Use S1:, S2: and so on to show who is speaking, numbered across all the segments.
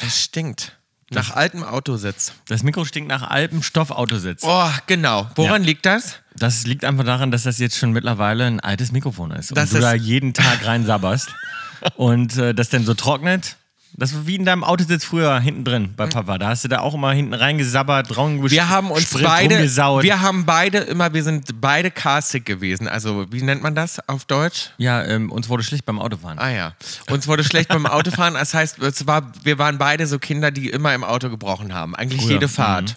S1: Das stinkt. Nach altem Autositz.
S2: Das Mikro stinkt nach Alpenstoffautositz.
S1: Oh, genau. Woran
S2: Ja.
S1: liegt das?
S2: Das liegt einfach daran, dass das jetzt schon mittlerweile ein altes Mikrofon ist.
S1: Das
S2: und du
S1: ist-
S2: da jeden Tag rein sabberst. und äh, das dann so trocknet. Das war wie in deinem Autositz früher hinten drin bei Papa. Da hast du da auch immer hinten reingesabbert, raungesabbert.
S1: Mhm. Wir haben uns
S2: Sprit
S1: beide,
S2: rumgesaut.
S1: wir haben beide immer, wir sind beide carsick gewesen. Also, wie nennt man das auf Deutsch?
S2: ja, ähm, uns wurde schlicht beim Autofahren.
S1: Ah ja. Uns wurde schlecht beim Autofahren. Das heißt, es war, wir waren beide so Kinder, die immer im Auto gebrochen haben. Eigentlich
S2: Früher. Mhm.
S1: jede Fahrt.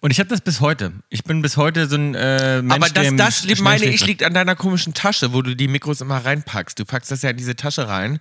S2: Und ich habe das bis heute. Ich bin bis heute so ein äh, Mensch,
S1: Aber das,
S2: der
S1: das lieb-
S2: schnell
S1: meine
S2: schläft.
S1: ich, liegt an deiner komischen Tasche, wo du die Mikros immer reinpackst. Du packst das ja in diese Tasche rein.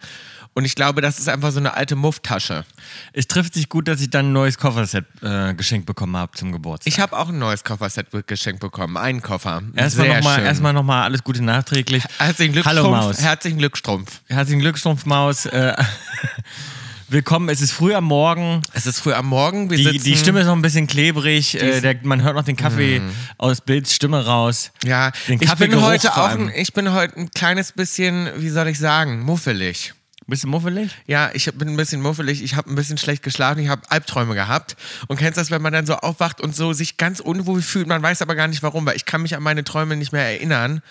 S1: Und ich glaube, das ist einfach so eine alte Mufftasche.
S2: Es trifft sich gut, dass ich dann ein neues Kofferset äh, geschenkt bekommen habe zum Geburtstag.
S1: Ich habe auch ein neues Kofferset geschenkt bekommen. Einen Koffer.
S2: Erstmal
S1: Sehr
S2: nochmal
S1: schön.
S2: erstmal noch mal alles Gute nachträglich.
S1: Herzlichen Glückstrumpf.
S2: Hallo Maus.
S1: Herzlichen Glückstrumpf.
S2: Herzlichen Glückwunsch, Maus. Äh, willkommen, es ist früh am Morgen.
S1: Es ist früh am Morgen. Wir
S2: Die,
S1: sitzen,
S2: die Stimme ist noch ein bisschen klebrig. Äh, der, man hört noch den Kaffee aus Bilds Stimme raus.
S1: Ja,
S2: Den
S1: ich bin
S2: Kaffeegeruch
S1: heute
S2: vor
S1: auch
S2: allem.
S1: ein, ich bin heute ein kleines bisschen, wie soll ich sagen, muffelig.
S2: Bist du muffelig?
S1: Ja, ich bin ein bisschen muffelig, ich habe ein bisschen schlecht geschlafen, ich habe Albträume gehabt. Und kennst das, wenn man dann so aufwacht und so sich ganz unwohl fühlt, man weiß aber gar nicht warum, weil ich kann mich an meine Träume nicht mehr erinnern.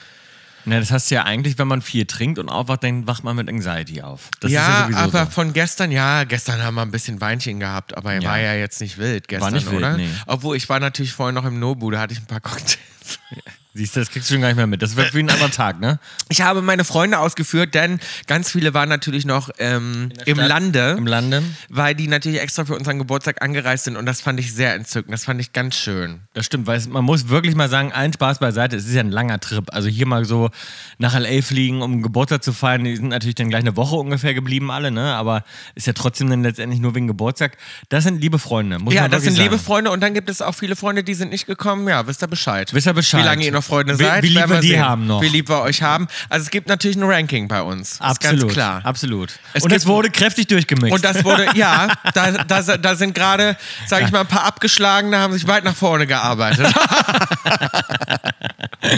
S2: Na, das hast du ja eigentlich, wenn man viel trinkt und aufwacht, dann wacht man mit Anxiety auf. Das
S1: ja,
S2: ist ja sowieso
S1: aber
S2: so.
S1: von gestern, ja, gestern haben wir ein bisschen Weinchen gehabt, aber war ja jetzt nicht wild gestern,
S2: nicht wild,
S1: oder?
S2: nee.
S1: Obwohl, ich war natürlich vorhin noch im Nobu, da hatte ich ein paar Cocktails.
S2: Siehst du, das kriegst du schon gar nicht mehr mit. Das wird wie ein anderer Tag, ne?
S1: Ich habe meine Freunde ausgeführt, denn ganz viele waren natürlich noch ähm, im
S2: Stadt,
S1: Lande.
S2: Im Lande.
S1: weil die natürlich extra für unseren Geburtstag angereist sind und das fand ich sehr entzückend. Das fand ich ganz schön.
S2: Das stimmt, weil es, man muss wirklich mal sagen, allen Spaß beiseite, es ist ja ein langer Trip. Also hier mal so nach L.A. fliegen, um Geburtstag zu feiern, die sind natürlich dann gleich eine Woche ungefähr geblieben alle, ne? aber ist ja trotzdem dann letztendlich nur wegen Geburtstag. Das sind liebe Freunde, muss
S1: Ja,
S2: man
S1: das
S2: wirklich
S1: sind liebe
S2: sagen.
S1: Freunde und dann gibt es auch viele Freunde, die sind nicht gekommen. Ja, wisst ihr Bescheid.
S2: Wisst ihr Bescheid.
S1: Wie lange ihr noch Freunde
S2: Wie-
S1: seid.
S2: wie lieb
S1: werden
S2: wir die
S1: sehen.
S2: haben noch.
S1: Wie lieb wir euch haben. Also es gibt natürlich ein Ranking bei uns.
S2: Absolut,
S1: Ist ganz klar.
S2: absolut.
S1: Es
S2: und es
S1: gibt-
S2: wurde kräftig durchgemixt.
S1: Und das wurde, ja, da, da, da sind gerade, sage ich mal, ein paar Abgeschlagene, haben sich weit nach vorne gearbeitet.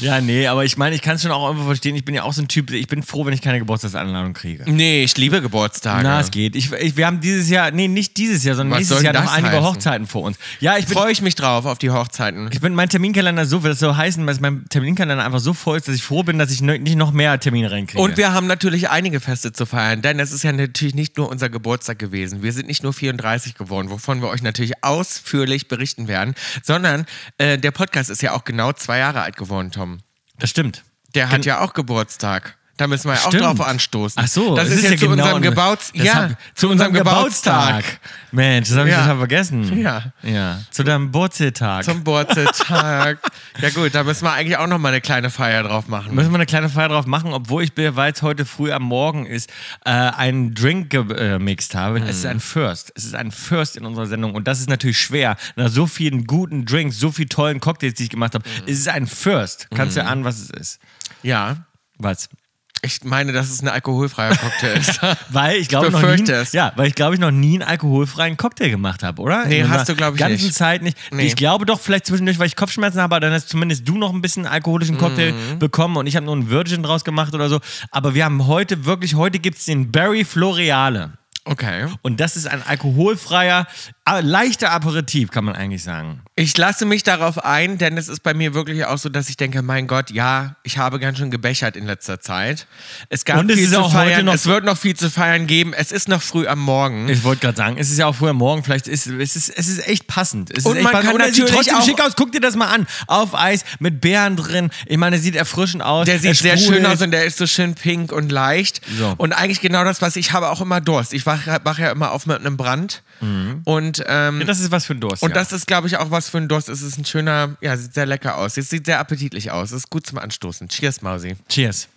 S2: ja, nee, aber ich meine, ich kann es schon auch einfach verstehen. Ich bin ja auch so ein Typ, ich bin froh, wenn ich keine Geburtstagsanladung kriege.
S1: Nee, ich liebe Geburtstage.
S2: Na, es geht. Ich, ich, wir haben dieses Jahr, nee, nicht dieses Jahr, sondern
S1: Was
S2: nächstes
S1: soll
S2: Jahr
S1: denn
S2: noch
S1: das
S2: einige
S1: heißen?
S2: Hochzeiten vor uns. Ja, ich bin
S1: Freue ich mich drauf auf die Hochzeiten.
S2: Ich bin mein Terminkalender so, wird das so heißen, dass mein Terminkalender einfach so voll ist, dass ich froh bin, dass ich ne, nicht noch mehr Termine reinkriege.
S1: Und wir haben natürlich einige Feste zu feiern, denn es ist ja natürlich nicht nur unser Geburtstag gewesen. Wir sind nicht nur 34 geworden, wovon wir euch natürlich ausführlich berichten werden, sondern äh, der Podcast ist ja auch genau zwei Jahre alt geworden, Tom.
S2: das stimmt.
S1: Der hat ja auch Geburtstag. Da müssen wir ja auch
S2: Stimmt.
S1: drauf anstoßen.
S2: Ach so,
S1: das
S2: es
S1: ist, ja, zu,
S2: genau
S1: unserem
S2: ein-
S1: Gebauz
S2: das
S1: ja,
S2: hab- zu unserem Geburtstag. Mensch, das habe ich
S1: Ja.
S2: total vergessen.
S1: Ja.
S2: ja. Zu deinem Burzeltag.
S1: Zum Geburtstag. ja gut, da müssen wir eigentlich auch nochmal eine kleine Feier drauf machen.
S2: Müssen wir eine kleine Feier drauf machen, obwohl ich, weil es heute früh am Morgen ist, äh, einen Drink gemixt habe. Es ist
S1: Mhm.
S2: ein First. Es ist ein First in unserer Sendung. Und das ist natürlich schwer. Nach so vielen guten Drinks, so vielen tollen Cocktails, die ich gemacht habe.
S1: Mhm.
S2: Es ist ein First. Kannst du ahnen, was es ist?
S1: Ja,
S2: Was?
S1: ich meine, dass es ein alkoholfreier Cocktail ist.
S2: Weil ich glaube noch nie,
S1: befürchte es.
S2: ja, weil ich glaube ich noch nie einen alkoholfreien Cocktail gemacht habe, oder?
S1: Nee,
S2: In
S1: hast
S2: meiner
S1: du, glaub ich,
S2: ganzen
S1: nicht.
S2: Zeit nicht.
S1: Nee.
S2: Ich glaube doch vielleicht zwischendurch, weil ich Kopfschmerzen habe, aber dann hast zumindest du noch ein bisschen alkoholischen Cocktail
S1: Mhm.
S2: bekommen und ich habe nur einen Virgin draus gemacht oder so. Aber wir haben heute wirklich, heute gibt es den Barry Floreale.
S1: Okay.
S2: Und das ist ein alkoholfreier, äh, leichter Aperitif, kann man eigentlich sagen.
S1: Ich lasse mich darauf ein, denn es ist bei mir wirklich auch so, dass ich denke, mein Gott, ja, ich habe ganz schön gebechert in letzter Zeit. Es gab
S2: Und es
S1: viel
S2: ist
S1: zu
S2: auch heute
S1: feiern,
S2: noch-
S1: es wird noch viel zu feiern geben. Es ist noch früh am Morgen.
S2: Ich wollte gerade sagen, es ist ja auch früher Morgen, vielleicht ist es, ist, es ist echt passend. Es ist
S1: Und
S2: echt
S1: man
S2: passend.
S1: kann
S2: Und er sieht
S1: natürlich
S2: trotzdem
S1: auch-
S2: schick aus, guck dir das mal an. Auf Eis, mit Beeren drin. Ich meine, er sieht erfrischend aus.
S1: Der
S2: er
S1: sieht sehr
S2: sprudelt.
S1: schön aus und der ist so schön pink und leicht.
S2: So.
S1: Und eigentlich genau das, was ich habe, auch immer Durst. Ich wache wach ja immer auf mit einem Brand. Und, ähm,
S2: Mhm. Ja, Das ist was für ein Durst.
S1: und
S2: ja.
S1: das ist, glaube ich, auch was für ein Durst. Es ist ein schöner, ja, sieht sehr lecker aus. Es sieht sehr appetitlich aus. Es ist gut zum Anstoßen. Cheers, Mausi.
S2: Cheers.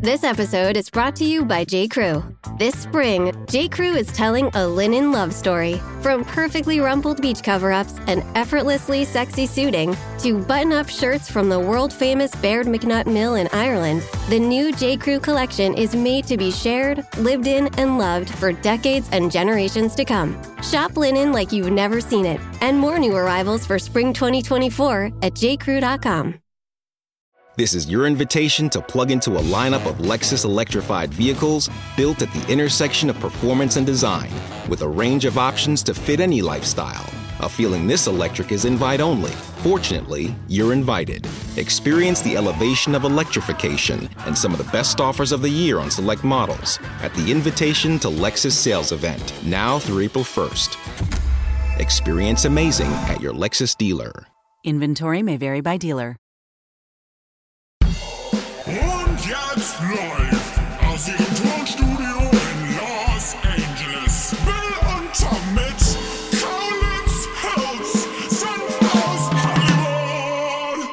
S3: This episode is brought to you by J. Crew. This spring, J. Crew is telling a linen love story. From perfectly rumpled beach cover-ups and effortlessly sexy suiting to button-up shirts from the world-famous Baird McNutt Mill in Ireland, the new J. Crew collection is made to be shared, lived in, and loved for decades and generations to come. Shop linen like you've never seen it, and more new arrivals for spring 2024 at jcrew.com.
S4: This is your invitation to plug into a lineup of Lexus electrified vehicles built at the intersection of performance and design, with a range of options to fit any lifestyle. A feeling this electric is invite only. Fortunately, you're invited. Experience the elevation of electrification and some of the best offers of the year on select models at the Invitation to Lexus sales event, now through April 1st. Experience amazing at your Lexus dealer.
S5: Inventory may vary by dealer.
S6: Und jetzt live aus ihrem Tonstudio in Los Angeles. Bill und Tom mit Kaulitz Hills sind aus Hollywood.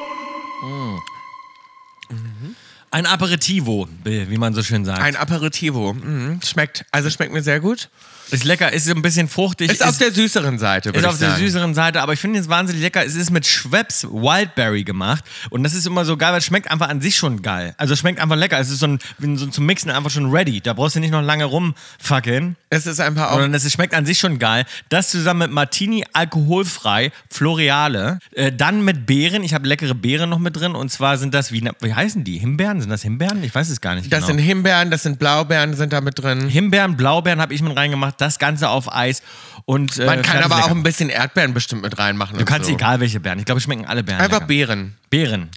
S2: Ein Aperitivo, Bill, wie man so schön sagt.
S1: Ein Aperitivo. Mhm. Schmeckt, also schmeckt mir sehr gut.
S2: ist lecker, ist ein bisschen fruchtig.
S1: Ist, auf der süßeren Seite,
S2: Ist
S1: würde ich
S2: auf der
S1: sagen.
S2: süßeren Seite, aber ich finde es wahnsinnig lecker. Es ist mit Schweppes Wildberry gemacht und das ist immer so geil, weil es schmeckt einfach an sich schon geil. Also es schmeckt einfach lecker. Es ist so, ein, wie so zum Mixen einfach schon ready. Da brauchst du nicht noch lange rumfackeln,
S1: Es ist einfach auch
S2: sondern es schmeckt an sich schon geil. Das zusammen mit Martini alkoholfrei, Floreale, äh, dann mit Beeren. Ich habe leckere Beeren noch mit drin und zwar sind das, wie, na- wie heißen die? Himbeeren? Sind das Himbeeren? Ich weiß es gar nicht
S1: Das
S2: genau.
S1: sind Himbeeren, das sind Blaubeeren, sind da mit drin.
S2: Himbeeren, Blaubeeren habe ich mit reingemacht, das Ganze auf Eis und äh,
S1: Man kann
S2: fertig
S1: aber
S2: lecker.
S1: auch ein bisschen Erdbeeren bestimmt mit reinmachen.
S2: Du kannst egal welche Beeren. Ich glaube, schmecken alle Beeren.
S1: Einfach
S2: lecker.
S1: Beeren,
S2: Beeren.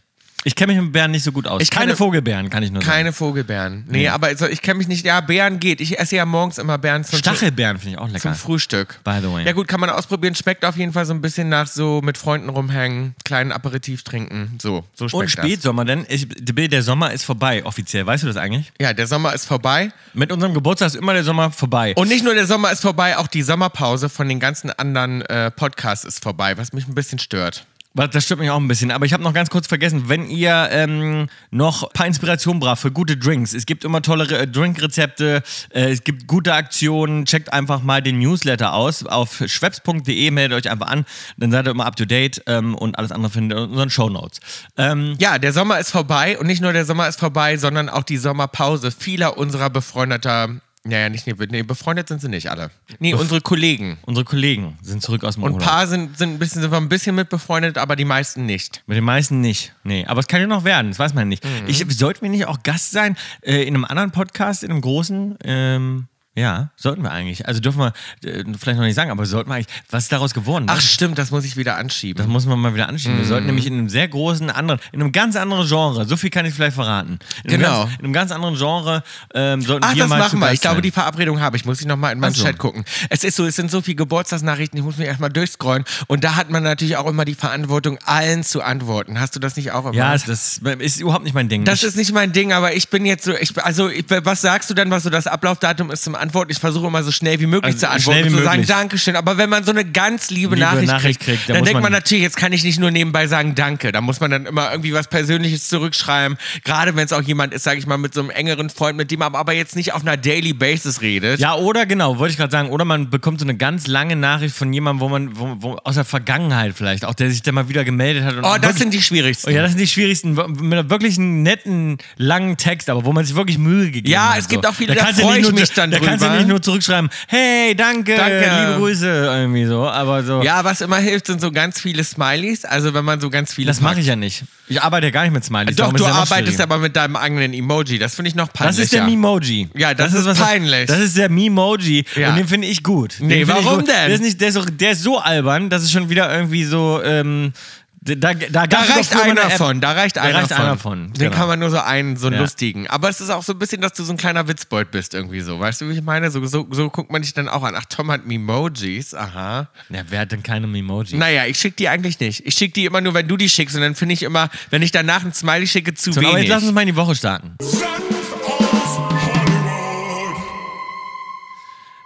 S2: Ich kenne mich mit Beeren nicht so gut aus.
S1: Ich
S2: keine
S1: kenne-
S2: Vogelbeeren, kann ich nur
S1: keine Vogelbeeren. Nee, aber also, ich kenne mich nicht. Ja, Beeren geht. Ich esse ja morgens immer Beeren zum,
S2: sagen. Stachelbeeren finde ich auch
S1: zum
S2: lecker.
S1: Frühstück.
S2: By the way.
S1: Ja, gut, kann man ausprobieren. Schmeckt auf jeden Fall so ein bisschen nach so mit Freunden rumhängen, kleinen Aperitif trinken. So, so schmeckt
S2: Und Spätsommer, denn ich, Bill, der Sommer ist vorbei, offiziell. Weißt du das eigentlich?
S1: das. Ja, der Sommer ist vorbei.
S2: Mit unserem Geburtstag ist immer der Sommer vorbei.
S1: Und nicht nur der Sommer ist vorbei, auch die Sommerpause von den ganzen anderen äh, Podcasts ist vorbei, was mich ein bisschen stört.
S2: Was, Das stört mich auch ein bisschen. Aber ich habe noch ganz kurz vergessen, wenn ihr ähm, noch ein paar Inspirationen braucht für gute Drinks, es gibt immer tolle Re- äh, Drinkrezepte, äh, es gibt gute Aktionen, checkt einfach mal den Newsletter aus auf schwebs.de, meldet euch einfach an, dann seid ihr immer up to date ähm, und alles andere findet ihr in unseren Shownotes. Ähm,
S1: Ja, der Sommer ist vorbei und nicht nur der Sommer ist vorbei, sondern auch die Sommerpause vieler unserer befreundeter, naja, nicht nee, befreundet sind sie nicht alle. Nee, unsere Kollegen.
S2: unsere Kollegen sind zurück aus dem
S1: Und ein
S2: Urlaub.
S1: paar sind, sind ein bisschen sind wir ein bisschen mit befreundet, aber die meisten nicht.
S2: Mit den meisten nicht. Nee, aber es kann ja noch werden, das weiß man nicht.
S1: Mhm.
S2: Ich sollten wir nicht auch Gast sein äh, in einem anderen Podcast, in einem großen? Ähm, ja, sollten wir eigentlich. Also dürfen wir äh, vielleicht noch nicht sagen, aber sollten wir eigentlich. Was ist daraus geworden?
S1: Ach Mhm. stimmt, das muss ich wieder anschieben.
S2: das muss man mal wieder anschieben. Wir sollten nämlich in einem sehr großen anderen, in einem ganz anderen Genre, so viel kann ich vielleicht verraten. In einem
S1: Genau.
S2: Ganz, in einem ganz anderen Genre ähm, sollten
S1: Ach,
S2: wir
S1: Ah, das
S2: mal
S1: machen
S2: zu
S1: wir.
S2: Gast
S1: Ich glaube,
S2: sein.
S1: die Verabredung habe ich. Muss ich nochmal in meinen
S2: Ach so.
S1: Chat gucken. Es ist so, es sind so viele Geburtstagsnachrichten, ich muss mich erstmal durchscrollen. Und da hat man natürlich auch immer die Verantwortung, allen zu antworten. Hast du das nicht auch immer?
S2: Ja, das, das ist überhaupt nicht mein Ding.
S1: Das ist nicht mein Ding, aber ich bin jetzt so, ich, also ich, was sagst du dann, was so das Ablaufdatum ist zum Antworten? Ich versuche immer so schnell wie möglich zu
S2: Also schnell
S1: antworten
S2: wie
S1: und zu sagen,
S2: möglich.
S1: Dankeschön. Aber wenn man so eine ganz liebe,
S2: Liebe
S1: Nachricht,
S2: Nachricht
S1: kriegt,
S2: kriegt, da
S1: dann
S2: muss
S1: denkt man
S2: man-
S1: natürlich, jetzt kann ich nicht nur nebenbei sagen Danke. Da muss man dann immer irgendwie was Persönliches zurückschreiben. Gerade wenn es auch jemand ist, sage ich mal, mit so einem engeren Freund, mit dem man aber jetzt nicht auf einer Daily Basis redet.
S2: Ja, oder genau, wollte ich gerade sagen, oder man bekommt so eine ganz lange Nachricht von jemandem, wo man wo, wo, aus der Vergangenheit vielleicht, auch der sich dann mal wieder gemeldet hat. Und
S1: Oh, das
S2: wirklich-
S1: sind die
S2: Oh
S1: schwierigsten.
S2: ja, das sind die schwierigsten, wo- mit einem wirklich netten, langen Text, aber wo man sich wirklich Mühe gegeben
S1: Ja,
S2: hat.
S1: es
S2: so.
S1: gibt auch viele, da
S2: kannst du
S1: freu
S2: nicht
S1: ich
S2: nur-
S1: mich dann
S2: Da kannst du
S1: drüber.
S2: nicht nur zurückschreiben, hey, danke,
S1: Danke.
S2: liebe Grüße, irgendwie so, aber so.
S1: Ja, was immer hilft, sind so ganz viele Smileys. Also wenn man so ganz viele
S2: Das mache ich ja nicht. Ich arbeite ja gar nicht mit Smileys.
S1: Doch,
S2: darum
S1: du
S2: ist ja noch
S1: arbeitest
S2: schwieriger.
S1: aber mit deinem eigenen Emoji. Das finde ich noch peinlich.
S2: Das ist der Memoji.
S1: Ja, das ist peinlich.
S2: Das ist der Memoji
S1: Ja.
S2: und den finde ich gut. Den
S1: Nee,
S2: finde ich
S1: warum
S2: gut.
S1: denn?
S2: Der ist, nicht, der, ist auch, der ist so albern, dass es schon wieder irgendwie so. Ähm, d- da da,
S1: Da
S2: gab's Also doch
S1: reicht
S2: früher mal
S1: einer
S2: eine App.
S1: von, da reicht
S2: Da
S1: einer
S2: reicht
S1: von.
S2: einer von,
S1: Den
S2: genau.
S1: kann man nur so einen, so einen
S2: Ja.
S1: lustigen. Aber es ist auch so ein bisschen, dass du so ein kleiner Witzbold bist irgendwie so. Weißt du, wie ich meine? So, so, so guckt man dich dann auch an. Ach, Tom hat Memojis, aha.
S2: Na, wer hat denn keine Memoji?
S1: Naja, ich schicke die eigentlich nicht. Ich schicke die immer nur, wenn du die schickst. Und dann finde ich immer, wenn ich danach ein Smiley schicke, zu
S2: so, aber jetzt
S1: wenig.
S2: lass uns mal in die Woche starten.
S6: Sind aus Hollywood.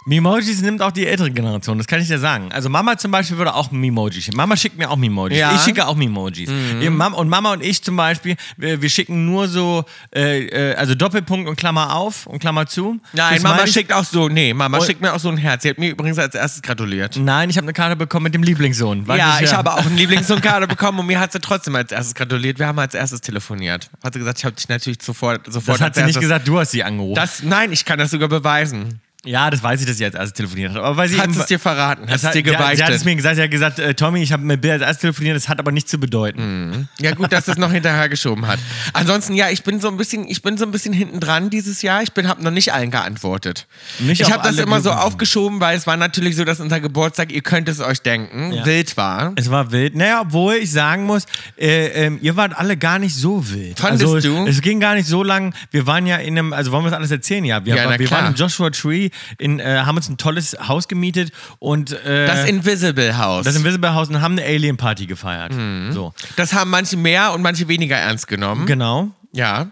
S2: Memojis nimmt auch die ältere Generation, das kann ich dir sagen. Also Mama zum Beispiel würde auch Memoji schicken. Mama schickt mir auch Memojis.
S1: Ja. Mhm.
S2: Ich schicke auch Memojis. Ihr Mam und Mama und ich zum Beispiel, wir, wir schicken nur so, äh, äh, also Doppelpunkt und Klammer auf und Klammer zu.
S1: Nein,
S2: Fürs
S1: Mama
S2: Smileys. Oh.
S1: schickt auch so, nee, Mama
S2: Und-
S1: schickt mir auch so ein Herz. Sie hat mir übrigens als erstes gratuliert.
S2: Nein, ich habe eine Karte bekommen mit dem Lieblingssohn. War
S1: Ja,
S2: nicht
S1: ich
S2: schwer.
S1: habe auch einen Lieblingssohnkarte bekommen und mir hat sie trotzdem als erstes gratuliert. Wir haben als erstes telefoniert. Hat sie gesagt, ich habe dich natürlich sofort, sofort
S2: Das hat
S1: als
S2: sie nicht
S1: erstes-
S2: gesagt, du hast sie angerufen.
S1: Das, nein, ich kann das sogar beweisen.
S2: Ja, das weiß ich, dass sie als erstes telefoniert hat. Aber weil sie
S1: Hat
S2: eben-
S1: es dir verraten, hat es dir
S2: Sie, sie hat es
S1: gebeichtet.
S2: mir gesagt, sie hat gesagt, äh, Tommy, ich habe mit Bill als erstes telefoniert, das hat aber nichts zu
S1: Hm.
S2: bedeuten.
S1: Ja, gut, dass es noch hinterher geschoben hat. Ansonsten, ja, ich bin so ein bisschen, ich bin so ein bisschen hinten dran dieses Jahr. Ich bin, habe noch nicht allen geantwortet.
S2: Nicht
S1: ich
S2: auf
S1: habe das
S2: alle
S1: immer so
S2: Glückwünsche.
S1: aufgeschoben, weil es war natürlich so, dass unser Geburtstag, ihr könnt es euch denken,
S2: Ja. Äh.
S1: wild war.
S2: Es war wild. Naja, obwohl ich sagen muss, äh, ähm, ihr wart alle gar nicht so wild.
S1: Fandest
S2: also,
S1: du?
S2: Es ging gar nicht so lang. Wir waren ja in einem, also wollen wir das alles erzählen? Ja, wir,
S1: Ja, na
S2: wir
S1: klar.
S2: waren in Joshua Tree, in, äh, haben uns ein tolles Haus gemietet und äh,
S1: Das Invisible House.
S2: das
S1: Das,
S2: Invisible House und haben eine Alien Party gefeiert.
S1: Hm.
S2: So.
S1: haben manche mehr und manche weniger ernst genommen.
S2: Genau.
S1: Ja.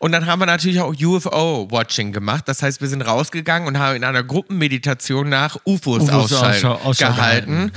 S1: Und dann haben wir natürlich auch UFO-Watching gemacht. Das heißt, wir sind rausgegangen und haben in einer Gruppenmeditation nach UFOs,
S2: UFOs
S1: Ausschau,
S2: Ausschau- Mhm. Ausschau
S1: gehalten.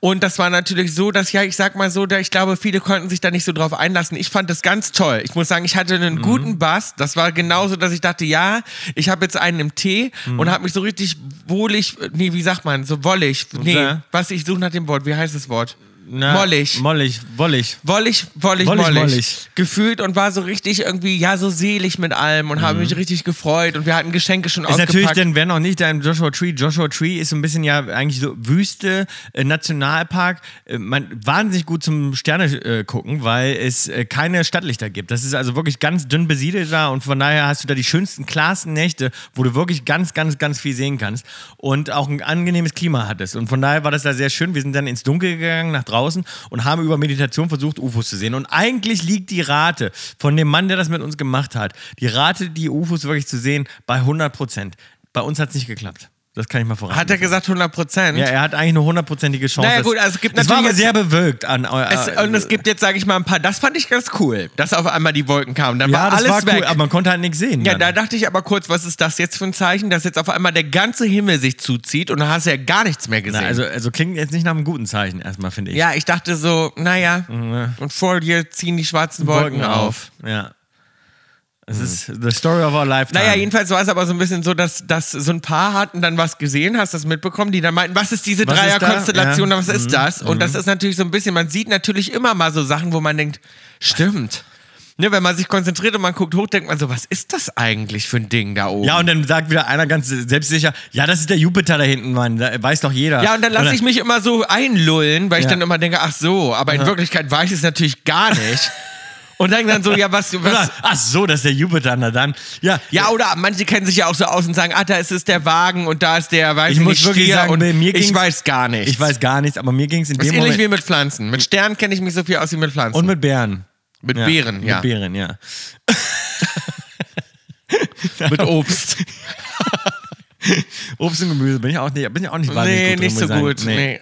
S1: Und das war natürlich so, dass ja, ich sag mal so, da ich glaube, viele konnten sich da nicht so drauf einlassen. Ich fand das ganz toll. Ich muss sagen, ich hatte
S2: Mhm.
S1: einen guten Bass. Das war genauso, dass ich dachte, ja, ich habe jetzt einen im Tee
S2: Mhm.
S1: und habe mich so richtig wohlig, nee, wie sagt man, so wollig. Nee,
S2: Ja.
S1: was ich suche nach dem Wort. Wie heißt das Wort?
S2: Na,
S1: mollig
S2: Mollig, wollig.
S1: wollig, wollig,
S2: Wollig,
S1: wollig,
S2: wollig.
S1: gefühlt und war so richtig irgendwie, ja, so selig mit allem und habe mich richtig gefreut und wir hatten Geschenke schon
S2: Mhm. Ist
S1: ausgepackt.
S2: natürlich dann, wenn auch nicht, dein Joshua Tree. Joshua Tree ist so ein bisschen ja eigentlich so Wüste, äh, Nationalpark. Äh, man wahnsinnig gut zum Sterne äh, gucken, weil es äh, keine Stadtlichter gibt. Das ist also wirklich ganz dünn besiedelt da und von daher hast du da die schönsten, klarsten Nächte, wo du wirklich ganz, ganz, ganz viel sehen kannst und auch ein angenehmes Klima hattest. Und von daher war das da sehr schön. Wir sind dann ins Dunkel gegangen, nach draußen und haben über Meditation versucht, UFOs zu sehen. Und eigentlich liegt die Rate von dem Mann, der das mit uns gemacht hat, die Rate, die UFOs wirklich zu sehen, bei 100 Prozent. Bei uns hat es nicht geklappt. Das kann ich mal verraten.
S1: hat er gesagt 100 Prozent?
S2: Ja, er hat eigentlich eine hundertprozentige Chance.
S1: Naja,
S2: dass-
S1: gut, also es gibt
S2: es war aber
S1: natürlich
S2: sehr bewölkt an eu-
S1: es,
S2: äh,
S1: und es gibt jetzt, sage ich mal, ein paar, das fand ich ganz cool, dass auf einmal die Wolken kamen. Dann
S2: ja,
S1: war
S2: das
S1: alles
S2: war cool,
S1: weg.
S2: aber man konnte halt nichts sehen.
S1: ja,
S2: dann.
S1: da dachte ich aber kurz, was ist das jetzt für ein Zeichen, dass jetzt auf einmal der ganze Himmel sich zuzieht und da hast du ja gar nichts mehr gesehen.
S2: Na, also, also klingt jetzt nicht nach einem guten Zeichen erstmal, finde ich.
S1: ja, ich dachte so, naja,
S2: Mhm.
S1: und vor dir ziehen die schwarzen Wolken, auf. Hm.
S2: Ja. Es ist the story of our lifetime.
S1: Naja, jedenfalls war es aber so ein bisschen so, dass, dass so ein paar hatten dann was gesehen, hast das mitbekommen, die dann meinten, was ist diese
S2: Was ist da?
S1: Dreierkonstellation,
S2: Ja. Mhm.
S1: was ist das? Und das ist natürlich so ein bisschen, man sieht natürlich immer mal so Sachen, wo man denkt, stimmt. Ne, wenn man sich konzentriert und man guckt hoch, denkt man so, was ist das eigentlich für ein Ding da oben?
S2: ja, und dann sagt wieder einer ganz selbstsicher, ja, das ist der Jupiter da hinten, Mann, da weiß doch jeder.
S1: Ja, und dann lasse
S2: Oder-
S1: ich mich immer so einlullen, weil ich
S2: Ja.
S1: dann immer denke, ach so, aber in Wirklichkeit weiß ich es natürlich gar nicht. und denke dann so, ja, was, was,
S2: Oder, ach so, das ist der Jupiter, na dann. Ja,
S1: Ja, oder manche kennen sich ja auch so aus und sagen, ah, da ist es der Wagen und da ist der, weiß
S2: Ich
S1: ich
S2: muss
S1: nicht,
S2: wirklich
S1: Stier
S2: sagen,
S1: und
S2: bei mir
S1: ich
S2: ging's-
S1: weiß gar nicht.
S2: ich weiß gar nichts, aber mir ging es in
S1: Ist
S2: dem
S1: ähnlich
S2: Moment.
S1: wie mit Pflanzen. Mit Sternen kenne ich mich so viel aus wie mit Pflanzen.
S2: und mit Bären.
S1: Mit Beeren, ja.
S2: Mit Bären, ja.
S1: mit Obst.
S2: Obst und Gemüse bin ich auch nicht, bin ich auch nicht wahnsinnig
S1: nee,
S2: gut drin,
S1: nicht
S2: muss
S1: so
S2: ich sagen.
S1: gut. Nee.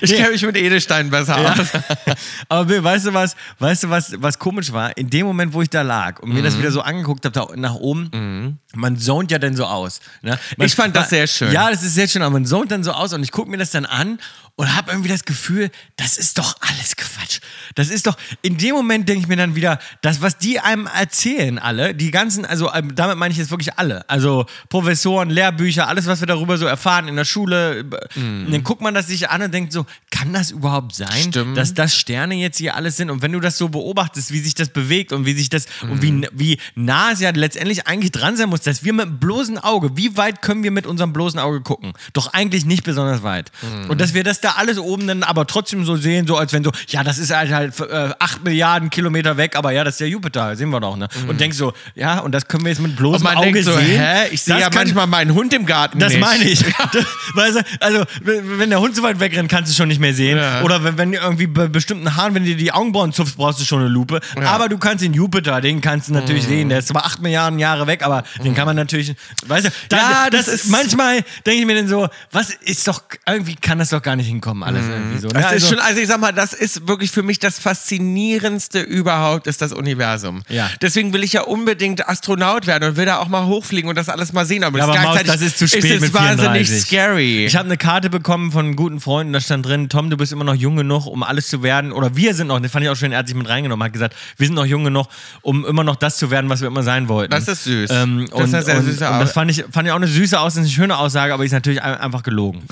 S1: ich
S2: Nee.
S1: kenne mich mit Edelstein besser aus.
S2: Aber Bill, weißt du was, weißt du was, was komisch war? In dem Moment, wo ich da lag und mir
S1: Mhm.
S2: das wieder so angeguckt habe, da nach oben, man zont ja dann so aus. Ne? Man,
S1: Ich fand das sehr schön.
S2: Ja, das ist sehr schön, aber man zont dann so aus und ich gucke mir das dann an und habe irgendwie das Gefühl, das ist doch alles Quatsch. Das ist doch, in dem Moment denke ich mir dann wieder, das, was die einem erzählen, alle, die ganzen, also ähm, damit meine ich jetzt wirklich alle, also Professoren, Lehrbücher, alles, was wir darüber so erfahren in der Schule,
S1: Mhm.
S2: und dann guckt man das sich an und denkt so, kann das überhaupt sein,
S1: Stimmt.
S2: dass das Sterne jetzt hier alles sind. Und wenn du das so beobachtest, wie sich das bewegt und wie sich das und
S1: Mhm.
S2: wie, wie nah es ja letztendlich eigentlich dran sein muss, dass wir mit dem bloßen Auge, wie weit können wir mit unserem bloßen Auge gucken? Doch eigentlich nicht besonders weit.
S1: Mhm.
S2: Und dass wir das da alles oben dann aber trotzdem so sehen, so als wenn so, ja, das ist halt, halt äh, 8 Milliarden Kilometer weg, aber ja, das ist der Jupiter, sehen wir doch, ne? Und denkst so, ja, und das können wir jetzt mit
S1: Mhm. Und
S2: bloßem
S1: man
S2: Auge
S1: denkt so,
S2: sehen.
S1: hä? Ich sehe
S2: Das
S1: ja
S2: kann-
S1: manchmal meinen Hund im Garten
S2: das
S1: nicht.
S2: meine ich. Das, weißt du, also, wenn wenn der Hund so weit wegrennt, kannst du schon nicht mehr sehen.
S1: Ja.
S2: Oder wenn, wenn irgendwie bei bestimmten Haaren, wenn du dir die Augenbrauen zupfst, brauchst du schon eine Lupe. Aber du kannst den Jupiter, den kannst du natürlich
S1: Mhm.
S2: sehen. Der ist zwar 8 Milliarden Jahre weg, aber den kann man natürlich. Weißt du, da,
S1: Ja,
S2: das,
S1: das
S2: ist.
S1: ist-
S2: Manchmal denke ich mir dann so, was ist doch. Irgendwie kann das doch gar nicht hinkommen, alles irgendwie so. ne?
S1: Mhm. Das ist
S2: Also-
S1: schon, also ich sag mal, das ist wirklich für mich das Faszinierendste überhaupt, ist das Universum.
S2: Ja.
S1: Deswegen will ich ja unbedingt Astronaut werden und will da auch mal hochfliegen und das alles mal sehen. Aber,
S2: Ja, aber
S1: das,
S2: Maus,
S1: gleichzeitig
S2: das ist zu spät
S1: es
S2: mit
S1: wahnsinnig
S2: 34.
S1: scary.
S2: Ich habe eine Karte bekommen von guten Freunden, da stand drin, Tom, du bist immer noch jung genug, um alles zu werden. Oder wir sind noch, das fand ich auch schön, er hat sich mit reingenommen, hat gesagt, wir sind noch jung genug, um immer noch das zu werden, was wir immer sein wollten.
S1: Das ist süß.
S2: Ähm,
S1: Das
S2: und,
S1: ist eine sehr
S2: und,
S1: süße
S2: und das
S1: Aus-
S2: fand ich, fand ich auch eine süße Aussage, eine schöne Aussage, aber ist natürlich ein- einfach gelogen.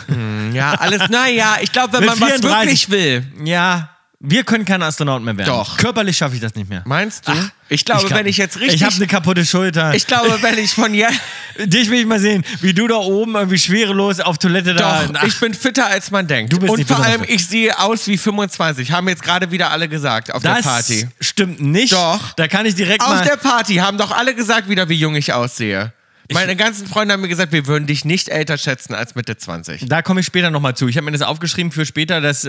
S1: ja, alles, naja, ich glaube, wenn
S2: Mit
S1: man was wirklich
S2: 34.
S1: will,
S2: ja, Wir können keine Astronauten mehr werden.
S1: Doch.
S2: Körperlich schaffe ich das nicht mehr.
S1: Meinst du?
S2: Ach,
S1: ich glaube,
S2: kann-
S1: wenn ich jetzt richtig.
S2: Ich ne habe eine kaputte Schulter.
S1: ich glaube, wenn ich von jetzt.
S2: Dich will ich mal sehen, wie du da oben irgendwie schwerelos auf Toilette da.
S1: Doch, ich bin fitter, als man denkt.
S2: Du bist
S1: Und
S2: nicht
S1: vor
S2: fitter,
S1: allem,
S2: als du-
S1: ich sehe aus wie 25. Haben jetzt gerade wieder alle gesagt auf
S2: das
S1: der Party.
S2: stimmt nicht.
S1: Doch.
S2: Da kann ich direkt
S1: Auf
S2: mal.
S1: der Party haben doch alle gesagt wieder, wie jung ich aussehe. Meine ganzen Freunde haben mir gesagt, wir würden dich nicht älter schätzen als Mitte 20.
S2: Da komme ich später nochmal zu. Ich habe mir das aufgeschrieben für später, das äh,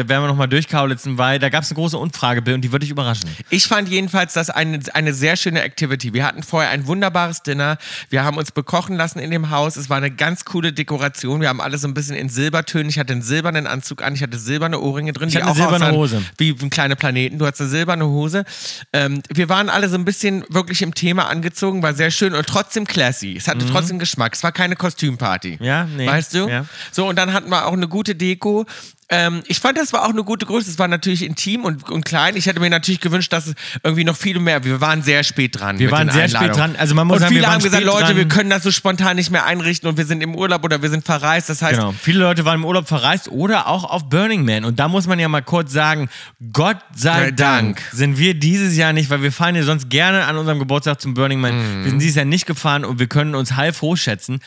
S2: äh, werden wir nochmal durchkaulitzen, weil da gab es eine große Umfrage Bill, und die würde ich überraschen.
S1: Ich fand jedenfalls das eine, eine sehr schöne Activity. Wir hatten vorher ein wunderbares Dinner. Wir haben uns bekochen lassen in dem Haus. Es war eine ganz coole Dekoration. Wir haben alles so ein bisschen in Silbertönen. Ich hatte einen silbernen Anzug an. Ich hatte silberne Ohrringe drin. Ich
S2: hatte eine silberne Hose.
S1: Wie kleine Planeten. Du hast eine silberne Hose. Ähm, wir waren alle so ein bisschen wirklich im Thema angezogen. War sehr schön und trotzdem classy. Es
S2: Mhm.
S1: hatte trotzdem Geschmack. Es war keine Kostümparty.
S2: Ja, nee.
S1: Weißt du?
S2: Ja.
S1: So, und dann hatten wir auch eine gute Deko. Ähm, ich fand, das war auch eine gute Größe. Es war natürlich intim und, und klein. Ich hätte mir natürlich gewünscht, dass es irgendwie noch viel mehr. Wir waren sehr spät dran.
S2: Wir
S1: mit
S2: waren
S1: den
S2: sehr spät
S1: Einladungen.
S2: dran. Also man muss
S1: und
S2: sagen, wir
S1: viele
S2: waren
S1: haben gesagt,
S2: spät
S1: Leute,
S2: dran.
S1: wir können das so spontan nicht mehr einrichten und wir sind im Urlaub oder wir sind verreist. Das heißt,
S2: Genau. Viele Leute waren im Urlaub verreist oder auch auf Burning Man. Und da muss man ja mal kurz sagen, Gott sei
S1: Sei
S2: Dank,
S1: Dank.
S2: sind wir dieses Jahr nicht, weil wir fahren ja sonst gerne an unserem Geburtstag zum Burning Man.
S1: Mhm.
S2: Wir sind dieses Jahr nicht gefahren und wir können uns heilfroh schätzen.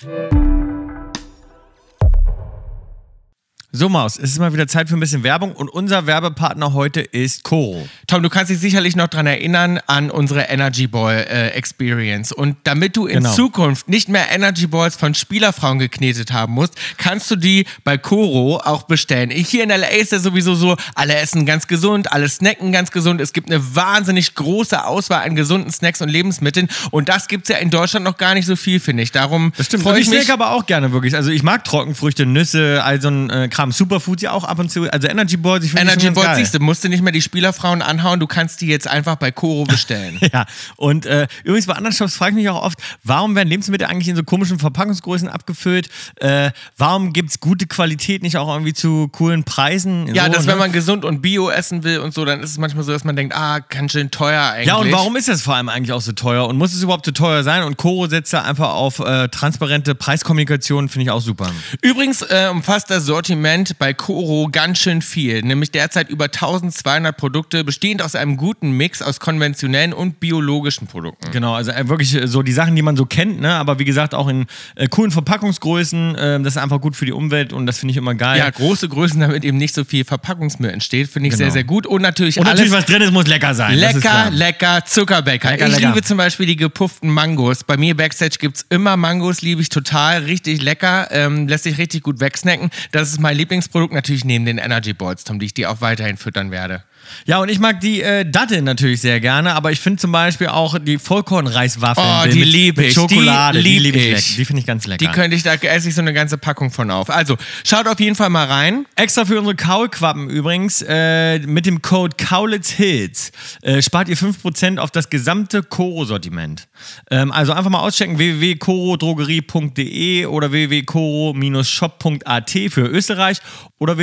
S2: So, Maus, es ist mal wieder Zeit für ein bisschen Werbung und unser Werbepartner heute ist Coro.
S1: Tom, du kannst dich sicherlich noch dran erinnern an unsere Energy Ball äh, Experience. Und damit du in
S2: Genau.
S1: Zukunft nicht mehr Energy Balls von Spielerfrauen geknetet haben musst, kannst du die bei Koro auch bestellen. Hier in LA ist das sowieso so, alle essen ganz gesund, alle snacken ganz gesund. Es gibt eine wahnsinnig große Auswahl an gesunden Snacks und Lebensmitteln. Und das gibt es ja in Deutschland noch gar nicht so viel, finde ich. Darum
S2: Und
S1: freue
S2: ich
S1: ich mich.
S2: snack aber auch gerne wirklich. Also ich mag Trockenfrüchte, Nüsse, all so ein äh, Kram. Superfoods ja auch ab und zu. Also Energy Balls, ich finde die
S1: Energy
S2: schon ganz
S1: Balls,
S2: geil.
S1: siehst du, musst du nicht mehr die Spielerfrauen anhauen, du kannst die jetzt einfach bei Koro bestellen.
S2: Ja, und äh, übrigens bei anderen Shops frage ich mich auch oft, warum werden Lebensmittel eigentlich in so komischen Verpackungsgrößen abgefüllt? Äh, warum gibt es gute Qualität nicht auch irgendwie zu coolen Preisen?
S1: Ja,
S2: so,
S1: dass
S2: ne?
S1: wenn man gesund und Bio essen will und so, dann ist es manchmal so, dass man denkt, ah, ganz schön teuer eigentlich.
S2: ja, und warum ist das vor allem eigentlich auch so teuer? Und muss es überhaupt so teuer sein? Und Koro setzt da einfach auf äh, transparente Preiskommunikation, finde ich auch super.
S1: Übrigens äh, umfasst das Sortiment bei Koro ganz schön viel, nämlich derzeit über 1200 Produkte, bestehend aus einem guten Mix aus konventionellen und biologischen Produkten.
S2: Genau, also äh, wirklich äh, so die Sachen, die man so kennt, ne? aber wie gesagt auch in äh, coolen Verpackungsgrößen. ähm, das ist einfach gut für die Umwelt und das finde ich immer geil.
S1: Ja, große Größen, damit eben nicht so viel Verpackungsmüll entsteht, finde ich
S2: Genau.
S1: sehr, sehr gut. Und natürlich
S2: und
S1: alles
S2: natürlich, was drin ist, muss lecker sein. das ist
S1: Lecker,
S2: klar.
S1: lecker Zuckerbäcker.
S2: Lecker,
S1: ich
S2: lecker.
S1: liebe zum Beispiel die gepufften Mangos. Bei mir Backstage gibt es immer Mangos, liebe ich total, richtig lecker, ähm, lässt sich richtig gut wegsnacken. Das ist mein Lieblingsprodukt, natürlich neben den Energy Balls, Tom, die ich dir auch weiterhin füttern werde.
S2: Ja, und ich mag die äh, Datteln natürlich sehr gerne, aber ich finde zum Beispiel auch die Vollkornreiswaffeln
S1: Oh,
S2: mit-
S1: die lieb
S2: mit
S1: ich,
S2: Schokolade,
S1: die lieb ich.
S2: lecker. Die finde ich ganz lecker.
S1: Die könnte ich, da esse ich so eine ganze Packung von auf. Also, schaut auf jeden Fall mal rein.
S2: Extra für unsere Kaulquappen übrigens, äh, mit dem Code KaulitzHills äh, spart ihr 5% auf das gesamte Koro-Sortiment. Ähm, also einfach mal auschecken, www.korodrogerie.de E oder www.koro-shop.at für Österreich oder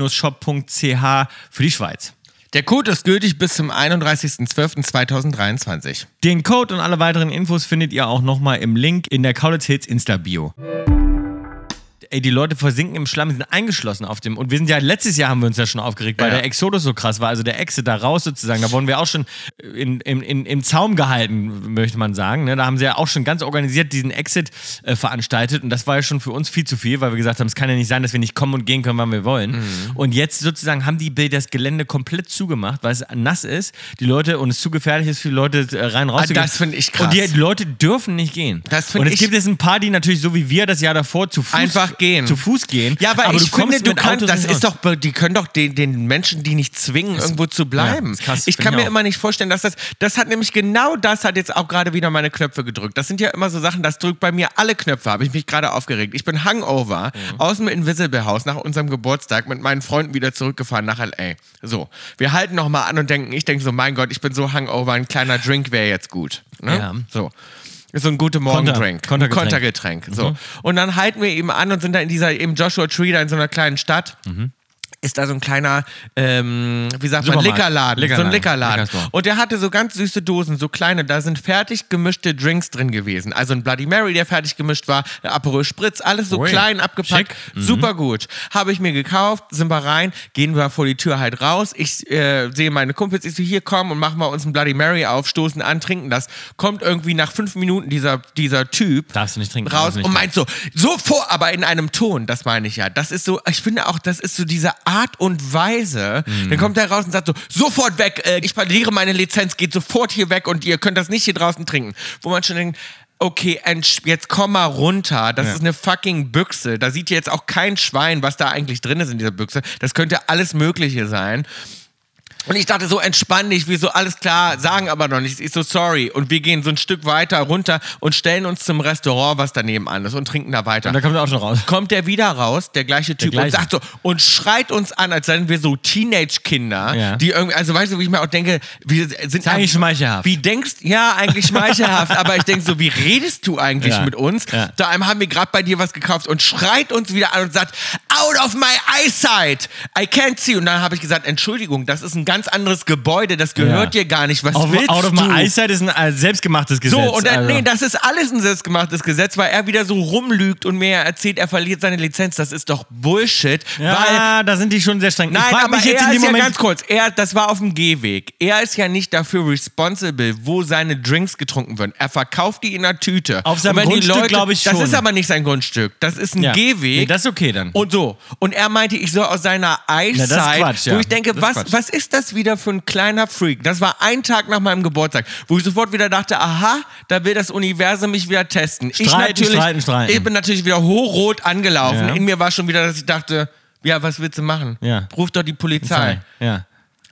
S2: www.koro-shop.ch für die Schweiz.
S1: Der Code ist gültig bis zum 31.12.2023.
S2: Den Code und alle weiteren Infos findet ihr auch nochmal im Link in der Kaulitz Hits Insta-Bio. Ey, die Leute versinken im Schlamm, die sind eingeschlossen auf dem. Und wir sind ja, letztes Jahr haben wir uns ja schon aufgeregt, weil
S1: Ja.
S2: der Exodus so krass war, also der Exit da raus sozusagen. Da wurden wir auch schon in, in, in, im Zaum gehalten, möchte man sagen. Ne? Da haben sie ja auch schon ganz organisiert diesen Exit äh, veranstaltet. Und das war ja schon für uns viel zu viel, weil wir gesagt haben, es kann ja nicht sein, dass wir nicht kommen und gehen können, wann wir wollen.
S1: Mhm.
S2: Und jetzt sozusagen haben die Bill das Gelände komplett zugemacht, weil es nass ist, die Leute und es zu gefährlich ist für die Leute äh, rein raus.
S1: Ah, das finde ich krass.
S2: Und die Leute dürfen nicht gehen.
S1: Das finde
S2: und es
S1: ich-
S2: gibt jetzt ein paar, die natürlich so wie wir das Jahr davor zu Fuß
S1: Einfach gehen.
S2: Zu Fuß gehen.
S1: Ja, weil
S2: aber
S1: ich
S2: du kommst
S1: finde, du
S2: mit
S1: kannst,
S2: Autos
S1: das
S2: nicht
S1: ist
S2: raus.
S1: doch, be- die können doch den, den Menschen, die nicht zwingen, irgendwo zu
S2: ja,
S1: bleiben.
S2: ist krass,
S1: ich
S2: find
S1: kann
S2: ich
S1: mir
S2: auch.
S1: immer nicht vorstellen, dass das, das hat nämlich genau das hat jetzt auch gerade wieder meine Knöpfe gedrückt. Das sind ja immer so Sachen, das drückt bei mir alle Knöpfe, habe ich mich gerade aufgeregt. Ich bin Hangover
S2: Mhm.
S1: aus dem Invisible House nach unserem Geburtstag mit meinen Freunden wieder zurückgefahren nach L.A. So, wir halten nochmal an und denken, ich denke so, mein Gott, ich bin so Hangover, ein kleiner Drink wäre jetzt gut. Ne?
S2: Ja.
S1: So. So ein gute Morgendrink.
S2: Konter- Kontergetränk. Mhm.
S1: Kontergetränk.
S2: Mhm.
S1: Getränk. So. Und dann halten wir eben an und sind da in dieser eben Joshua Tree da in so einer kleinen Stadt. ist da so ein kleiner, ähm, wie sagt man,
S2: Supermarkt.
S1: Lickerladen, So ein
S2: Lickerladen.
S1: Lickerladen.
S2: Lickerstore.
S1: Und der hatte so ganz süße Dosen, so kleine, da sind fertig gemischte Drinks drin gewesen. Also ein Bloody Mary, der fertig gemischt war, ein Aperol Spritz, alles so
S2: Ui.
S1: klein abgepackt. Super gut. Mhm. Habe ich mir gekauft, sind wir rein, gehen wir vor die Tür halt raus. Ich äh, sehe meine Kumpels, ich so, hier kommen und machen wir uns ein Bloody Mary auf, stoßen an, trinken das. Kommt irgendwie nach fünf Minuten dieser, dieser Typ
S2: Darfst du nicht trinken,
S1: raus Oh
S2: darfst du nicht
S1: und meint so, so vor, aber in einem Ton, das meine ich ja. Das ist so, ich finde auch, das ist so diese Art und Weise. Dann kommt er raus und sagt so, sofort weg, äh, ich verliere meine Lizenz, geht sofort hier weg und ihr könnt das nicht hier draußen trinken. Wo man schon denkt, okay, entsch- jetzt komm mal runter, das ist eine fucking Büchse. Da sieht jetzt auch kein Schwein, was da eigentlich drin ist in dieser Büchse. Das könnte alles Mögliche sein. Und ich dachte so, entspann dich, wir so, alles klar, sagen aber noch nichts. Ich so, sorry. Und wir gehen so ein Stück weiter runter und stellen uns zum Restaurant, was daneben an ist und trinken da weiter.
S2: Und da kommt er auch schon raus.
S1: kommt der wieder raus, der gleiche Typ, und
S2: gleiche.
S1: sagt so, und schreit uns an, als seien wir so Teenage-Kinder,
S2: Ja.
S1: die irgendwie, also weißt du, wie ich mir auch denke, wir sind
S2: eigentlich schmeichelhaft.
S1: Wie denkst, ja, eigentlich schmeichelhaft, aber ich denke so, wie redest du eigentlich
S2: Ja.
S1: mit uns?
S2: Ja.
S1: Da einem haben wir gerade bei dir was gekauft und schreit uns wieder an und sagt, out of my eyesight, I can't see. Und dann habe ich gesagt, Entschuldigung, das ist ein ganz anderes Gebäude, das gehört
S2: Ja.
S1: dir gar nicht. Was
S2: Auf,
S1: willst
S2: out of
S1: du?
S2: my eyesight ist ein äh, selbstgemachtes Gesetz.
S1: So, und dann,
S2: also.
S1: nee, das ist alles ein selbstgemachtes Gesetz, weil er wieder so rumlügt und mir erzählt, er verliert seine Lizenz. Das ist doch Bullshit, weil
S2: ja, da sind die schon sehr streng. ich
S1: Nein,
S2: frag
S1: aber
S2: mich jetzt
S1: er
S2: in dem
S1: ist
S2: Moment,
S1: ja ganz kurz, er, das war auf dem Gehweg. Er ist ja nicht dafür responsible, wo seine Drinks getrunken werden. Er verkauft die in der Tüte.
S2: Auf seinem
S1: Und wenn die
S2: Grundstück,
S1: Leute-
S2: glaub ich,
S1: Das
S2: schon.
S1: ist aber nicht sein Grundstück. Das ist ein
S2: Ja.
S1: Gehweg.
S2: Nee, das ist okay dann.
S1: Und so. Und er meinte, ich soll aus seiner
S2: das ist
S1: Eiszeit,
S2: Quatsch, ja.
S1: wo ich denke,
S2: Das ist
S1: was,
S2: Quatsch.
S1: was ist das wieder für ein kleiner Freak? Das war ein Tag nach meinem Geburtstag, wo ich sofort wieder dachte, aha, da will das Universum mich wieder testen. ich
S2: Streiten,
S1: natürlich,
S2: streiten, streiten.
S1: Ich bin natürlich wieder hochrot angelaufen.
S2: Ja.
S1: In mir war schon wieder, dass ich dachte, ja, was willst du machen?
S2: Ja.
S1: Ruf doch die Polizei.
S2: Ja.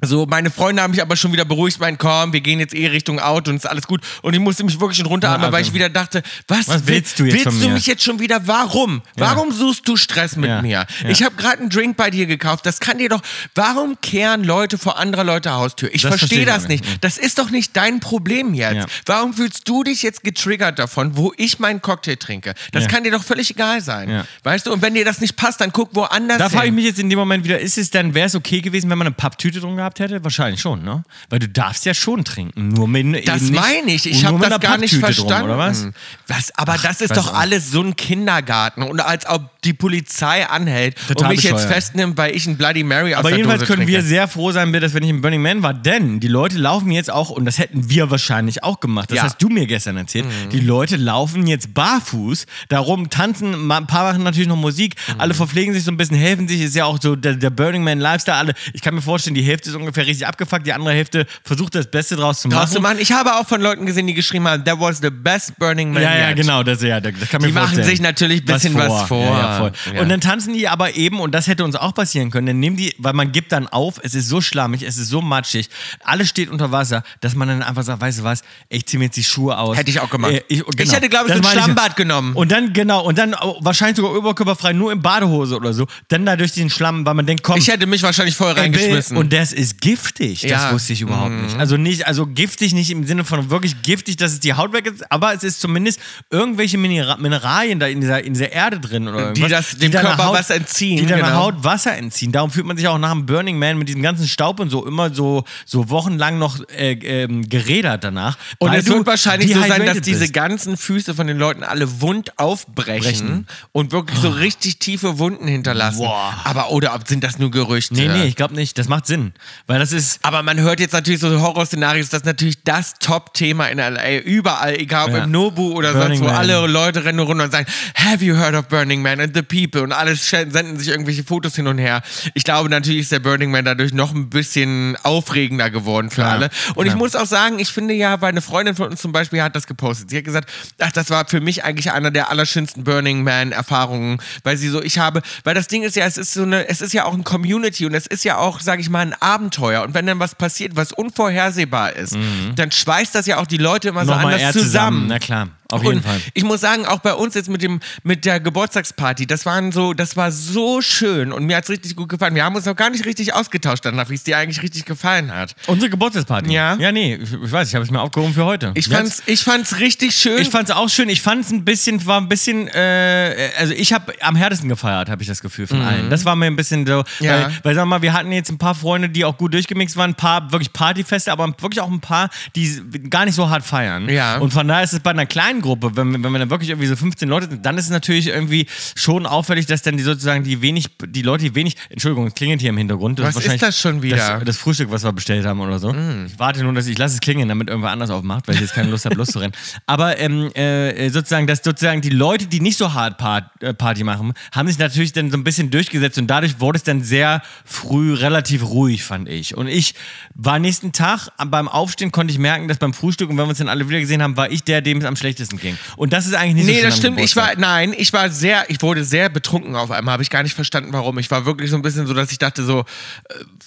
S1: So, meine Freunde haben mich aber schon wieder beruhigt, mein komm, wir gehen jetzt eh Richtung Auto und ist alles gut. Und ich musste mich wirklich schon runteratmen,
S2: Ja,
S1: weil
S2: also-
S1: ich wieder dachte, was,
S2: Was
S1: will-
S2: willst du jetzt
S1: Willst
S2: von
S1: du
S2: mir?
S1: mich jetzt schon wieder? Warum? Warum suchst du Stress mit
S2: Ja,
S1: mir?
S2: ja.
S1: Ich habe gerade einen Drink bei dir gekauft. Das kann dir doch. Warum kehren Leute vor anderer Leute Haustür? Ich
S2: Das verstehe
S1: verstehe
S2: ich
S1: das
S2: auch
S1: nicht.
S2: nicht.
S1: Das ist doch nicht dein Problem jetzt.
S2: Ja.
S1: Warum fühlst du dich jetzt getriggert davon, wo ich meinen Cocktail trinke? Das
S2: Ja.
S1: kann dir doch völlig egal sein.
S2: Ja.
S1: Weißt du? Und wenn dir das nicht passt, dann guck woanders
S2: Da frage ich
S1: hin.
S2: mich jetzt in dem Moment wieder, ist es dann, wäre es okay gewesen, wenn man eine Papptüte drum gehabt hätte? Wahrscheinlich schon, ne? Weil du darfst ja schon trinken, nur mit eben
S1: Das
S2: nicht-
S1: meine ich. Ich
S2: nur
S1: habe
S2: mit
S1: das
S2: einer
S1: gar nicht
S2: Papptüte drum,
S1: verstanden.
S2: oder was?
S1: was? Aber das ist
S2: weiß
S1: doch
S2: auch.
S1: alles so ein Kindergarten und als ob die Polizei anhält und
S2: Total
S1: mich jetzt
S2: bescheuert.
S1: festnimmt, weil ich ein Bloody Mary aus
S2: Aber
S1: der
S2: jedenfalls
S1: Dose
S2: können wir
S1: trinke.
S2: sehr froh sein, dass wir nicht im Burning Man war, denn die Leute laufen jetzt auch, und das hätten wir wahrscheinlich auch gemacht, das
S1: Ja. Mhm.
S2: hast du mir gestern erzählt, die Leute laufen jetzt barfuß, darum tanzen, ma- ein paar machen natürlich noch Musik,
S1: Mhm.
S2: alle verpflegen sich so ein bisschen, helfen sich, ist ja auch so der, der Burning Man Lifestyle, alle, ich kann mir vorstellen, die Hälfte ist ungefähr richtig abgefuckt, die andere Hälfte versucht das Beste draus zu
S1: Draus zu
S2: machen.
S1: machen. Ich habe auch von Leuten gesehen, die geschrieben haben, that was the best Burning Man
S2: Ja, ja,
S1: yet.
S2: genau, das, ja, das kann man
S1: Die
S2: mir
S1: machen
S2: vorstellen.
S1: sich natürlich ein bisschen was vor.
S2: Ja, ja, voll.
S1: Ja.
S2: Und dann tanzen die aber eben, und das hätte uns auch passieren können, dann nehmen die, weil man gibt dann auf, es ist so schlammig, es ist so matschig, alles steht unter Wasser, dass man dann einfach sagt, weißt du was, ich ziehe mir jetzt die Schuhe aus.
S1: Hätte ich auch gemacht.
S2: Äh,
S1: Ich hätte, glaub ich,
S2: Das
S1: so ein
S2: meine
S1: Schlammbad genommen.
S2: Und dann, genau, und dann oh, wahrscheinlich sogar überkörperfrei, nur in Badehose oder so, dann da durch den Schlamm, weil man denkt, komm,
S1: Ich hätte mich wahrscheinlich voll
S2: Ey, Bill,
S1: reingeschmissen.
S2: Und das ist giftig. Das
S1: Ja. Mhm.
S2: wusste ich überhaupt nicht. Also nicht, also giftig nicht im Sinne von wirklich giftig, dass es die Haut weg ist, aber es ist zumindest irgendwelche Minera Mineralien da in dieser, in dieser Erde drin oder
S1: Die
S2: irgendwas,
S1: das dem
S2: deiner
S1: Körper was entziehen,
S2: Die deiner
S1: genau.
S2: Haut Wasser entziehen. Darum fühlt man sich auch nach dem Burning Man mit diesem ganzen Staub und so immer so, so wochenlang noch äh, ähm, gerädert danach.
S1: Und
S2: weil
S1: es
S2: du
S1: wird wahrscheinlich so sein, dass
S2: dehydrated
S1: diese
S2: bist.
S1: ganzen Füße von den Leuten alle wund aufbrechen
S2: Brechen.
S1: und wirklich so richtig tiefe Wunden hinterlassen.
S2: Ah. Boah.
S1: Aber oder ob- sind das nur Gerüchte?
S2: Nee, nee, ich glaube nicht. Das macht Sinn. Weil das ist.
S1: Aber man hört jetzt natürlich so Horrorszenarios, das ist natürlich das Top-Thema in LA. Überall, egal ob
S2: Ja.
S1: im Nobu oder
S2: Burning
S1: sonst wo,
S2: Man.
S1: alle Leute rennen nur runter und sagen, have you heard of Burning Man and the people? Und alle sch- senden sich irgendwelche Fotos hin und her. Ich glaube, natürlich ist der Burning Man dadurch noch ein bisschen aufregender geworden für alle. Und ich muss auch sagen, ich finde ja, weil eine Freundin von uns zum Beispiel hat das gepostet. Sie hat gesagt, ach, das war für mich eigentlich einer der allerschönsten Burning Man-Erfahrungen, weil sie so, ich habe, weil das Ding ist ja, es ist so eine, es ist ja auch ein Community und es ist ja auch, sage ich mal, ein Abenteuer. Und wenn dann was passiert, was unvorhersehbar ist, dann schweißt das ja auch die Leute immer so
S2: Nochmal
S1: Also anders
S2: eher
S1: zusammen.
S2: zusammen, na klar. Auf jeden
S1: und
S2: Fall.
S1: Ich muss sagen, auch bei uns jetzt mit dem mit der Geburtstagsparty, das waren so, das war so schön und mir hat's richtig gut gefallen. Wir haben uns noch gar nicht richtig ausgetauscht danach, wie es dir eigentlich richtig gefallen hat.
S2: Unsere Geburtstagsparty.
S1: Ja.
S2: Ja, nee, ich, ich weiß, ich habe es mir aufgehoben für heute.
S1: Ich
S2: Jetzt-
S1: fand's, ich fand's richtig schön.
S2: Ich fand's auch schön. Ich fand's ein bisschen, war ein bisschen, äh, also ich habe am härtesten gefeiert, habe ich das Gefühl von allen. Das war mir ein bisschen so,
S1: Mhm. Ja.
S2: weil, weil sag mal, wir hatten jetzt ein paar Freunde, die auch gut durchgemixt waren, ein paar wirklich Partyfeste, aber wirklich auch ein paar, die gar nicht so hart feiern.
S1: Ja.
S2: Und von daher ist es bei einer kleinen Gruppe, wenn, wenn wir dann wirklich irgendwie so 15 Leute sind, dann ist es natürlich irgendwie schon auffällig, dass dann die sozusagen die wenig, die Leute, die wenig, Entschuldigung, es klingelt hier im Hintergrund.
S1: Was ist
S2: wahrscheinlich
S1: das schon wieder?
S2: Das, das Frühstück, was wir bestellt haben oder so.
S1: Mm.
S2: Ich warte nur, dass ich lasse es klingeln, damit irgendwer anders aufmacht, weil ich jetzt keine Lust habe, loszurennen. Aber ähm, äh, sozusagen, dass sozusagen die Leute, die nicht so hart Part, äh, Party machen, haben sich natürlich dann so ein bisschen durchgesetzt und dadurch wurde es dann sehr früh relativ ruhig, fand ich. Und ich war nächsten Tag am- beim Aufstehen konnte ich merken, dass beim Frühstück und wenn wir uns dann alle wieder gesehen haben, war ich der, dem es am schlechtesten ging. Und das ist eigentlich nicht so
S1: Nee,
S2: schön
S1: das
S2: am
S1: stimmt. Ich war,
S2: Geburtstag.
S1: nein, ich war sehr, ich wurde sehr betrunken auf einmal. Habe ich gar nicht verstanden, warum. Ich war wirklich so ein bisschen so, dass ich dachte so,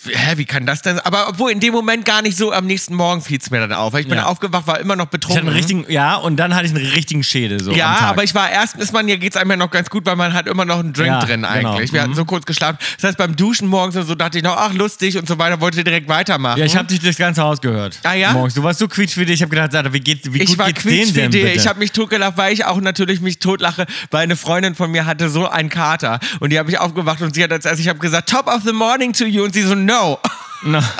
S1: äh, hä, wie kann das denn? Aber obwohl in dem Moment gar nicht so, am nächsten Morgen fiel es mir dann auf. Weil ich bin
S2: Ja.
S1: aufgewacht, war immer noch
S2: ich hatte
S1: betrunken.
S2: einen richtigen, ja, und dann hatte ich einen richtigen Schädel so
S1: Mhm. ja,
S2: am Tag.
S1: aber ich war erstens ist man, ja geht's einem ja noch ganz gut, weil man hat immer noch einen Drink
S2: Ja,
S1: drin
S2: genau.
S1: eigentlich. Wir hatten
S2: Mhm.
S1: so kurz geschlafen. Das heißt, beim Duschen morgens und so dachte ich noch, ach lustig und so weiter, wollte direkt weitermachen.
S2: Ja, ich habe dich durchs ganze Haus gehört.
S1: Ah, ja?
S2: Morgens. Du warst so quietsch wie dich. Ich habe gedacht, Alter, wie, geht, wie
S1: ich
S2: gut
S1: war
S2: geht's denen denn
S1: quietschfidel.
S2: bitte?
S1: Ich habe mich totgelacht, weil ich auch natürlich mich totlache, weil eine Freundin von mir hatte so einen Kater und die habe ich aufgewacht und sie hat als erstes, ich habe gesagt, top of the morning to you und sie so, no.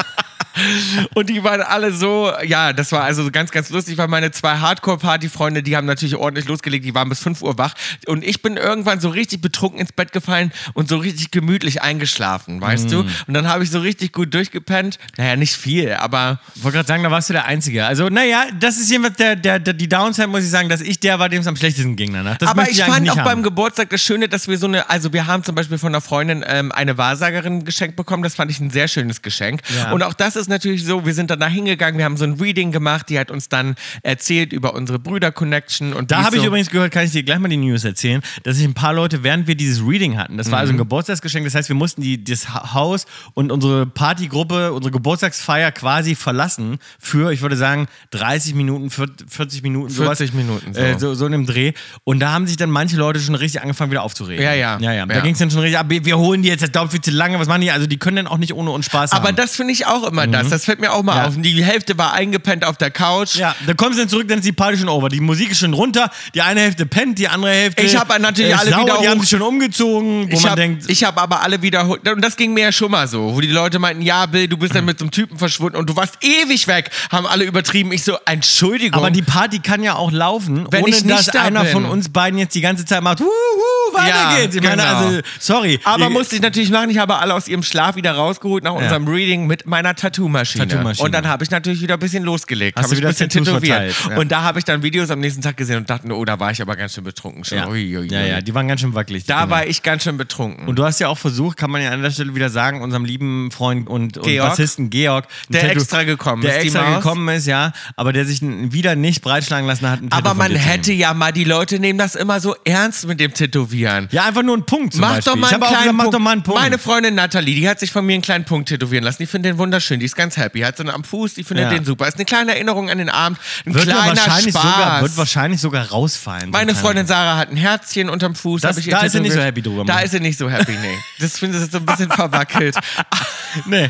S1: Und die waren alle so, ja, das war also ganz, ganz lustig, weil meine zwei Hardcore-Party-Freunde, die haben natürlich ordentlich losgelegt, die waren bis 5 Uhr wach. Und ich bin irgendwann so richtig betrunken ins Bett gefallen und so richtig gemütlich eingeschlafen, weißt
S2: Mhm.
S1: du? Und dann habe ich so richtig gut durchgepennt. Naja, nicht viel, aber
S2: wollte gerade sagen, da warst du der Einzige. Also, naja, das ist jedenfalls der, der, der, die Downside, muss ich sagen, dass ich der war, dem es am schlechtesten ging danach. Das
S1: aber
S2: möchte
S1: ich
S2: ich, eigentlich
S1: fand
S2: nicht
S1: auch
S2: haben.
S1: beim Geburtstag das Schöne, dass wir so eine, also wir haben zum Beispiel von einer Freundin ähm, eine Wahrsagerin geschenkt bekommen. Das fand ich ein sehr schönes Geschenk.
S2: Ja.
S1: Und auch das ist natürlich so, wir sind dann da hingegangen, wir haben so ein Reading gemacht, die hat uns dann erzählt über unsere Brüder-Connection. und
S2: Da
S1: wie es
S2: habe ich
S1: so
S2: übrigens gehört, kann ich dir gleich mal die News erzählen, dass sich ein paar Leute, während wir dieses Reading hatten, das war
S1: Mhm.
S2: also ein Geburtstagsgeschenk, das heißt, wir mussten die, das Ha- Haus und unsere Partygruppe, unsere Geburtstagsfeier quasi verlassen für, ich würde sagen, 30 Minuten, 40 40 Minuten, sowas.
S1: 40 Minuten, so.
S2: so. Äh, so, so in dem Dreh. Und da haben sich dann manche Leute schon richtig angefangen, wieder aufzuregen.
S1: Ja, ja.
S2: ja, ja. Da
S1: Ja.
S2: ging es dann schon richtig ab, wir wir holen die jetzt, das dauert viel zu lange, was machen die? Also die können dann auch nicht ohne uns Spaß
S1: Aber
S2: haben.
S1: das finde ich auch immer das. Das fällt mir auch mal
S2: Ja.
S1: auf. Die Hälfte war eingepennt auf der Couch.
S2: Ja, dann kommst du dann zurück, dann ist die Party schon over. Die Musik ist schon runter, die eine Hälfte pennt, die andere Hälfte.
S1: Ich hab natürlich alle
S2: sauer,
S1: wieder
S2: Die haben
S1: hoch-
S2: sich schon umgezogen, wo
S1: Ich
S2: man
S1: habe
S2: denkt.
S1: hab aber alle wiederholt. Und das ging mir ja schon mal so, wo die Leute meinten, ja, Bill, du bist
S2: Mhm.
S1: dann mit so einem Typen verschwunden und du warst ewig weg, haben alle übertrieben. Ich so, Entschuldigung.
S2: aber die Party kann ja auch laufen,
S1: Wenn
S2: ohne
S1: ich nicht
S2: dass
S1: da
S2: einer
S1: bin.
S2: von uns beiden jetzt die ganze Zeit macht, wuhu, weiter
S1: Ja,
S2: geht's. Ich meine,
S1: genau.
S2: also, sorry.
S1: Aber
S2: Ich-
S1: musste ich natürlich machen. Ich habe alle aus ihrem Schlaf wieder rausgeholt nach unserem Reading mit meiner Tattoo-Maschine.
S2: Tattoo-Maschine.
S1: und dann habe ich natürlich wieder ein bisschen losgelegt.
S2: Hast
S1: habe
S2: du
S1: ich
S2: wieder
S1: ein bisschen
S2: Tattoos
S1: tätowiert.
S2: verteilt, ja.
S1: Und da habe ich dann Videos am nächsten Tag gesehen und dachte, oh, da war ich aber ganz schön betrunken schon.
S2: ja.
S1: Ui, ui,
S2: ja,
S1: ui.
S2: ja, die waren ganz schön wackelig. die
S1: da
S2: Dinger.
S1: war ich ganz schön betrunken.
S2: Und du hast ja auch versucht, kann man ja an der Stelle wieder sagen, unserem lieben Freund und, und
S1: Georg.
S2: Bassisten Georg, ein
S1: Der extra gekommen
S2: der
S1: ist, die
S2: extra
S1: Maus.
S2: gekommen ist, ja, aber der sich n- wieder nicht breitschlagen lassen hat. ein Tattoo
S1: aber
S2: von
S1: man
S2: dir zu nehmen.
S1: hätte ja mal, die Leute nehmen das immer so ernst mit dem Tätowieren.
S2: Ja, einfach nur einen Punkt zum
S1: Mach
S2: Beispiel.
S1: doch, mal
S2: ich
S1: einen
S2: habe auch
S1: kleinen
S2: gesagt, mach
S1: Punkt.
S2: doch mal einen Punkt.
S1: Meine Freundin Nathalie, die hat sich von mir einen kleinen Punkt tätowieren lassen. Die findet den wunderschön, die ist ganz happy. Hat so einen am Fuß, die findet
S2: Ja.
S1: den super. Ist eine kleine Erinnerung an den Abend, ein
S2: wird ja
S1: kleiner
S2: wahrscheinlich
S1: Spaß.
S2: sogar wird wahrscheinlich sogar rausfallen.
S1: Meine
S2: So ein
S1: Freundin Sarah hat ein Herzchen unterm Fuß.
S2: Das-
S1: hab ich ihr
S2: da ist sie nicht
S1: tätowiert.
S2: so happy drüber,
S1: Da
S2: Mann.
S1: ist sie nicht so happy, nee. Das finde ich so ein bisschen verwackelt.
S2: kleiner- Nee.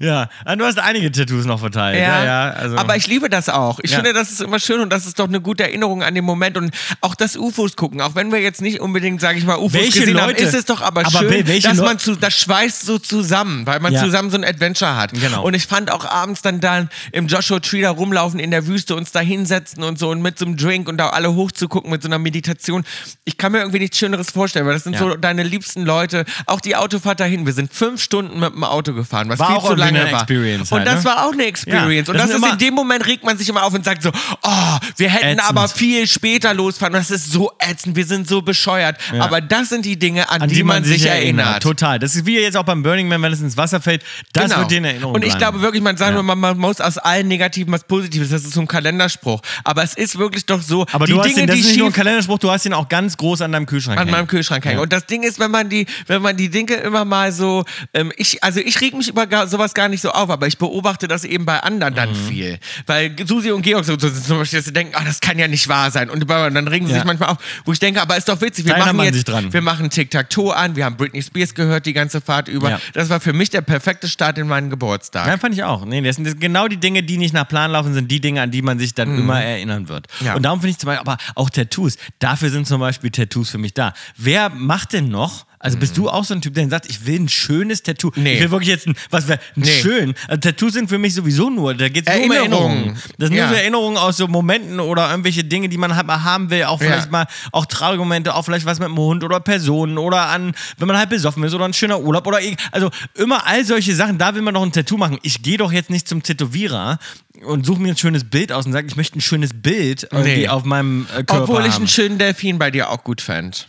S2: Ja, Ah, du hast einige Tattoos noch verteilt. Ja, ja, also
S1: Aber ich liebe das auch. Ich
S2: Ja.
S1: finde, das ist immer schön und das ist doch eine gute Erinnerung an den Moment und auch das UFOs gucken. Auch wenn wir jetzt nicht unbedingt, sage ich mal, UFOs
S2: Welche
S1: gesehen haben,
S2: Leute-
S1: ist es doch aber,
S2: Aber
S1: schön,
S2: Bill, welche
S1: dass
S2: Leu-
S1: man zu, das schweißt so zusammen, weil man
S2: Ja.
S1: zusammen so ein Adventure hat.
S2: Genau.
S1: Und ich fand auch abends dann da im Joshua Tree da rumlaufen in der Wüste, uns da hinsetzen und so und mit so einem Drink und da alle hochzugucken mit so einer Meditation. Ich kann mir irgendwie nichts Schöneres vorstellen, weil das sind
S2: Ja.
S1: so deine liebsten Leute. Auch die Autofahrt dahin. Wir sind fünf Stunden mit dem Auto gefahren, was
S2: War
S1: viel
S2: auch
S1: zu
S2: irgendwie
S1: lange
S2: eine
S1: war.
S2: Experience
S1: und
S2: halt,
S1: das
S2: ne?
S1: war auch eine Experience.
S2: Ja,
S1: und
S2: das
S1: das
S2: sind
S1: ist
S2: immer-
S1: in dem Moment regt man sich immer auf und sagt so, oh, wir hätten
S2: Ätzend.
S1: aber viel später losfahren. Und Das ist so ätzend, wir sind so bescheuert. Aber das sind die Dinge, an, die, man, sich erinnert.
S2: Total. Das ist wie jetzt auch beim Burning Man, wenn es ins Wasser fällt. Das
S1: Genau.
S2: wird dir in Erinnerung
S1: Und ich
S2: bleiben.
S1: glaube wirklich, man sagt
S2: Ja.
S1: immer, man muss aus allen Negativen was Positives. Das ist so ein Kalenderspruch. Aber es ist wirklich doch so,
S2: aber
S1: die
S2: du hast
S1: Dinge,
S2: den, das
S1: die
S2: ist nicht nur ein
S1: schief
S2: Kalenderspruch, du hast ihn auch ganz groß an deinem Kühlschrank.
S1: an
S2: hängen.
S1: meinem Kühlschrank hängen. Und das Ding ist, wenn man die, wenn man die Dinge immer mal so, ähm, ich, also ich reg mich über gar- sowas das gar nicht so auf, aber ich beobachte das eben bei anderen dann
S2: Mhm.
S1: viel. Weil Susi und Georg so, so zum Beispiel, dass sie denken, ah, das kann ja nicht wahr sein. Und dann regen sie
S2: Ja.
S1: sich manchmal auf, wo ich denke, aber ist doch witzig, wir
S2: Keiner
S1: machen
S2: macht
S1: jetzt,
S2: sich dran.
S1: wir machen Tic-Tac-Toe an, wir haben Britney Spears gehört die ganze Fahrt über.
S2: Ja.
S1: Das war für mich der perfekte Start in meinen Geburtstag.
S2: Nein, fand ich auch. Nee, das sind das- genau die Dinge, die nicht nach Plan laufen, sind die Dinge, an die man sich dann immer erinnern wird.
S1: Mhm. Ja.
S2: Und darum finde ich zum Beispiel, aber auch Tattoos, dafür sind zum Beispiel Tattoos für mich da. Wer macht denn noch? Also bist du auch so ein Typ, der sagt, ich will ein schönes Tattoo.
S1: Mhm. Nee.
S2: Ich will wirklich jetzt ein, was wäre, ein
S1: Nee.
S2: schön. Also Tattoos sind für mich sowieso nur, da geht es nur um
S1: Erinnerungen.
S2: Erinnerungen. Das sind
S1: Ja.
S2: nur so Erinnerungen aus so Momenten oder irgendwelche Dinge, die man halt mal haben will. Auch vielleicht
S1: Ja.
S2: mal, auch traurige Momente, auch vielleicht was mit dem Hund oder Personen oder an, wenn man halt besoffen ist oder ein schöner Urlaub oder irgend- also immer all solche Sachen, da will man noch ein Tattoo machen. Ich gehe doch jetzt nicht zum Tätowierer und suche mir ein schönes Bild aus und sage, ich möchte ein schönes Bild irgendwie
S1: Nee.
S2: auf meinem äh, Körper
S1: Obwohl ich
S2: haben.
S1: einen schönen Delfin bei dir auch gut fand.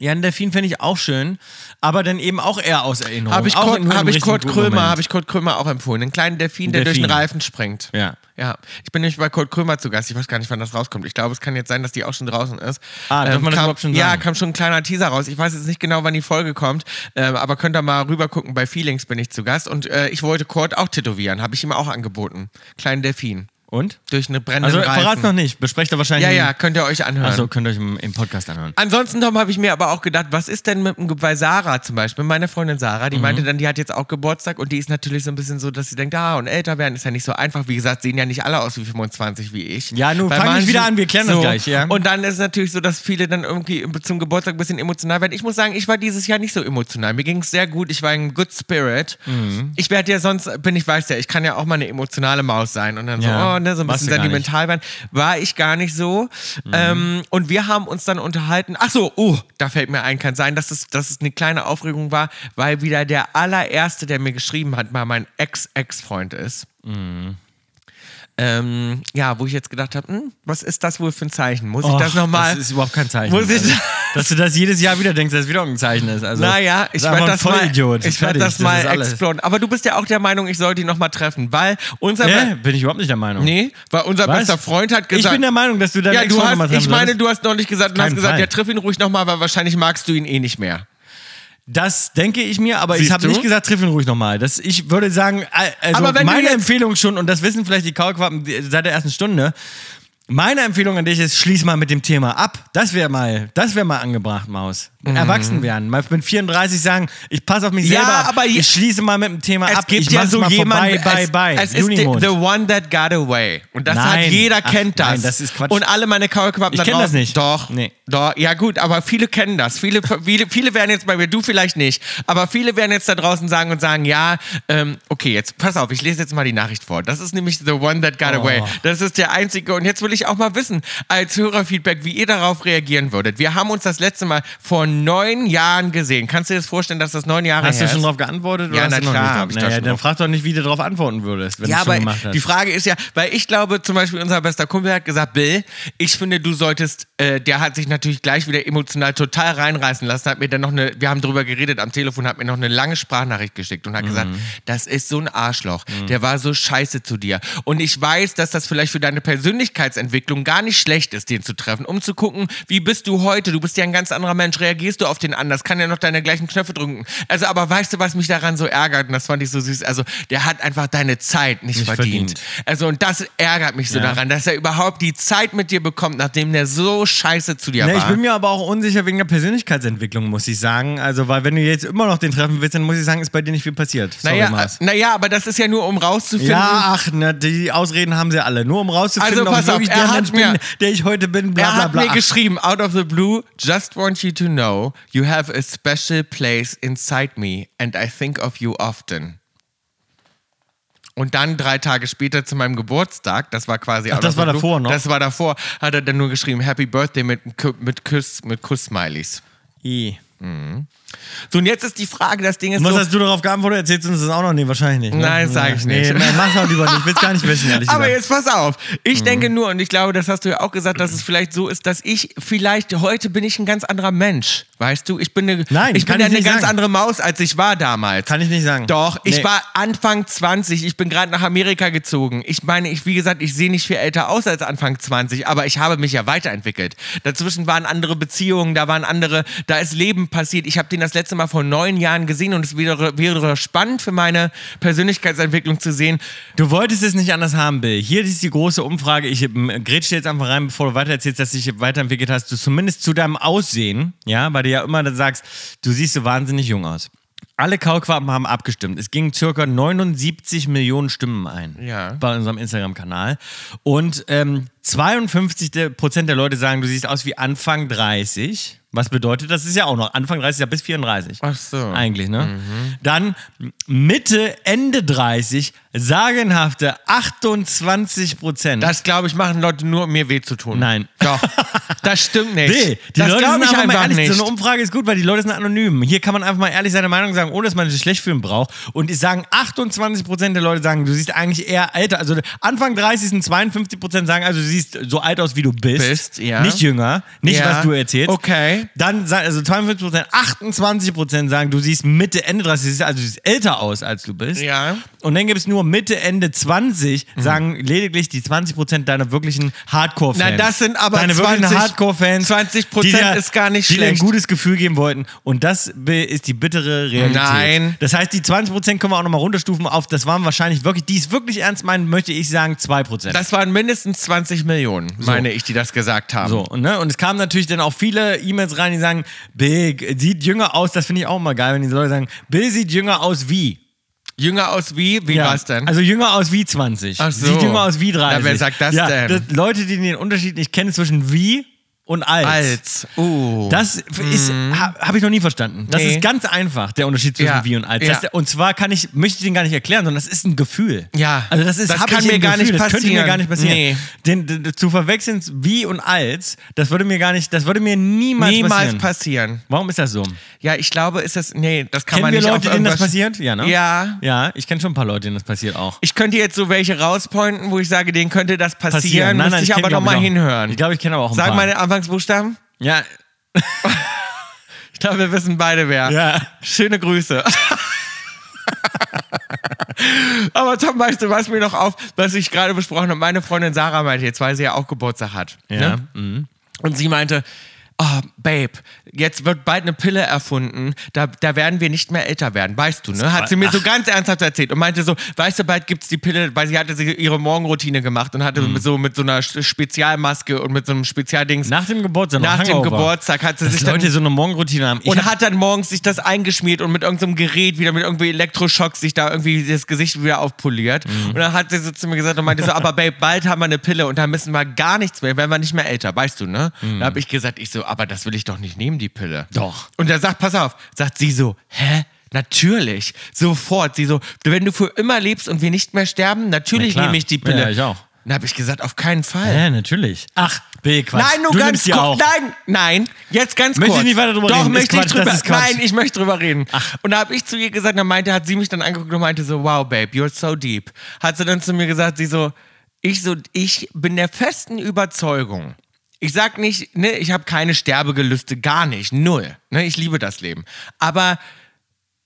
S2: Ja, einen Delfin fände ich auch schön, aber dann eben auch eher aus Erinnerung.
S1: Habe ich,
S2: auch
S1: Kurt,
S2: nur im
S1: hab ich
S2: richtigen
S1: Kurt
S2: guten
S1: Krömer,
S2: Moment.
S1: habe ich Kurt Krömer auch empfohlen. Einen kleinen Delfin, der
S2: Delfin.
S1: durch den Reifen springt.
S2: Ja.
S1: Ja. Ich bin nämlich bei Kurt Krömer zu Gast. Ich weiß gar nicht, wann das rauskommt. Ich glaube, es kann jetzt sein, dass die auch schon draußen ist. Ähm,
S2: Ah, darf man das
S1: kam,
S2: überhaupt schon
S1: Ja,
S2: sagen?
S1: kam schon ein kleiner Teaser raus. Ich weiß jetzt nicht genau, wann die Folge kommt, ähm, aber könnt ihr mal rüber gucken. Bei Feelings bin ich zu Gast und äh, ich wollte Kurt auch tätowieren. Habe ich ihm auch angeboten. Kleinen Delfin.
S2: Und?
S1: Durch eine brennende
S2: Also
S1: Reifen.
S2: verrat's noch nicht, besprecht ihr wahrscheinlich.
S1: Ja, ja, könnt ihr euch anhören.
S2: Achso, könnt ihr euch im, im Podcast anhören.
S1: Ansonsten, Tom, habe ich mir aber auch gedacht, was ist denn mit dem Ge- bei Sarah zum Beispiel, meine Freundin Sarah, die
S2: Mhm.
S1: meinte dann, die hat jetzt auch Geburtstag und die ist natürlich so ein bisschen so, dass sie denkt, ah, und älter werden ist ja nicht so einfach. Wie gesagt, sehen ja nicht alle aus wie 25 wie ich.
S2: Ja, nun
S1: Bei
S2: fang nicht
S1: manchen-
S2: wieder an, wir klären das gleich, ja.
S1: Und dann ist es natürlich so, dass viele dann irgendwie im- zum Geburtstag ein bisschen emotional werden. Ich muss sagen, ich war dieses Jahr nicht so emotional. Mir ging es sehr gut, ich war in good spirit.
S2: Mhm.
S1: Ich werde ja sonst, bin ich weiß ja, ich kann ja auch mal eine emotionale Maus sein und dann so,
S2: Ja.
S1: oh, ne, so ein
S2: Warst
S1: bisschen
S2: du gar nicht. Mhm.
S1: sentimental neutral waren, war ich gar nicht so. Ähm, und wir haben uns dann unterhalten. Ach so, oh, da fällt mir ein, kann sein, dass es, dass es eine kleine Aufregung war, weil wieder der allererste, der mir geschrieben hat, mal mein Ex-Ex-Freund ist. Ähm, ja, wo ich jetzt gedacht habe, hm, was ist das wohl für ein Zeichen? Muss ich
S2: Och,
S1: das nochmal?
S2: Oh, Das ist überhaupt kein Zeichen.
S1: Muss ich-
S2: also, dass du das jedes Jahr wieder denkst, dass es wieder ein Zeichen ist. Also,
S1: Naja, ich
S2: sag
S1: werde
S2: mal,
S1: das mal,
S2: Vollidiot.
S1: ich werd
S2: Fertig,
S1: das mal
S2: ist alles.
S1: exploren. Aber du bist ja auch der Meinung, ich sollte ihn nochmal treffen, weil unser,
S2: Nee, bin ich überhaupt nicht der Meinung.
S1: nee, weil unser
S2: Was?
S1: bester Freund hat gesagt,
S2: Ich bin der Meinung, dass du deinen
S1: Ja, du
S2: Ex-Freund
S1: hast,
S2: nochmal
S1: ich
S2: treffen
S1: meine,
S2: solltest.
S1: du hast neulich gesagt, du
S2: Auf
S1: hast
S2: keinen
S1: gesagt,
S2: Fall.
S1: ja, triff ihn ruhig nochmal, weil wahrscheinlich magst du ihn eh nicht mehr.
S2: Das denke ich mir, aber
S1: Siehst
S2: ich habe
S1: du?
S2: nicht gesagt, triff ihn ruhig nochmal. Das, ich würde sagen, äh, also
S1: Aber wenn du
S2: meine
S1: jetzt-
S2: Empfehlung schon, und das wissen vielleicht die Kaulquappen die- seit der ersten Stunde, meine Empfehlung an dich ist, schließ mal mit dem Thema ab. Das wäre mal, das wäre mal angebracht, Maus. Erwachsen werden. Mal mit 34 sagen, ich passe auf mich
S1: Mhm. Ja,
S2: selber ab.
S1: aber je-
S2: ich schließe mal mit dem Thema ab. ich mach's mal vorbei, bye,
S1: es,
S2: bye.
S1: es ist the,
S2: Junimond.
S1: the one that got away. Und das hat
S2: Nein.
S1: jeder
S2: Ach,
S1: kennt das.
S2: nein, das ist Quatsch.
S1: Und alle meine Kaulquappen
S2: Ich
S1: da
S2: kenn das
S1: draußen-
S2: nicht.
S1: Doch,
S2: Nee.
S1: doch. Ja gut, aber viele kennen das. Viele, viele, viele werden jetzt bei mir, du vielleicht nicht, aber viele werden jetzt da draußen sagen und sagen, ja, ähm, okay, jetzt pass auf, ich lese jetzt mal die Nachricht vor. Das ist nämlich the one that got away.
S2: Oh.
S1: Das ist der einzige. Und jetzt will ich auch mal wissen, als Hörerfeedback, wie ihr darauf reagieren würdet. Wir haben uns das letzte Mal vor neun Jahren gesehen. Kannst du dir das vorstellen, dass das neun Jahre
S2: Ah, Hast
S1: her
S2: du schon
S1: ist?
S2: darauf geantwortet?
S1: Ja,
S2: oder
S1: na
S2: hast du noch
S1: klar,
S2: nicht?
S1: hab ich da
S2: naja,
S1: schon
S2: dann
S1: drauf.
S2: frag doch nicht, wie du darauf antworten würdest, wenn
S1: Ja,
S2: du schon
S1: aber
S2: gemacht hast.
S1: die Frage ist ja, weil ich glaube, zum Beispiel unser bester Kumpel hat gesagt, Bill, ich finde, du solltest, äh, der hat sich natürlich gleich wieder emotional total reinreißen lassen, hat mir dann noch eine, wir haben drüber geredet am Telefon, hat mir noch eine lange Sprachnachricht geschickt und hat gesagt, das ist so ein Arschloch, der war so scheiße zu dir. Und ich weiß, dass das vielleicht für deine Persönlichkeitsentwicklung gar nicht schlecht ist, den zu treffen, um zu gucken, wie bist du heute, du bist ja ein ganz anderer Mensch, reagierst du auf den anders, kann ja noch deine gleichen Knöpfe drücken. Also, aber weißt du, was mich daran so ärgert, und das fand ich so süß, also der hat einfach deine Zeit nicht
S2: Nicht
S1: verdient. Also und das ärgert mich so
S2: Ja.
S1: daran, dass er überhaupt die Zeit mit dir bekommt, nachdem der so scheiße zu dir
S2: Ne,
S1: war.
S2: ich bin mir aber auch unsicher wegen der Persönlichkeitsentwicklung, muss ich sagen. Also, weil wenn du jetzt immer noch den treffen willst, dann muss ich sagen, ist bei dir nicht viel passiert. Sorry,
S1: naja,
S2: Mars.
S1: äh, naja, aber das ist ja nur, um rauszufinden.
S2: Ja, ah, ach, na, die Ausreden haben sie alle. Nur um rauszufinden,
S1: Also,
S2: ob
S1: pass
S2: ich wirklich
S1: auf, er
S2: der
S1: hat
S2: Mensch
S1: mir-
S2: bin, der ich heute bin, bla
S1: er
S2: bla
S1: hat
S2: bla.
S1: mir geschrieben, out of the blue, just want you to know, you have a special place inside me and I think of you often. Und dann drei Tage später zu meinem Geburtstag, das war quasi. out
S2: das
S1: of the
S2: war
S1: blue,
S2: davor noch?
S1: Das war davor, hat er dann nur geschrieben, Happy Birthday mit, mit Kuss, mit Kuss-Smileys.
S2: I.
S1: So, und jetzt ist die Frage, das Ding ist.
S2: Und was
S1: so,
S2: hast du darauf geantwortet? Erzählst du uns das auch noch? Nee, wahrscheinlich nicht. Ne?
S1: Nein, sag ich nicht.
S2: Nee, nee, mach's auch lieber nicht. Ich will's gar nicht wissen, ehrlich
S1: Aber
S2: gesagt. Mhm.
S1: jetzt pass auf. Ich denke nur, und ich glaube, das hast du ja auch gesagt, dass es vielleicht so ist, dass ich vielleicht heute bin ich ein ganz anderer Mensch. Weißt du, ich bin eine,
S2: Nein,
S1: ich
S2: kann
S1: bin
S2: ich
S1: eine
S2: nicht
S1: ganz
S2: sagen.
S1: andere Maus, als ich war damals.
S2: Kann ich nicht sagen.
S1: Doch, ich
S2: Nee.
S1: war Anfang 20. Ich bin gerade nach Amerika gezogen. Ich meine, ich, wie gesagt, ich sehe nicht viel älter aus als Anfang 20, aber ich habe mich ja weiterentwickelt. Dazwischen waren andere Beziehungen, da waren andere, da ist Leben passiert. Ich habe den das letzte Mal vor neun Jahren gesehen und es wäre, wäre spannend für meine Persönlichkeitsentwicklung zu sehen.
S2: Du wolltest es nicht anders haben, Bill. Hier ist die große Umfrage. Ich ähm, grätsche jetzt einfach rein, bevor du weitererzählst, dass du dich weiterentwickelt hast. Du zumindest zu deinem Aussehen, ja, weil du ja immer dann sagst, du siehst so wahnsinnig jung aus. Alle Kaulquappen haben abgestimmt. Es gingen circa 79 Millionen Stimmen ein
S1: Ja.
S2: bei unserem Instagram-Kanal. Und ähm, 52 der- Prozent der Leute sagen, du siehst aus wie Anfang 30. Was bedeutet, das ist ja auch noch Anfang 30 ja bis 34
S1: Ach so.
S2: eigentlich, ne?
S1: Mhm.
S2: Dann Mitte, Ende 30, sagenhafte 28 Prozent.
S1: Das glaube ich, machen Leute nur, um mir weh zu tun.
S2: Nein.
S1: Doch. Das stimmt nicht.
S2: Nee, die
S1: das
S2: Leute
S1: glaube
S2: sind
S1: ich
S2: einfach mal
S1: einfach
S2: ehrlich.
S1: nicht.
S2: So eine Umfrage ist gut, weil die Leute sind anonym. Hier kann man einfach mal ehrlich seine Meinung sagen, ohne dass man sich schlecht fühlen braucht. Und die sagen, 28 Prozent der Leute sagen, du siehst eigentlich eher älter. Also Anfang 30 sind 52 Prozent sagen, also du siehst so alt aus, wie du bist.
S1: Bist, ja.
S2: Nicht jünger, nicht
S1: Ja.
S2: was du erzählst.
S1: Okay.
S2: Dann sagen, also 52 Prozent, 28 Prozent sagen, du siehst Mitte, Ende 30, du siehst- also du siehst älter aus, als du bist.
S1: Ja. Mhm.
S2: Und dann gibt es nur Mitte, Ende 20, sagen lediglich die 20 Prozent deiner wirklichen Hardcore-Fans.
S1: Na, das sind aber
S2: deine wirklichen
S1: 20
S2: Hardcore-Fans.
S1: 20%
S2: die dir-
S1: ist gar nicht
S2: die dir ein
S1: schlecht.
S2: gutes Gefühl geben wollten. Und das be- ist die bittere Realität.
S1: Nein.
S2: Das heißt, die 20 Prozent können wir auch nochmal runterstufen auf, das waren wahrscheinlich wirklich, die es wirklich ernst meinen, möchte ich sagen, 2 Prozent.
S1: Das waren mindestens 20 Millionen, meine ich, die das gesagt haben.
S2: So, und, ne? und es kamen natürlich dann auch viele E-Mails rein, die sagen, Bill sieht jünger aus, das finde ich auch immer geil, wenn die Leute sagen, Bill sieht jünger aus wie.
S1: Jünger aus wie? Wie war's denn?
S2: Also jünger aus wie 20.
S1: Ach so.
S2: Sieht jünger aus wie 30.
S1: Na, wer sagt das
S2: ja,
S1: denn?
S2: Das, Leute, die den Unterschied nicht kennen zwischen wie und als.
S1: als. Uh.
S2: Das ist habe hab ich noch nie verstanden. Das
S1: Mhm. Nee.
S2: ist ganz einfach, der Unterschied zwischen
S1: Ja.
S2: wie und als.
S1: Ja.
S2: Das, und zwar kann ich möchte ich den gar nicht erklären, sondern das ist ein Gefühl.
S1: Ja.
S2: Also das ist
S1: Das
S2: hab
S1: kann
S2: ich
S1: mir
S2: ein
S1: gar
S2: Gefühl,
S1: nicht
S2: das könnte mir
S1: passieren.
S2: gar nicht passieren.
S1: Nee.
S2: Den, den, zu verwechseln wie und als, das würde mir gar nicht, das würde mir niemals,
S1: niemals
S2: passieren.
S1: passieren.
S2: Warum ist das so?
S1: Ja, ich glaube, ist das. Nee, das kann
S2: Kennen
S1: man
S2: wir
S1: nicht auf
S2: Leute, denen das
S1: irgendwas-
S2: passiert? Ja, ne?
S1: Ja.
S2: Ja, ich kenne schon ein paar Leute, denen das passiert auch.
S1: Ich könnte jetzt so welche rauspointen, wo ich sage, denen könnte das passieren. Müsste ich
S2: kenn,
S1: aber
S2: glaub
S1: nochmal
S2: auch-
S1: hinhören.
S2: Ich glaube, ich kenne aber auch ein
S1: Sag
S2: paar.
S1: meine Anfangsbuchstaben.
S2: ja,
S1: Ich glaube, wir wissen beide wer.
S2: ja.
S1: Schöne Grüße. Aber Tom, weißt du, was mir noch auf, was ich gerade besprochen habe, meine Freundin Sarah meinte jetzt, weil sie ja auch Geburtstag hat.
S2: Ja, mhm.
S1: Ne? Und sie meinte, oh, Babe, jetzt wird bald eine Pille erfunden, da, da werden wir nicht mehr älter werden, weißt du, ne? Hat sie mir so ganz ernsthaft erzählt und meinte so, weißt du, bald gibt es die Pille, weil sie hatte sie- ihre Morgenroutine gemacht und hatte so mit so einer Spezialmaske und mit so einem Spezialdings.
S2: Mhm. Nach dem Geburtstag, noch
S1: Nach dem
S2: Hangover.
S1: Geburtstag hat sie
S2: Dass
S1: sich dann-
S2: Leute so eine Morgenroutine haben. Ich
S1: und
S2: hab-
S1: hat dann morgens sich das eingeschmiert und mit irgendeinem Gerät wieder mit irgendwie Elektroschocks sich da irgendwie das Gesicht wieder aufpoliert.
S2: Mhm.
S1: Und dann hat sie so zu mir gesagt und meinte so, aber Babe, bald haben wir eine Pille und dann müssen wir gar nichts mehr, werden wir nicht mehr älter, weißt du, ne? Da habe ich gesagt, ich so, aber das will ich doch nicht nehmen, die Pille.
S2: Mhm. Doch.
S1: Und er sagt, pass auf, sagt sie so, hä? Natürlich, sofort. Sie so, wenn du für immer lebst und wir nicht mehr sterben, natürlich
S2: Na klar.
S1: nehme ich die Pille.
S2: Ja, ich auch.
S1: Dann habe ich gesagt, auf keinen Fall.
S2: Ja, natürlich. Ach, B, Quatsch.
S1: Nein, nur
S2: du
S1: ganz
S2: nimmst die
S1: kurz.
S2: auch.
S1: Nein, nein, jetzt ganz
S2: Möchte ich
S1: kurz.
S2: nicht weiter drüber
S1: Doch,
S2: reden. Ist
S1: möchte ich
S2: Quatsch,
S1: drüber.
S2: das ist Quatsch.
S1: nein, ich möchte drüber reden. Und da habe ich zu ihr gesagt, dann meinte, hat sie mich dann angeguckt und meinte so, wow, Babe, you're so deep. Hat sie dann zu mir gesagt, sie so, ich so, ich bin der festen Überzeugung. Ich sag nicht, ne, ich habe keine Sterbegelüste, gar nicht, null. Ne, ich liebe das Leben. Aber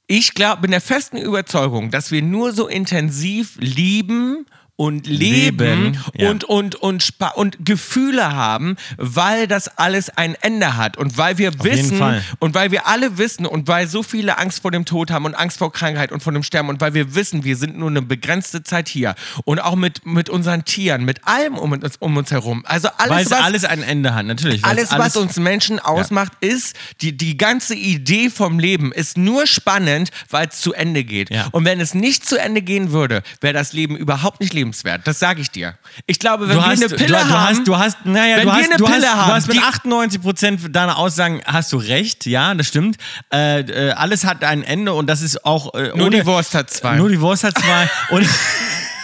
S1: ich glaube, bin der festen Überzeugung, dass wir nur so intensiv lieben und leben,
S2: Leben, ja.
S1: und, und, und, spa und Gefühle haben, weil das alles ein Ende hat und weil wir
S2: jeden
S1: wissen
S2: Fall.
S1: und weil wir alle wissen und weil so viele Angst vor dem Tod haben und Angst vor Krankheit und vor dem Sterben und weil wir wissen, wir sind nur eine begrenzte Zeit hier und auch mit, mit unseren Tieren, mit allem um uns, um uns herum. Also
S2: Weil
S1: alles,
S2: es
S1: was,
S2: alles ein Ende hat, natürlich. weil es
S1: alles, was uns Menschen ausmacht, ist, die, die ganze Idee vom Leben ist nur spannend, weil es zu Ende geht.
S2: Ja.
S1: Und wenn es nicht zu Ende gehen würde, wäre das Leben überhaupt nicht lebenswert. Das sage ich dir. Ich glaube, wenn
S2: Du
S1: wir
S2: hast,
S1: eine Pille
S2: du, du
S1: haben.
S2: hast, du hast, naja,
S1: wenn
S2: du
S1: wir
S2: hast,
S1: eine
S2: du hast,
S1: Pille haben,
S2: du hast mit
S1: die-
S2: 98 Prozent deiner Aussagen hast du recht, ja, das stimmt. Äh, äh, alles hat ein Ende und das ist auch äh,
S1: nur
S2: ohne,
S1: die Wurst hat zwei.
S2: Nur die Wurst hat zwei. und,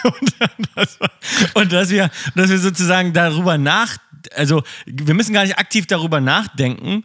S2: und, das, und dass wir, dass wir sozusagen darüber nach, also wir müssen gar nicht aktiv darüber nachdenken.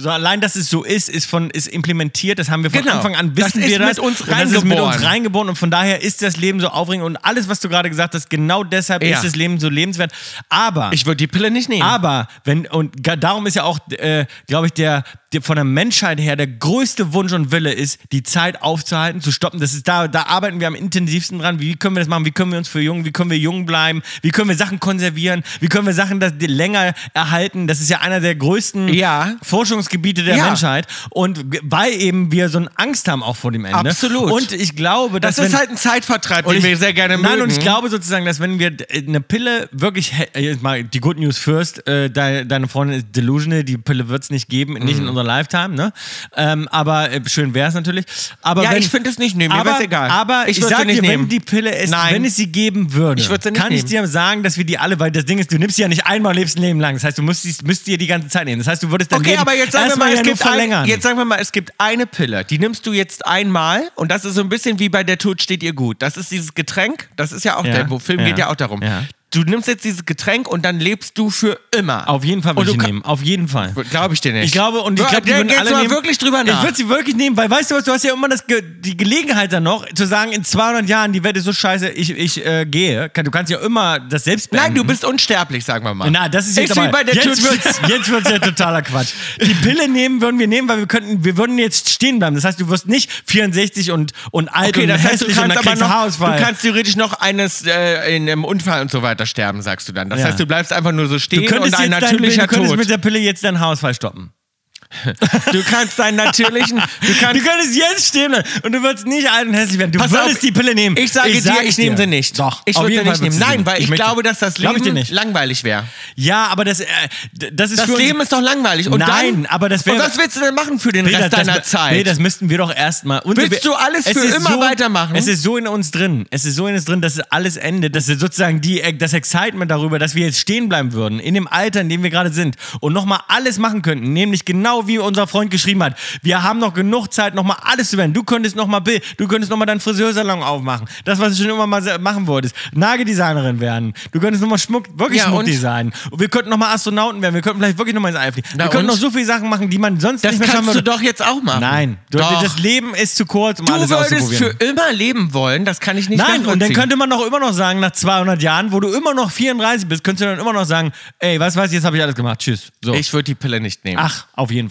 S2: So allein, dass es so ist, ist von ist implementiert. Das haben wir von
S1: Genau.
S2: Anfang an
S1: Das
S2: wissen
S1: ist
S2: wir das.
S1: mit uns
S2: Und das ist mit uns
S1: reingeboren.
S2: reingeboren und von daher ist das Leben so aufregend und alles, was du gerade gesagt hast, genau deshalb
S1: Ja.
S2: ist das Leben so lebenswert. Aber
S1: ich würde die Pille nicht nehmen.
S2: aber wenn und ga- darum ist ja auch, äh, glaube ich, der die von der Menschheit her der größte Wunsch und Wille ist, die Zeit aufzuhalten, zu stoppen. Das ist da, da arbeiten wir am intensivsten dran. Wie können wir das machen? Wie können wir uns für jung, wie können wir jung bleiben? Wie können wir Sachen konservieren? Wie können wir Sachen das, die länger erhalten? Das ist ja einer der größten
S1: Ja.
S2: Forschungsgebiete der
S1: Ja.
S2: Menschheit. Und g- weil eben wir so eine Angst haben auch vor dem Ende.
S1: Absolut.
S2: Und ich glaube, dass
S1: Das ist
S2: wenn,
S1: halt ein Zeitvertreib, den
S2: und
S1: wir sehr gerne
S2: Nein,
S1: mögen.
S2: und ich glaube sozusagen, dass wenn wir d- eine Pille wirklich, hä- äh, jetzt mal die Good News first, äh, deine, deine Freundin ist delusional, die Pille wird es nicht geben, nicht
S1: Mhm.
S2: in unserer Lifetime, ne? Ähm, aber äh, schön wäre es natürlich. Aber
S1: Ja,
S2: wenn,
S1: ich finde es nicht nehmen, mir
S2: aber,
S1: wär's egal.
S2: Aber ich,
S1: Ich würd sie
S2: sag
S1: nicht
S2: dir, wenn
S1: nehmen.
S2: die Pille es,
S1: Nein.
S2: wenn es sie geben würde,
S1: Ich würd sie nicht
S2: kann ich
S1: nehmen.
S2: dir sagen, dass wir die alle, weil das Ding ist, du nimmst sie ja nicht einmal und lebst ein Leben lang. Das heißt, du müsstest, müsst ihr die ganze Zeit nehmen. Das heißt, du würdest dein
S1: Okay,
S2: Leben
S1: aber jetzt sagen, wir
S2: erstmal
S1: mal,
S2: ja
S1: es
S2: nur
S1: gibt
S2: verlängern.
S1: ein, jetzt sagen wir mal, es gibt eine Pille, die nimmst du jetzt einmal und das ist so ein bisschen wie bei Der Tod steht ihr gut. Das ist dieses Getränk, das ist ja auch
S2: Ja,
S1: der wo- Film,
S2: ja,
S1: geht ja auch darum.
S2: ja.
S1: Du nimmst jetzt dieses Getränk und dann lebst du für immer.
S2: Auf jeden Fall
S1: Und
S2: würde
S1: du
S2: ich die
S1: ka-
S2: nehmen. Auf jeden Fall.
S1: Glaube ich dir nicht.
S2: Ich glaube, und ich
S1: Ja,
S2: glaube, die
S1: da
S2: würden
S1: geht's
S2: alle
S1: mal
S2: nehmen.
S1: wirklich drüber nach.
S2: Ich würde sie wirklich nehmen, weil weißt du was, du hast ja immer das, Ge- die Gelegenheit dann noch, zu sagen, in 200 Jahren, die Welt ist so scheiße, ich, ich äh, gehe. Kann- Du kannst ja immer das selbst
S1: Nein,
S2: beenden.
S1: du bist unsterblich, sagen wir mal.
S2: Na, das ist jetzt
S1: Ist wie
S2: aber,
S1: bei der
S2: jetzt
S1: Tür-
S2: wird's, jetzt wird's ja totaler Quatsch. Die Pille nehmen würden wir nehmen, weil wir könnten, wir würden jetzt stehen bleiben. Das heißt, du wirst nicht 64 und, und alt
S1: Okay,
S2: und
S1: das heißt, du
S2: hässlich und
S1: kannst
S2: dann
S1: aber
S2: kriegst du
S1: noch,
S2: Haarausfall.
S1: du kannst theoretisch noch eines äh, in einem Unfall und so weiter sterben, sagst du dann. Das
S2: Ja.
S1: heißt, du bleibst einfach nur so
S2: Du
S1: stehen und
S2: könntest,
S1: ein
S2: jetzt dein,
S1: natürlicher
S2: du könntest
S1: Tod.
S2: mit der Pille jetzt deinen Haarausfall stoppen.
S1: Du kannst deinen natürlichen, du
S2: Du
S1: kannst
S2: könntest jetzt stehen bleiben und du würdest nicht alt und hässlich werden. Du
S1: Pass
S2: würdest
S1: auf,
S2: die Pille nehmen.
S1: Ich sage dir,
S2: sag's
S1: ich nehme sie nicht.
S2: Doch.
S1: Ich
S2: auf
S1: würde sie
S2: jeden
S1: nicht
S2: Fall
S1: nehmen.
S2: würdest du sie
S1: Nein, weil ich
S2: möchte-
S1: glaube, dass das
S2: Glaub
S1: Leben
S2: ich dir nicht.
S1: langweilig wäre.
S2: Ja, aber das, äh, d- das ist
S1: Das
S2: für uns-
S1: Leben ist doch langweilig. Und
S2: Nein,
S1: dann,
S2: aber das wäre-
S1: Und was willst du denn machen für den
S2: Peter,
S1: Rest deiner
S2: das,
S1: Zeit?
S2: Nee, das müssten wir doch erstmal.
S1: Willst du alles für immer weitermachen?
S2: Es ist so in uns drin. Es ist so in uns drin, dass es alles endet. Dass es sozusagen die, das Excitement darüber, dass wir jetzt stehen bleiben würden, in dem Alter, in dem wir gerade sind, und nochmal alles machen könnten. Nämlich genau wie unser Freund geschrieben hat. Wir haben noch genug Zeit, nochmal alles zu werden. Du könntest nochmal Bill, du könntest nochmal deinen Friseursalon aufmachen. Das, was du schon immer mal se- machen wolltest. Nageldesignerin werden. Du könntest nochmal Schmuck, wirklich
S1: Ja,
S2: Schmuck
S1: und?
S2: designen. Und wir könnten nochmal Astronauten werden. Wir könnten vielleicht wirklich nochmal ins All fliegen.
S1: Na
S2: wir könnten
S1: und?
S2: noch so viele Sachen machen, die man sonst
S1: Das
S2: nicht mehr schaffen
S1: kannst
S2: würde.
S1: du doch jetzt auch machen.
S2: Nein, du,
S1: doch.
S2: das Leben ist zu kurz, um
S1: du
S2: alles
S1: würdest für
S2: auszuprobieren.
S1: immer leben wollen, das kann ich nicht
S2: Nein, und dann
S1: nachvollziehen.
S2: könnte man doch immer noch sagen, nach 200 Jahren, wo du immer noch 34 bist, könntest du dann immer noch sagen, ey, was weiß ich, jetzt habe ich alles gemacht, tschüss. So.
S1: Ich würde die Pille nicht nehmen.
S2: Ach, auf jeden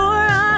S7: a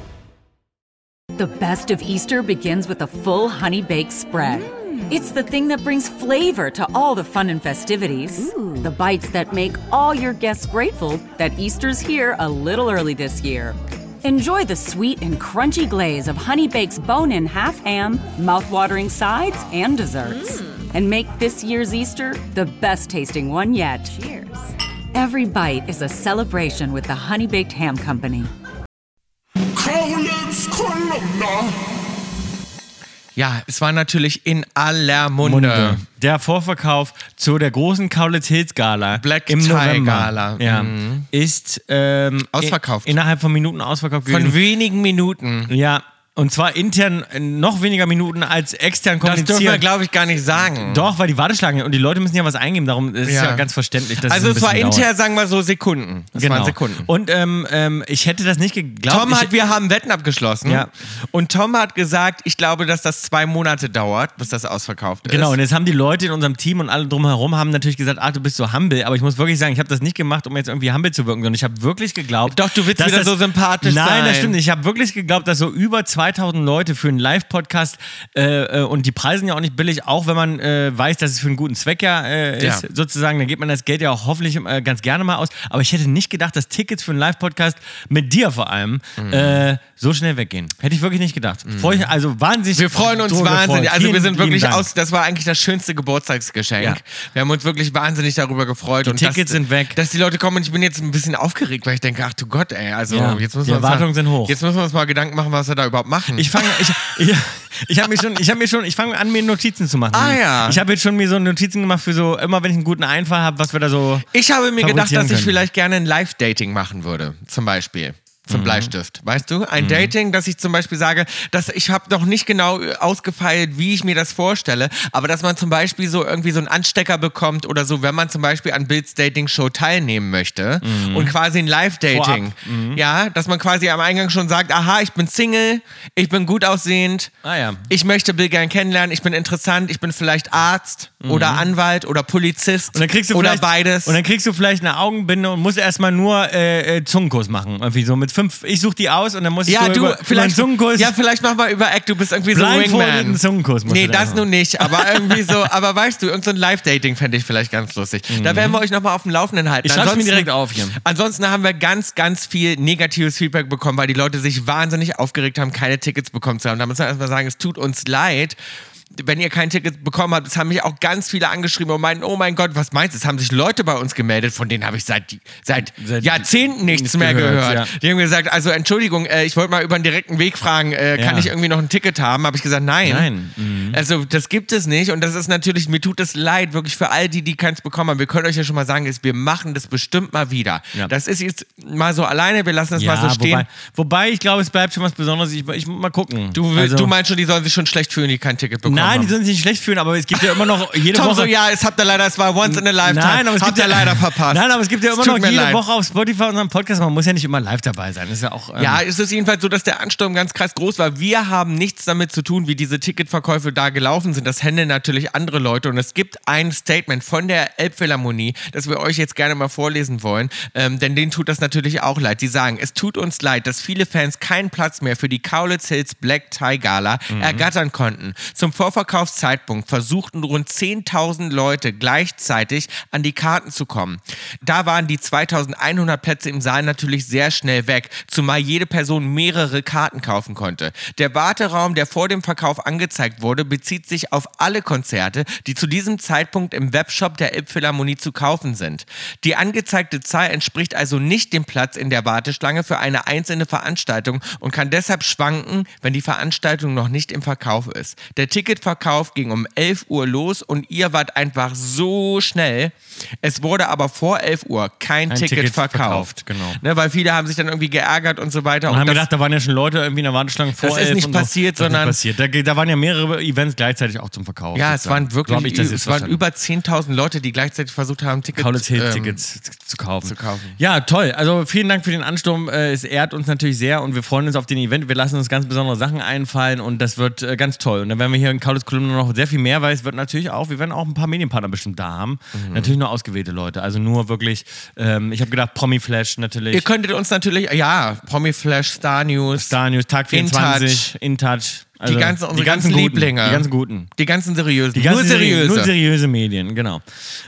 S8: The best of Easter begins with a full honey baked spread.
S5: Mm.
S8: It's the thing that brings flavor to all the fun and festivities. The bites that make all your guests grateful that Easter's here a little early this year. Enjoy the sweet and crunchy glaze of Honey Bake's bone in half ham, mouth-watering sides, and desserts.
S5: Mm.
S8: And make this year's Easter the best tasting one yet. Cheers. Every bite is a celebration with the Honey Baked Ham Company.
S6: Kaulitz Kolumna.
S1: Ja, es war natürlich in aller Munde.
S2: Der Vorverkauf zu der großen Kaulitz Hills Gala
S1: Black
S2: im
S1: Tie
S2: November
S1: Gala. Mhm.
S2: Ja, ist ähm,
S1: Ausverkauft.
S2: In, innerhalb von Minuten ausverkauft
S1: Von
S2: gewesen.
S1: wenigen Minuten.
S2: ja, und zwar intern äh, noch weniger Minuten als extern
S1: Das
S2: kommuniziert.
S1: dürfen wir, glaube ich, gar nicht sagen.
S2: Doch, weil die Warteschlange und die Leute müssen ja was eingeben, darum ist es ja,
S1: Ja.
S2: ganz verständlich. Dass
S1: also
S2: es, ein
S1: es war
S2: bisschen
S1: intern,
S2: dauert.
S1: sagen wir so, Sekunden. Es
S2: genau.
S1: waren Sekunden.
S2: Und ähm, ähm, ich hätte das nicht geglaubt.
S1: Tom
S2: ich,
S1: hat, wir haben Wetten abgeschlossen.
S2: Ja.
S1: Und Tom hat gesagt, ich glaube, dass das zwei Monate dauert, bis das ausverkauft ist.
S2: Genau, und jetzt haben die Leute in unserem Team und alle drumherum haben natürlich gesagt, ah, du bist so humble, aber ich muss wirklich sagen, ich habe das nicht gemacht, um jetzt irgendwie humble zu wirken, sondern ich habe wirklich geglaubt.
S1: Doch, du willst
S2: dass
S1: wieder so sympathisch
S2: Nein, das
S1: sein.
S2: stimmt nicht. Ich habe wirklich geglaubt, dass so über 2000 Leute für einen Live-Podcast äh, äh, und die preisen ja auch nicht billig, auch wenn man äh, weiß, dass es für einen guten Zweck ja äh,
S1: Ja.
S2: ist, sozusagen. Dann gibt man das Geld ja auch hoffentlich äh, ganz gerne mal aus. Aber ich hätte nicht gedacht, dass Tickets für einen Live-Podcast mit dir vor allem
S1: Mhm.
S2: äh, so schnell weggehen. Hätte ich wirklich nicht gedacht. Freu ich, also wahnsinnig.
S1: Wir freuen uns
S2: drüber
S1: wahnsinnig.
S2: gefreut.
S1: Also wir
S2: Vielen
S1: sind wirklich
S2: lieben Dank.
S1: aus. Das war eigentlich das schönste Geburtstagsgeschenk.
S2: Ja.
S1: Wir haben uns wirklich wahnsinnig darüber gefreut.
S2: Die
S1: und
S2: Tickets
S1: dass,
S2: sind weg.
S1: Dass die Leute kommen und ich bin jetzt ein bisschen aufgeregt, weil ich denke, ach du Gott, ey, also
S2: Ja.
S1: jetzt müssen
S2: Die
S1: wir uns
S2: Erwartungen
S1: mal,
S2: sind hoch.
S1: Jetzt müssen wir uns mal Gedanken machen, was wir da überhaupt machen.
S2: Ich fange, ich, ich, ich habe mir schon, ich habe mir schon, ich fange an, mir Notizen zu machen.
S1: Ah, ja.
S2: Ich habe jetzt schon mir so Notizen gemacht für so immer, wenn ich einen guten Einfall habe, was wir da so.
S1: Ich habe mir gedacht, dass
S2: fabrizieren
S1: ich
S2: können.
S1: vielleicht gerne ein Live-Dating machen würde, zum Beispiel.
S2: Mhm.
S1: Zum Bleistift, weißt du? Ein Dating, dass ich zum Beispiel sage, dass ich habe noch nicht genau äh, ausgefeilt, wie ich mir das vorstelle, aber dass man zum Beispiel so irgendwie so einen Anstecker bekommt oder so, wenn man zum Beispiel an Bills Dating Show teilnehmen möchte
S2: Mhm.
S1: und quasi ein Live-Dating, ja, dass man quasi am Eingang schon sagt, aha, ich bin Single, ich bin gut aussehend,
S2: Ah, ja.
S1: ich möchte Bill gern kennenlernen, ich bin interessant, ich bin vielleicht Arzt oder Anwalt oder Polizist
S2: Mhm. Und dann kriegst du
S1: oder
S2: vielleicht-
S1: beides.
S2: Und dann kriegst du vielleicht eine Augenbinde und musst erstmal nur äh, äh, Zungenkuss machen. Irgendwie so mit fünf. Ich suche die aus und dann musst
S1: Ja,
S2: du,
S1: du,
S2: über, über einen
S1: vielleicht.
S2: Zungenkuss.
S1: Ja, vielleicht mach mal über Act, du bist irgendwie so ein
S2: Blindfolded
S1: Wingman.
S2: einen Zungenkuss musst
S1: Nee,
S2: du da
S1: das
S2: machen.
S1: nun nicht, aber irgendwie so, aber weißt du, irgend so ein Live-Dating fände ich vielleicht ganz lustig. Da werden wir euch nochmal auf dem Laufenden halten.
S2: Mhm. Ich schreib's mir
S1: Ansonsten-
S2: direkt auf hier.
S1: Ansonsten haben wir ganz, ganz viel negatives Feedback bekommen, weil die Leute sich wahnsinnig aufgeregt haben, keine Tickets bekommen zu haben. Da muss man erstmal sagen, es tut uns leid. Wenn ihr kein Ticket bekommen habt, es haben mich auch ganz viele angeschrieben und meinten, oh mein Gott, was meinst du? Es haben sich Leute bei uns gemeldet, von denen habe ich seit, seit,
S2: Seit-
S1: Jahrzehnten nichts
S2: nichts
S1: mehr gehört.
S2: gehört, ja.
S1: Die haben gesagt, also Entschuldigung, äh, ich wollte mal über einen direkten Weg fragen, äh, kann
S2: Ja.
S1: ich irgendwie noch ein Ticket haben? Habe ich gesagt, nein.
S2: Nein. Mhm.
S1: Also das gibt es nicht und das ist natürlich, mir tut es leid, wirklich für all die, die keins bekommen haben. Wir können euch ja schon mal sagen, ist, wir machen das bestimmt mal wieder.
S2: Ja.
S1: Das ist jetzt mal so alleine, wir lassen das mal so stehen.
S2: wobei, wobei ich glaube, es bleibt schon was Besonderes. Ich, ich mal gucken.
S1: du, willst-
S2: Also-
S1: du meinst schon, die sollen sich schon schlecht fühlen, die kein Ticket bekommen
S2: Nein, die
S1: haben.
S2: sollen sich nicht schlecht fühlen, aber es gibt ja immer noch jede
S1: Tom
S2: Woche.
S1: so, ja, es habt ihr leider, es war once in a lifetime.
S2: Nein, aber es
S1: habt ihr
S2: gibt
S1: leider verpasst.
S2: Nein, aber es gibt ja immer
S1: tut
S2: noch
S1: mir
S2: jede
S1: leid.
S2: Woche auf Spotify unseren Podcast. Man muss ja nicht immer live dabei sein. Das ist ja auch. ähm,
S1: Ja, es ist jedenfalls so, dass der Ansturm ganz krass groß war. Wir haben nichts damit zu tun, wie diese Ticketverkäufe da gelaufen sind. Das händeln natürlich andere Leute. Und es gibt ein Statement von der Elbphilharmonie, das wir euch jetzt gerne mal vorlesen wollen. Ähm, denn denen tut das natürlich auch leid. Die sagen, es tut uns leid, dass viele Fans keinen Platz mehr für die Kaulitz Hills Black Tie Gala ergattern konnten. Zum Vorverkaufszeitpunkt versuchten rund 10.000 Leute gleichzeitig an die Karten zu kommen. Da waren die 2100 Plätze im Saal natürlich sehr schnell weg, zumal jede Person mehrere Karten kaufen konnte. Der Warteraum, der vor dem Verkauf angezeigt wurde, bezieht sich auf alle Konzerte, die zu diesem Zeitpunkt im Webshop der Elbphilharmonie zu kaufen sind. Die angezeigte Zahl entspricht also nicht dem Platz in der Warteschlange für eine einzelne Veranstaltung und kann deshalb schwanken, wenn die Veranstaltung noch nicht im Verkauf ist. Der Ticketverkauf ging um 11 Uhr los und ihr wart einfach so schnell. Es wurde aber vor 11 Uhr kein,
S2: Kein
S1: Ticket,
S2: Ticket
S1: verkauft.
S2: verkauft, genau.
S1: ne, weil viele haben sich dann irgendwie geärgert und so weiter.
S2: Und haben
S1: das-
S2: gedacht, da waren ja schon Leute irgendwie in der Warteschlange vor
S1: Das ist
S2: elf
S1: nicht
S2: und so.
S1: passiert,
S2: das ist
S1: sondern-
S2: Nicht passiert. Da, ge- da waren ja mehrere Events gleichzeitig auch zum Verkauf.
S1: ja, es
S2: sozusagen.
S1: waren wirklich
S2: So hab ich das jetzt
S1: es waren
S2: verstanden.
S1: über 10.000 Leute, die gleichzeitig versucht haben, Tickets
S2: Kaulitz Hills
S1: ähm,
S2: Tickets zu kaufen.
S1: zu kaufen.
S2: Ja, toll. Also vielen Dank für den Ansturm. Äh, Es ehrt uns natürlich sehr und wir freuen uns auf den Event. Wir lassen uns ganz besondere Sachen einfallen und das wird äh, ganz toll. Und dann werden wir hier in Kaulitz Kolumne noch sehr viel mehr, weil es wird natürlich auch, wir werden auch ein paar Medienpartner bestimmt da haben.
S1: Mhm.
S2: Natürlich nur ausgewählte Leute. Also nur wirklich, ähm, ich habe gedacht, Promi Flash natürlich.
S1: Ihr könntet uns natürlich, ja, Promi Flash, Star News,
S2: Star News, Tag
S1: In
S2: 24, In Touch. also
S1: die ganzen, unsere ganzen,
S2: guten,
S1: Lieblinge.
S2: Die ganzen guten.
S1: Die ganzen seriösen.
S2: Die ganzen
S1: nur seriöse.
S2: Nur seriöse Medien, genau.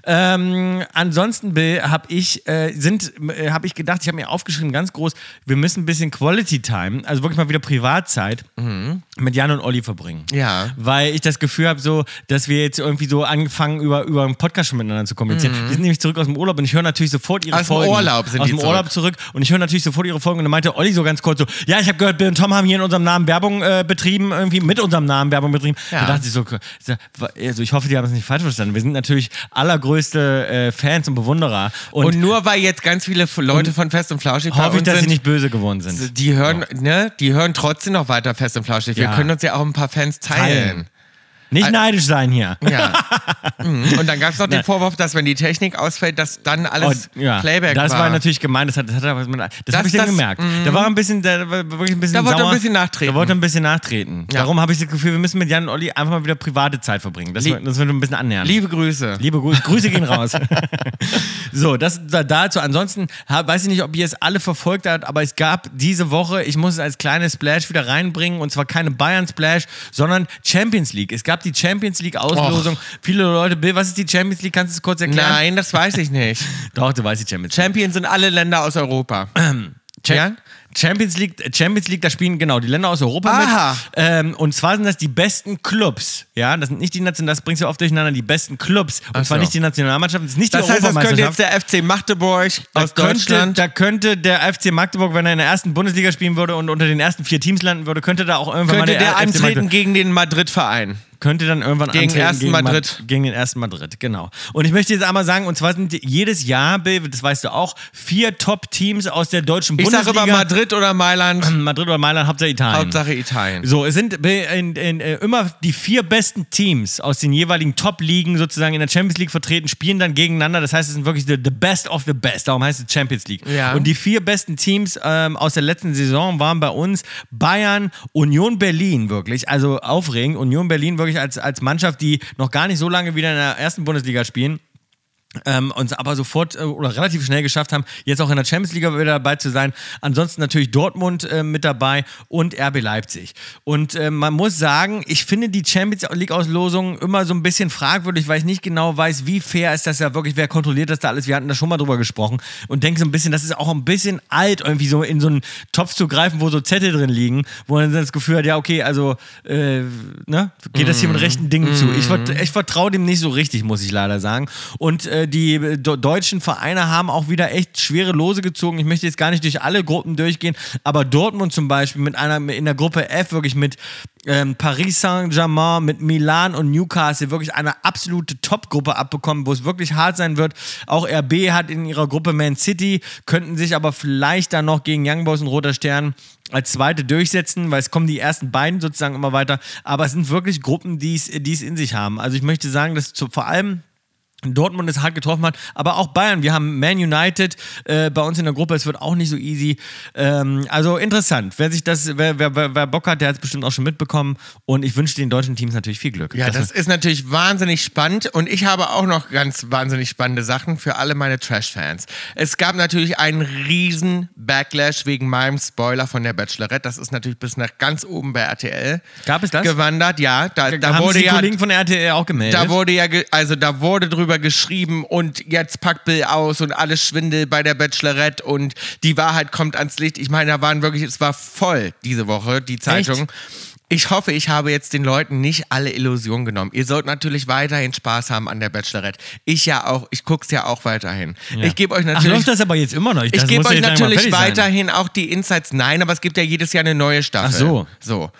S2: Ähm, ansonsten, Bill, habe ich, äh, sind, äh, hab ich gedacht, ich habe mir aufgeschrieben, ganz groß, wir müssen ein bisschen Quality Time, also wirklich mal wieder Privatzeit, mit Jan und Olli verbringen.
S1: Mhm. Ja.
S2: Weil ich das Gefühl habe, so, dass wir jetzt irgendwie so angefangen, über, über einen Podcast schon miteinander zu kommunizieren. Die sind nämlich zurück aus dem Urlaub und ich höre natürlich sofort ihre
S1: Mhm. Aus dem
S2: Folgen.
S1: Urlaub sind
S2: Aus
S1: die
S2: dem
S1: zurück.
S2: Urlaub zurück und ich höre natürlich sofort ihre Folgen und dann meinte Olli so ganz kurz so, ja, ich habe gehört, Bill und Tom haben hier in unserem Namen Werbung äh, betrieben, irgendwie mit unserem Namen Werbung betrieben.
S1: Ja.
S2: Da dachte ich so, also ich hoffe, die haben es nicht falsch verstanden. Wir sind natürlich allergrößte äh, Fans und Bewunderer und,
S1: Und nur weil jetzt ganz viele F- Leute von Fest und Flauschig bei
S2: hoffe ich,
S1: uns
S2: dass
S1: sind,
S2: sie nicht böse geworden sind.
S1: die hören, ne, die hören trotzdem noch weiter Fest und Flauschig. Wir
S2: Ja.
S1: können uns ja auch ein paar Fans teilen.
S2: Teilen. Nicht
S1: Al-
S2: neidisch sein hier.
S1: Ja. Mhm. Und dann gab es noch den Vorwurf, dass wenn die Technik ausfällt, dass dann alles
S2: Ne. Und, ja,
S1: Playback
S2: das
S1: war.
S2: war, natürlich gemein, das hat, das, hat, er was mit- das,
S1: Das-
S2: habe ich dann
S1: das- mhm.
S2: gemerkt. Da war ein bisschen, da war wirklich ein bisschen
S1: Da wollte er
S2: sauer.
S1: ein bisschen nachtreten.
S2: Da wollte er ein bisschen nachtreten.
S1: Ja.
S2: Darum habe ich das Gefühl, wir müssen mit Jan und Olli einfach mal wieder private Zeit verbringen. Das,
S1: Lie-
S2: wir- das wird ein bisschen annähern.
S1: Liebe Grüße.
S2: Liebe Grüße, Grüße gehen raus. so, das da, dazu. Ansonsten hab, weiß ich nicht, ob ihr es alle verfolgt habt, aber es gab diese Woche, ich muss es als kleines Splash wieder reinbringen und zwar keine Bayern Splash, sondern Champions League. Es gab die Champions League Auslosung. Viele Leute, Bill, was ist die Champions League? Kannst du es kurz erklären?
S1: Nein, das weiß ich nicht.
S2: Doch, du weißt die Champions League.
S1: Champions sind alle Länder aus Europa.
S2: Cha-
S1: Ja?
S2: Champions League, Champions League, da spielen genau die Länder aus Europa
S1: Aha.
S2: mit. Ähm, und zwar sind das die besten Clubs. Ja, das sind nicht die Nationen, das bringst du oft durcheinander, die besten Clubs. Und
S1: Ach
S2: zwar
S1: so.
S2: nicht die Nationalmannschaften, das ist nicht
S1: Das
S2: die
S1: heißt, das könnte
S2: Europameisterschaft.
S1: jetzt der FC Magdeburg
S2: Da
S1: aus
S2: könnte,
S1: Deutschland.
S2: Da könnte der FC Magdeburg, wenn er in der ersten Bundesliga spielen würde und unter den ersten vier Teams landen würde, könnte da auch irgendwann
S1: könnte
S2: mal
S1: der
S2: FC
S1: antreten
S2: Magdeburg-
S1: gegen den Madrid-Verein.
S2: könnte dann irgendwann
S1: Gegen
S2: antreten
S1: ersten
S2: Mad-
S1: Madrid.
S2: gegen den ersten Madrid, genau. Und ich möchte jetzt einmal sagen, und zwar sind jedes Jahr, Bill, das weißt du auch, vier Top-Teams aus der deutschen
S1: Ich sage
S2: Bundesliga.
S1: immer Madrid oder Mailand,
S2: Madrid oder Mailand, Hauptsache Italien.
S1: Hauptsache Italien.
S2: So, es sind be- in, in, äh, immer die vier besten Teams aus den jeweiligen Top-Ligen sozusagen in der Champions League vertreten, spielen dann gegeneinander. Das heißt, es sind wirklich the, the best of the best. Darum heißt es Champions League.
S1: Ja.
S2: Und die vier besten Teams ähm, aus der letzten Saison waren bei uns Bayern, Union Berlin wirklich. Also aufregend. Union Berlin wirklich als, als Mannschaft, die noch gar nicht so lange wieder in der ersten Bundesliga spielen ähm, uns aber sofort äh, oder relativ schnell geschafft haben, jetzt auch in der Champions League wieder dabei zu sein. Ansonsten natürlich Dortmund äh, mit dabei und RB Leipzig. Und äh, man muss sagen, ich finde die Champions League-Auslosung immer so ein bisschen fragwürdig, weil ich nicht genau weiß, wie fair ist das ja wirklich, wer kontrolliert das da alles. Wir hatten da schon mal drüber gesprochen und denke so ein bisschen, das ist auch ein bisschen alt, irgendwie so in so einen Topf zu greifen, wo so Zettel drin liegen, wo man dann das Gefühl hat, ja, okay, also äh, ne, geht das hier mit rechten Dingen zu. Ich, vert- ich vertraue dem nicht so richtig, muss ich leider sagen. Und äh, die äh, do- deutschen Vereine haben auch wieder echt schwere Lose gezogen. Ich möchte jetzt gar nicht durch alle Gruppen durchgehen, aber Dortmund zum Beispiel mit einer in der Gruppe F wirklich mit ähm, Paris Saint-Germain, mit Milan und Newcastle wirklich eine absolute Top-Gruppe abbekommen, wo es wirklich hart sein wird. Auch RB hat in ihrer Gruppe Man City, könnten sich aber vielleicht dann noch gegen Young Boys und Roter Stern als zweite durchsetzen, weil es kommen die ersten beiden sozusagen immer weiter. Aber es sind wirklich Gruppen, die es die es in sich haben. Also ich möchte sagen, dass zu, vor allem Dortmund es hart getroffen hat, aber auch Bayern. Wir haben Man United äh, bei uns in der Gruppe. Es wird auch nicht so easy. Ähm, also interessant. Wer sich das, wer, wer, wer wer Bock hat, der hat es bestimmt auch schon mitbekommen. Und ich wünsche den deutschen Teams natürlich viel Glück.
S1: Ja, das ist natürlich wahnsinnig spannend und ich habe auch noch ganz wahnsinnig spannende Sachen für alle meine Trash-Fans. Es gab natürlich einen riesen Backlash wegen meinem Spoiler von der Bachelorette. Das ist natürlich bis nach ganz oben bei RTL
S2: Gab es das?
S1: gewandert. Ja, da, da
S2: haben
S1: wurde
S2: sich
S1: ja
S2: Kollegen von RTL auch gemeldet.
S1: da wurde ja, ge- also da wurde drüber geschrieben und jetzt packt Bill aus und alles Schwindel bei der Bachelorette und die Wahrheit kommt ans Licht. Ich meine, da waren wirklich, es war voll diese Woche, die Zeitung. Ich hoffe, ich habe jetzt den Leuten nicht alle Illusionen genommen. Ihr sollt natürlich weiterhin Spaß haben an der Bachelorette. Ich ja auch, ich guck's ja auch weiterhin. Ich gebe euch
S2: Ach,
S1: natürlich.
S2: läuft das aber jetzt immer noch?
S1: Ich
S2: dachte,
S1: gebe
S2: muss
S1: euch
S2: jetzt langsam mal
S1: natürlich
S2: fertig sein.
S1: weiterhin auch die Insights. Nein, aber es gibt ja jedes Jahr eine neue Staffel.
S2: Ach so.
S1: So.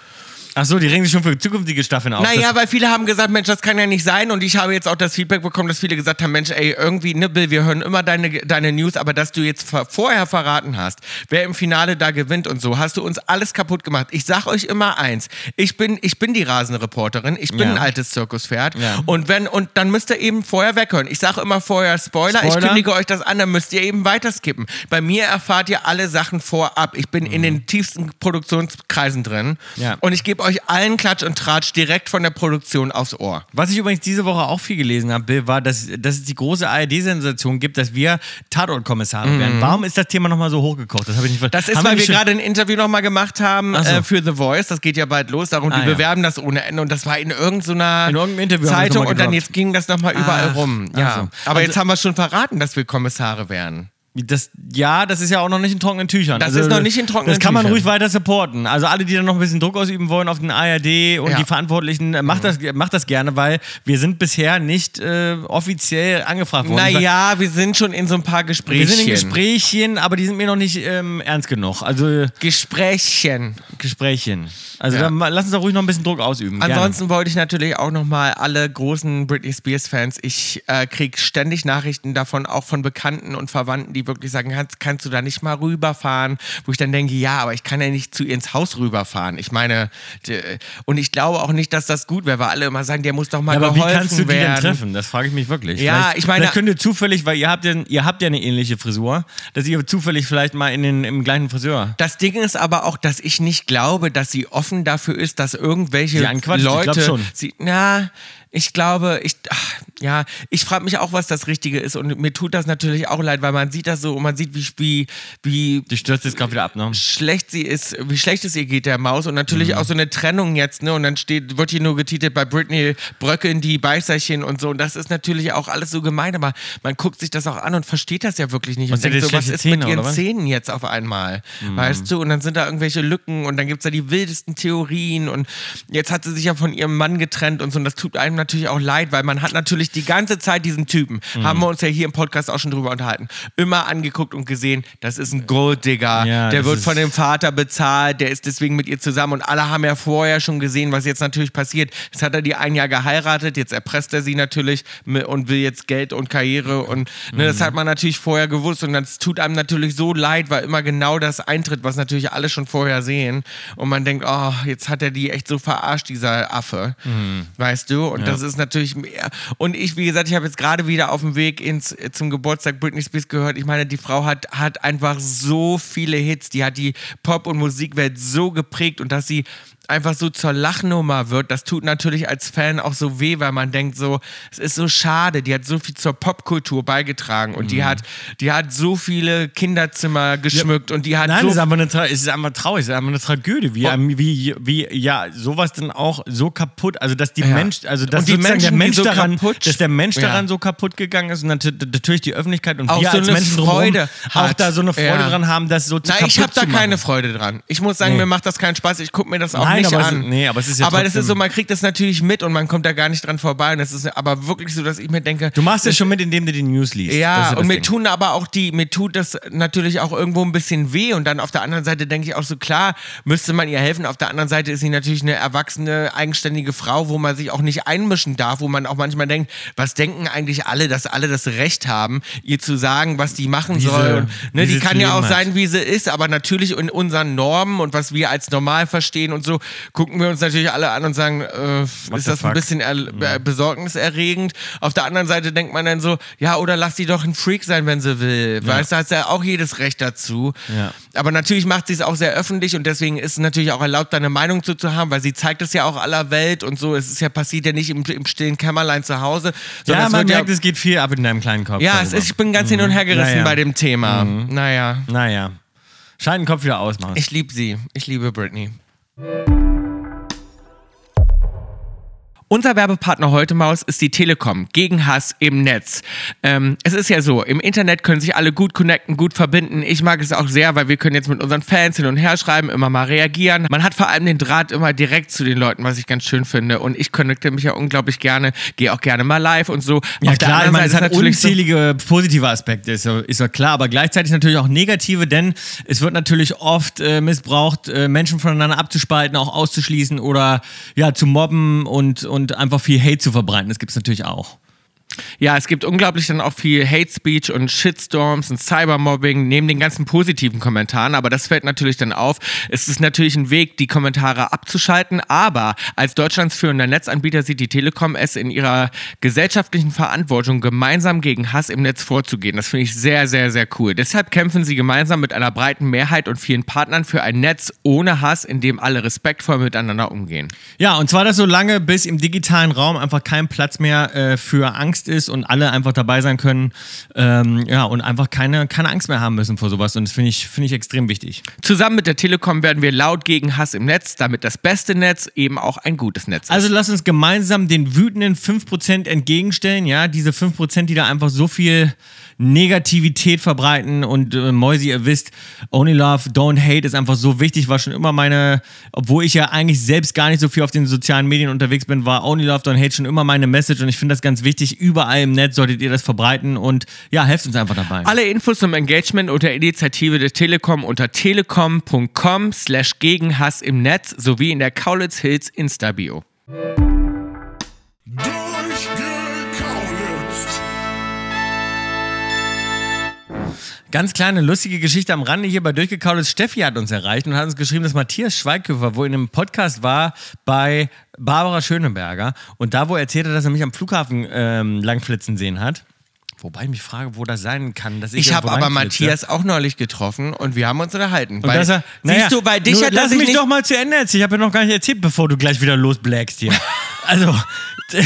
S2: Ach so, die regen sich schon für zukünftige Staffeln auf.
S1: Naja,
S2: Genau. Das-
S1: weil viele haben gesagt, Mensch, das kann ja nicht sein. Und ich habe jetzt auch das Feedback bekommen, dass viele gesagt haben, Mensch, ey, irgendwie, ne, Bill, wir hören immer deine, deine News, aber dass du jetzt ver vorher verraten hast, wer im Finale da gewinnt und so, hast du uns alles kaputt gemacht. Ich sag euch immer eins, ich bin, ich bin die rasende Reporterin, ich bin
S2: Ja.
S1: ein altes Zirkuspferd.
S2: Ja.
S1: Und wenn, und dann müsst ihr eben vorher weghören. Ich sage immer vorher Spoiler, ich
S2: Spoiler.
S1: kündige euch das an, dann müsst ihr eben weiterskippen. Bei mir erfahrt ihr alle Sachen vorab. Ich bin in den tiefsten Produktionskreisen drin.
S2: Mhm. Ja.
S1: Und ich gebe euch allen Klatsch und Tratsch direkt von der Produktion aufs Ohr.
S2: Was ich übrigens diese Woche auch viel gelesen habe, Bill, war, dass, dass es die große ARD-Sensation gibt, dass wir Tatortkommissare werden. Warum ist das Thema nochmal so hochgekocht? Das habe ich nicht
S1: Mhm.
S2: verstanden.
S1: Das ist,
S2: Haben
S1: weil wir
S2: nicht schon-
S1: gerade ein Interview nochmal gemacht haben
S2: Ach so.
S1: äh, für The Voice. Das geht ja bald los. Darum,
S2: Ah,
S1: die
S2: ja.
S1: bewerben das ohne Ende. Und das war in irgendeiner
S2: In irgendeinem Interview haben wir es noch
S1: Zeitung.
S2: mal
S1: Und dann
S2: gedroppt.
S1: jetzt ging das nochmal überall
S2: Ach,
S1: rum.
S2: ach
S1: Ja.
S2: so.
S1: Aber
S2: Also-
S1: jetzt haben wir schon verraten, dass wir Kommissare werden.
S2: Das, ja, das ist ja auch noch nicht in trockenen Tüchern. Also
S1: Das ist noch nicht in trockenen
S2: Das kann man
S1: Tüchern.
S2: ruhig weiter supporten. Also alle, die da noch ein bisschen Druck ausüben wollen auf den ARD und
S1: Ja. Mhm.
S2: die Verantwortlichen, äh, macht, das, macht das gerne, weil wir sind bisher nicht äh, offiziell angefragt worden.
S1: Naja, wir sind schon in so ein paar
S2: Wir
S1: Gesprächen.
S2: sind in Gesprächchen, aber die sind mir noch nicht ähm, ernst genug. Also
S1: Gesprächen.
S2: Gesprächchen. Also
S1: Ja.
S2: da, ma- lass uns da ruhig noch ein bisschen Druck ausüben. Gerne.
S1: Ansonsten wollte ich natürlich auch nochmal alle großen Britney Spears Fans, ich äh, kriege ständig Nachrichten davon, auch von Bekannten und Verwandten, die die wirklich sagen, kannst, kannst du da nicht mal rüberfahren? Wo ich dann denke, ja, aber ich kann ja nicht zu ihr ins Haus rüberfahren. Ich meine, d- und ich glaube auch nicht, dass das gut wäre, weil alle immer sagen, der muss doch mal
S2: Ja, aber wie
S1: geholfen
S2: kannst du die
S1: werden.
S2: denn treffen? Das frage ich mich wirklich.
S1: Ja,
S2: vielleicht,
S1: ich meine-
S2: Vielleicht könnt ihr zufällig, weil ihr habt ja, ihr habt ja eine ähnliche Frisur, dass ihr zufällig vielleicht mal in den, im gleichen Friseur.
S1: Das Ding ist aber auch, dass ich nicht glaube, dass sie offen dafür ist, dass irgendwelche
S2: Sie anquatscht, ich glaub
S1: Leute.
S2: schon.
S1: Sie, na, ich glaube, ich. Ach, ja, ich frage mich auch, was das Richtige ist. Und mir tut das natürlich auch leid, weil man sieht das so und man sieht, wie, wie, wie
S2: Die stürzt jetzt gerade wieder ab, ne?
S1: schlecht sie ist, wie schlecht es ihr geht, der Maus. Und natürlich
S2: Mhm.
S1: auch so eine Trennung jetzt, ne? Und dann steht, wird hier nur getitelt bei Britney Bröckeln die Beißerchen und so. Und das ist natürlich auch alles so gemein, aber man guckt sich das auch an und versteht das ja wirklich nicht. Und,
S2: sie hat
S1: denkt
S2: jetzt
S1: so, was
S2: schlechte
S1: ist
S2: Zähne,
S1: mit ihren
S2: oder was?
S1: Szenen jetzt auf einmal?
S2: Mhm.
S1: Weißt du? Und dann sind da irgendwelche Lücken und dann gibt es da die wildesten Theorien. Und jetzt hat sie sich ja von ihrem Mann getrennt und so. Und das tut einem natürlich auch leid, weil man hat natürlich die ganze Zeit diesen Typen,
S2: Mhm.
S1: haben wir uns ja hier im Podcast auch schon drüber unterhalten, immer angeguckt und gesehen, das ist ein Golddigger.
S2: Ja,
S1: der
S2: das
S1: wird
S2: ist-
S1: von dem Vater bezahlt, der ist deswegen mit ihr zusammen und alle haben ja vorher schon gesehen, was jetzt natürlich passiert. Jetzt hat er die ein Jahr geheiratet, jetzt erpresst er sie natürlich mi- und will jetzt Geld und Karriere und ne, das hat man natürlich vorher gewusst und das tut einem natürlich so leid, weil immer genau das eintritt, was natürlich alle schon vorher sehen und man denkt, oh, jetzt hat er die echt so verarscht, dieser Affe, weißt du? Und das ist natürlich mehr. Und ich, wie gesagt, ich habe jetzt gerade wieder auf dem Weg ins, zum Geburtstag Britney Spears gehört. Ich meine, die Frau hat, hat einfach so viele Hits. Die hat die Pop- und Musikwelt so geprägt und dass sie einfach so zur Lachnummer wird, das tut natürlich als Fan auch so weh, weil man denkt so, es ist so schade, die hat so viel zur Popkultur beigetragen und die hat die hat so viele Kinderzimmer geschmückt und die hat
S2: Nein,
S1: so Oh.
S2: es, ist einfach eine Tra- es ist einfach traurig, es ist einfach eine Tragödie, wie, einem- wie, wie ja, sowas dann auch so kaputt, also dass die Mensch, also dass
S1: Und die
S2: sozusagen
S1: Menschen,
S2: der
S1: die
S2: Mensch
S1: so
S2: daran,
S1: kaputt-
S2: dass der Mensch
S1: Ja.
S2: daran so kaputt gegangen ist und nat- natürlich die Öffentlichkeit und
S1: Auch
S2: wir
S1: so
S2: als
S1: eine
S2: Menschen drumherum
S1: Freude
S2: auch
S1: hat.
S2: da so eine Freude
S1: Ja.
S2: dran haben, das so zu
S1: Nein, ich
S2: kaputt
S1: habe da
S2: zu machen.
S1: keine Freude dran. Ich muss sagen,
S2: Nee.
S1: mir macht das keinen Spaß. Ich gucke mir das auch
S2: Nein,
S1: nicht
S2: aber es-
S1: an.
S2: nee, aber es ist ja
S1: Aber das
S2: trotzdem-
S1: ist so, man kriegt das natürlich mit und man kommt da gar nicht dran vorbei. Und das ist aber wirklich so, dass ich mir denke.
S2: Du machst das schon mit, indem du die News liest. Das ist
S1: ja,
S2: das
S1: und mir
S2: Ding.
S1: tun aber auch die, mir tut das natürlich auch irgendwo ein bisschen weh. Und dann auf der anderen Seite denke ich auch so, klar, müsste man ihr helfen. Auf der anderen Seite ist sie natürlich eine erwachsene, eigenständige Frau, wo man sich auch nicht einmischen darf, wo man auch manchmal denkt, was denken eigentlich alle, dass alle das Recht haben, ihr zu sagen, was die machen
S2: Wie sie-
S1: soll. Und,
S2: wie
S1: ne,
S2: sie
S1: die
S2: zu
S1: kann ja
S2: leben
S1: auch
S2: hat.
S1: sein, wie sie ist, aber natürlich in unseren Normen und was wir als normal verstehen und so, gucken wir uns natürlich alle an und sagen, äh, ist
S2: the
S1: das ein
S2: fuck?
S1: bisschen er be-
S2: Mhm.
S1: besorgniserregend. Auf der anderen Seite denkt man dann so, ja, oder lass sie doch ein Freak sein, wenn sie will. Weißt du, hat sie ja auch jedes Recht dazu.
S2: Ja.
S1: Aber natürlich macht sie es auch sehr öffentlich und deswegen ist es natürlich auch erlaubt, da eine Meinung zu, zu haben, weil sie zeigt es ja auch aller Welt und so. Es ist ja passiert ja nicht im, im stillen Kämmerlein zu Hause. sondern
S2: Ja,
S1: es
S2: man
S1: wird ja-
S2: merkt, es Mhm. geht viel ab in deinem kleinen Kopf.
S1: Ja, es
S2: darüber.
S1: ist, ich bin ganz hin und her gerissen
S2: Naja.
S1: bei dem Thema.
S2: Mhm.
S1: Naja.
S2: Naja. Schalt den Kopf wieder aus, Mann.
S1: Ich liebe sie. Ich liebe Britney. Unser Werbepartner heute, Maus, ist die Telekom gegen Hass im Netz. Ähm, es ist ja so, im Internet können sich alle gut connecten, gut verbinden. Ich mag es auch sehr, weil wir können jetzt mit unseren Fans hin und her schreiben, immer mal reagieren. Man hat vor allem den Draht immer direkt zu den Leuten, was ich ganz schön finde. Und ich connecte mich ja unglaublich gerne, gehe auch gerne mal live und so.
S2: ja klar, ich meine, es hat
S1: natürlich so-
S2: unzählige positive Aspekte, ist ja, ist ja klar, aber gleichzeitig natürlich auch negative, denn es wird natürlich oft äh, missbraucht, äh, Menschen voneinander abzuspalten, auch auszuschließen oder ja, zu mobben und, und einfach viel Hate zu verbreiten. Das gibt es natürlich auch.
S1: Ja, es gibt unglaublich dann auch viel Hate Speech und Shitstorms und Cybermobbing, neben den ganzen positiven Kommentaren, aber das fällt natürlich dann auf. Es ist natürlich ein Weg, die Kommentare abzuschalten, aber als Deutschlands führender Netzanbieter sieht die Telekom es in ihrer gesellschaftlichen Verantwortung, gemeinsam gegen Hass im Netz vorzugehen. Das finde ich sehr, sehr, sehr cool. Deshalb kämpfen sie gemeinsam mit einer breiten Mehrheit und vielen Partnern für ein Netz ohne Hass, in dem alle respektvoll miteinander umgehen.
S2: Ja, und zwar das so lange, bis im digitalen Raum einfach kein Platz mehr äh, für Angst ist und alle einfach dabei sein können ähm, ja, und einfach keine, keine Angst mehr haben müssen vor sowas. Und das finde ich, finde ich extrem wichtig.
S1: Zusammen mit der Telekom werden wir laut gegen Hass im Netz, damit das beste Netz eben auch ein gutes Netz ist.
S2: Also lass uns gemeinsam den wütenden 5% entgegenstellen, ja, diese 5%, die da einfach so viel Negativität verbreiten und äh, Mäusi, ihr wisst, Only Love, Don't Hate ist einfach so wichtig, war schon immer meine, obwohl ich ja eigentlich selbst gar nicht so viel auf den sozialen Medien unterwegs bin, war Only Love, Don't Hate schon immer meine Message und ich finde das ganz wichtig, überall im Netz solltet ihr das verbreiten und ja, helft uns einfach dabei.
S1: alle Infos zum Engagement und der Initiative der Telekom unter telekom.com slash gegen Hass im Netz sowie in der Kaulitz Hills Insta-Bio.
S6: Durchgekauletzt.
S2: Ganz kleine lustige Geschichte am Rande hier bei Durchgekaut ist, Steffi hat uns erreicht und hat uns geschrieben, dass Matthias Schweighöfer wo in einem Podcast war bei Barbara Schöneberger und da wo erzählte, dass er mich am Flughafen ähm, langflitzen sehen hat. Wobei ich mich frage, wo das sein kann. Dass ich
S1: Ich habe
S2: irgendwo
S1: aber
S2: langflitze.
S1: Matthias auch neulich getroffen und wir haben uns unterhalten.
S2: Und
S1: weil,
S2: dass er,
S1: siehst
S2: naja,
S1: du, bei dich
S2: nur
S1: hat das
S2: lass
S1: sich
S2: mich
S1: nicht,
S2: doch mal zu Ende erzählen. Ich habe ja noch gar nicht erzählt, bevor du gleich wieder losblackst hier. also, der,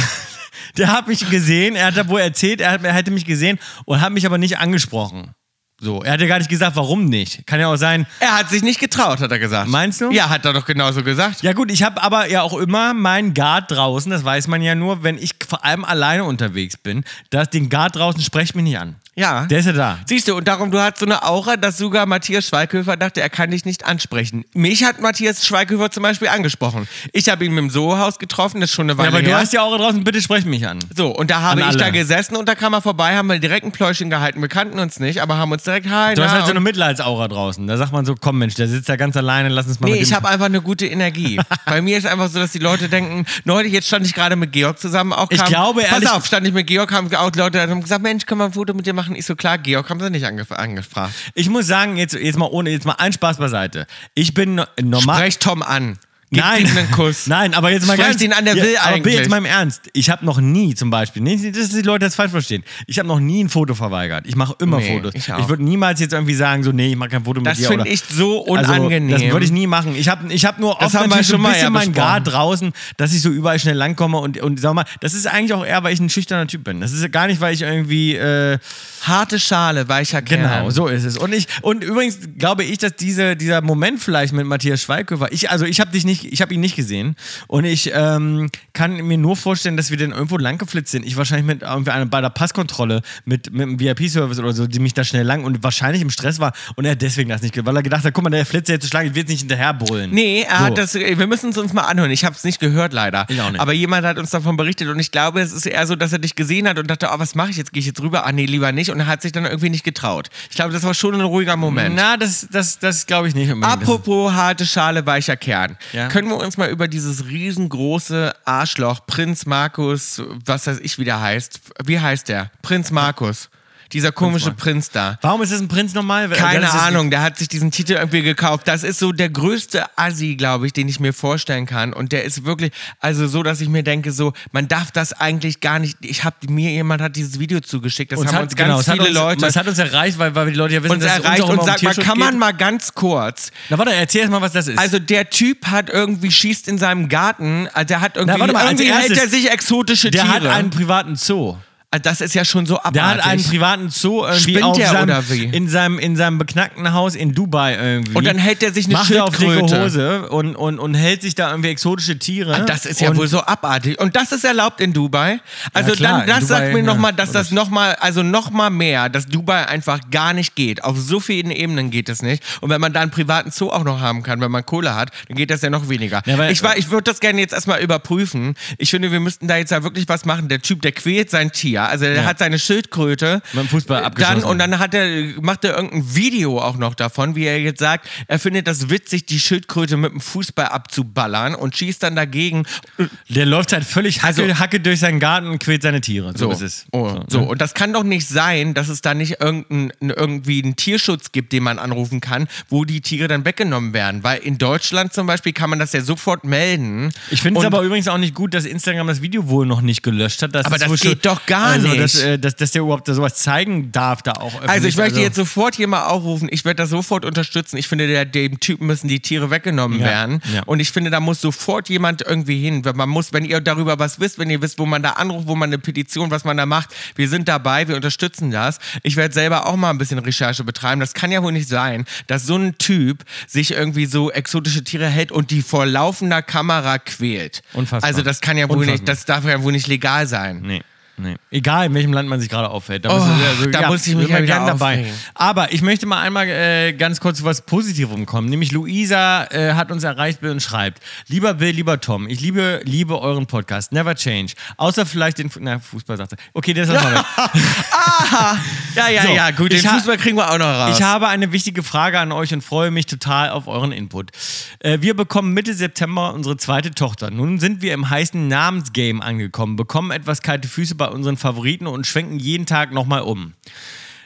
S2: der hat mich gesehen, er hat da wohl erzählt, er, hat, er hätte mich gesehen und hat mich aber nicht angesprochen. So, er hat ja gar nicht gesagt, warum nicht. Kann ja auch sein.
S1: Er hat sich nicht getraut, hat er gesagt.
S2: Meinst du?
S1: Ja, hat er doch genauso gesagt.
S2: Ja gut, ich habe aber ja auch immer meinen Guard draußen, das weiß man ja nur, wenn ich vor allem alleine unterwegs bin, dass den Guard draußen sprecht mich nicht an.
S1: Ja.
S2: Der ist ja da.
S1: Siehst du, und darum, du hast so eine Aura, dass sogar Matthias Schweighöfer dachte, er kann dich nicht ansprechen. Mich hat Matthias Schweighöfer zum Beispiel angesprochen. Ich habe ihn im Soho-Haus getroffen, das ist schon eine
S2: Ja,
S1: Weile
S2: aber du
S1: her.
S2: hast ja auch draußen, bitte sprech mich an.
S1: so, und da habe
S2: An
S1: ich
S2: alle.
S1: da gesessen und da kam er vorbei, haben wir direkt ein Pläuschen gehalten. Wir kannten uns nicht, aber haben uns direkt Hi,
S2: Du
S1: na,
S2: hast halt so eine
S1: und-
S2: Mitleidsaura draußen. Da sagt man so, komm Mensch, der sitzt da ganz alleine, lass uns mal
S1: Nee,
S2: mit
S1: ich
S2: dem
S1: habe einfach eine gute Energie. Bei mir ist einfach so, dass die Leute denken, neulich, jetzt stand ich gerade mit Georg zusammen, auch
S2: Ich
S1: kam,
S2: glaube, ehrlich-
S1: pass auf, stand ich mit Georg, haben auch Leute haben gesagt, Mensch, können wir ein Foto mit dir machen? Ich so, klar, Georg, haben sie nicht angef angefragt.
S2: Ich muss sagen, jetzt, jetzt mal ohne, jetzt mal ein Spaß beiseite. Ich bin no- normal.
S1: Sprech Tom an. Gib
S2: Nein,
S1: ihm einen Kuss.
S2: Nein, aber jetzt mal
S1: Sprech
S2: ganz.
S1: ihn an, der
S2: ja,
S1: will
S2: aber
S1: eigentlich.
S2: jetzt mal im Ernst. Ich habe noch nie zum Beispiel, nee, nee, dass die Leute das falsch verstehen. Ich habe noch nie ein Foto verweigert. Ich mache immer
S1: Nee,
S2: Fotos.
S1: ich auch.
S2: würde niemals jetzt irgendwie sagen, so nee, ich mache kein Foto mit
S1: Das
S2: dir.
S1: finde
S2: oder-
S1: ich so
S2: Also,
S1: unangenehm.
S2: das würde ich nie machen. Ich habe ich hab nur
S1: Das
S2: oft
S1: haben wir
S2: natürlich so ein
S1: schon mal
S2: bisschen
S1: ja
S2: meinen
S1: besprochen.
S2: Guard draußen, dass ich so überall schnell langkomme und, und sag mal, das ist eigentlich auch eher, weil ich ein schüchterner Typ bin. Das ist gar nicht, weil ich irgendwie äh,
S1: Harte Schale, weicher Kern.
S2: Genau, so ist es. Und ich und übrigens glaube ich, dass diese, dieser Moment vielleicht mit Matthias Schweighöfer, ich also ich habe dich nicht, ich habe ihn nicht gesehen und ich ähm, kann mir nur vorstellen, dass wir dann irgendwo langgeflitzt sind. Ich wahrscheinlich mit irgendwie einer, bei der Passkontrolle mit mit einem VIP Service oder so, die mich da schnell lang und wahrscheinlich im Stress war und er hat deswegen das nicht, ge- weil er gedacht hat, guck mal, der flitzt jetzt so schlank, ich will jetzt nicht hinterher brüllen.
S1: Nee, er
S2: So.
S1: hat das, äh, wir müssen es uns mal anhören. Ich habe es nicht gehört, leider.
S2: Ich auch nicht.
S1: Aber jemand hat uns davon berichtet und ich glaube, es ist eher so, dass er dich gesehen hat und dachte, oh, was mache ich jetzt? Gehe ich jetzt rüber? Ah, nee, lieber nicht. Und er hat sich dann irgendwie nicht getraut. Ich glaube, das war schon ein ruhiger Moment.
S2: Na, das das das glaube ich nicht. unbedingt.
S1: Apropos harte Schale, weicher Kern.
S2: Ja.
S1: Können wir uns mal über dieses riesengroße Arschloch, Prinz Markus, was weiß ich, wie der heißt. Wie heißt der? Prinz Markus. Dieser komische Prinz da.
S2: Warum ist das ein Prinz nochmal? Weil-
S1: Keine
S2: das ist-
S1: Ahnung, der hat sich diesen Titel irgendwie gekauft. Das ist so der größte Assi, glaube ich, den ich mir vorstellen kann. Und der ist wirklich, also so, dass ich mir denke, so, man darf das eigentlich gar nicht. Ich habe mir jemand hat dieses Video zugeschickt. Das
S2: Uns
S1: haben
S2: hat,
S1: uns
S2: genau,
S1: ganz
S2: es hat
S1: viele
S2: uns,
S1: Leute
S2: Es hat uns erreicht, weil, weil die Leute ja wissen,
S1: uns
S2: dass es
S1: erreicht
S2: auch
S1: und
S2: immer um
S1: sagt mal,
S2: Tierschutz
S1: kann
S2: geht.
S1: man mal ganz kurz.
S2: Na warte, erzähl erst mal, was das ist.
S1: Also der Typ hat irgendwie schießt in seinem Garten, also der hat irgendwie,
S2: warte mal, als
S1: irgendwie hält
S2: erstes-
S1: er sich exotische
S2: der
S1: Tiere.
S2: hat einen privaten Zoo.
S1: Ah, das ist ja schon so abartig.
S2: Der hat einen privaten Zoo irgendwie
S1: Spinnt
S2: auf
S1: der
S2: seinem,
S1: oder wie?
S2: In, seinem, in seinem beknackten Haus in Dubai irgendwie.
S1: Und dann hält der sich eine
S2: Macht er auf dicke
S1: Schildkröte.
S2: Hose und, und, und hält sich da irgendwie exotische Tiere. ne?
S1: Ah, das ist ja
S2: und
S1: wohl so abartig. Und das ist erlaubt in Dubai. Also
S2: Ja, klar,
S1: dann, das
S2: in
S1: sagt
S2: Dubai,
S1: mir nochmal,
S2: ja, Oh,
S1: dass das nochmal, also nochmal mehr, dass Dubai einfach gar nicht geht. Auf so vielen Ebenen geht es nicht. Und wenn man da einen privaten Zoo auch noch haben kann, wenn man Kohle hat, dann geht das ja noch weniger.
S2: Ja, weil-
S1: ich war, ich würde das gerne jetzt erstmal überprüfen. Ich finde, wir müssten da jetzt ja wirklich was machen. Der Typ, der quält sein Tier. Also der hat seine Schildkröte.
S2: Mit dem Fußball abgeschossen.
S1: Äh, Dann, und dann hat er, macht er irgendein Video auch noch davon, wie er jetzt sagt, er findet das witzig, die Schildkröte mit dem Fußball abzuballern und schießt dann dagegen.
S2: Der läuft halt völlig Hacke,
S1: Also-
S2: Hacke durch seinen Garten und quält seine Tiere. So, ist es.
S1: Oh,
S2: So. ne?
S1: so, und das kann doch nicht sein, dass es da nicht irgendein, irgendwie einen Tierschutz gibt, den man anrufen kann, wo die Tiere dann weggenommen werden. Weil in Deutschland zum Beispiel kann man das ja sofort melden.
S2: Ich finde
S1: Und-
S2: es aber übrigens auch nicht gut, dass Instagram das Video wohl noch nicht gelöscht hat. dass
S1: Aber
S2: es
S1: das
S2: wohl schon-
S1: geht doch gar
S2: also, Dass,
S1: nicht.
S2: äh, dass, dass der überhaupt sowas zeigen darf, da auch öffentlich.
S1: Also ich möchte jetzt sofort hier mal aufrufen, ich werde das sofort unterstützen. Ich finde, der, dem Typen müssen die Tiere weggenommen
S2: Ja,
S1: werden.
S2: ja.
S1: Und ich finde, da muss sofort jemand irgendwie hin. Wenn Man muss, wenn ihr darüber was wisst, wenn ihr wisst, wo man da anruft, wo man eine Petition, was man da macht, wir sind dabei, wir unterstützen das. Ich werde selber auch mal ein bisschen Recherche betreiben. Das kann ja wohl nicht sein, dass so ein Typ sich irgendwie so exotische Tiere hält und die vor laufender Kamera quält.
S2: Unfassbar.
S1: Also das kann ja wohl
S2: Unfassbar.
S1: nicht, das darf ja wohl nicht legal sein.
S2: Also, Nee. Nee. Egal, in welchem Land man sich gerade aufhält. Da,
S1: Oh,
S2: muss,
S1: da muss ich mich
S2: bin mal
S1: ja
S2: gern
S1: wieder
S2: dabei.
S1: aufregen.
S2: Aber ich möchte mal einmal äh, ganz kurz zu was Positivem kommen. Nämlich Luisa äh, hat uns erreicht und schreibt: Lieber Bill, lieber Tom, ich liebe, liebe euren Podcast. Never change. Außer vielleicht den Fu- na, Fußball sagt er. Okay, das lassen wir weg.
S1: Ja, ja,
S2: So,
S1: ja, gut, den
S2: ich ha-
S1: Fußball kriegen wir auch noch raus.
S2: Ich habe eine wichtige Frage an euch und freue mich total auf euren Input. Äh, wir bekommen Mitte September unsere zweite Tochter. Nun sind wir im heißen Namensgame angekommen, bekommen etwas kalte Füße bei unseren Favoriten und schwenken jeden Tag nochmal um.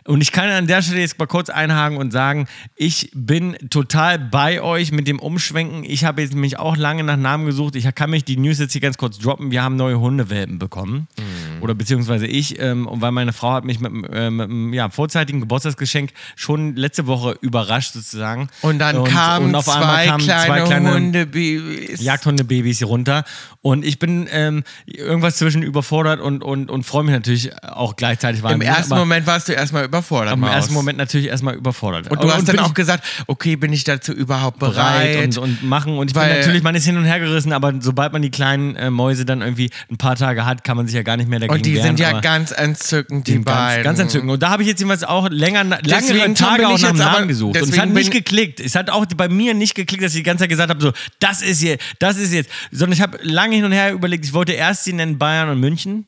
S2: Und ich kann an der Stelle jetzt mal kurz einhaken und sagen, ich bin total bei euch mit dem Umschwenken. Ich habe jetzt mich auch lange nach Namen gesucht. Ich kann mich die News jetzt hier ganz kurz droppen. Wir haben neue Hundewelpen bekommen.
S1: Mhm.
S2: Oder beziehungsweise ich, ähm, und weil meine Frau hat mich mit, einem, äh, mit einem ja, vorzeitigen Geburtstagsgeschenk schon letzte Woche überrascht sozusagen.
S1: Und dann kamen
S2: und auf einmal
S1: zwei,
S2: kamen
S1: kleine
S2: zwei kleine
S1: Hundebabys.
S2: Jagdhundebabys hier runter. Und ich bin ähm, irgendwas zwischen überfordert und, und, und freue mich natürlich auch gleichzeitig.
S1: Im
S2: wahnsinnig,
S1: ersten
S2: aber
S1: Moment warst du erstmal überfordert.
S2: Im
S1: Maus.
S2: ersten Moment natürlich erstmal überfordert.
S1: Und du hast dann
S2: bin
S1: auch
S2: ich
S1: gesagt, okay, bin ich dazu überhaupt bereit?
S2: bereit und, und machen. Und ich bin
S1: Weil-
S2: natürlich, man ist hin und her gerissen, aber sobald man die kleinen äh, Mäuse dann irgendwie ein paar Tage hat, kann man sich ja gar nicht mehr dagegen
S1: Und die
S2: wehren,
S1: sind ja
S2: aber
S1: ganz entzückend, die,
S2: ganz,
S1: beiden.
S2: ganz entzückend. Und da habe ich jetzt jedenfalls auch länger, längere
S1: Deswegen, Tom,
S2: Tage
S1: bin
S2: auch
S1: ich
S2: nach dem
S1: jetzt
S2: Namen
S1: aber-
S2: gesucht. Und es
S1: deswegen
S2: hat nicht
S1: bin-
S2: geklickt. Es hat auch bei mir nicht geklickt, dass ich die ganze Zeit gesagt habe, so, das ist hier, das ist jetzt. Sondern ich habe lange hin und her überlegt, ich wollte erst sie nennen Bayern und München.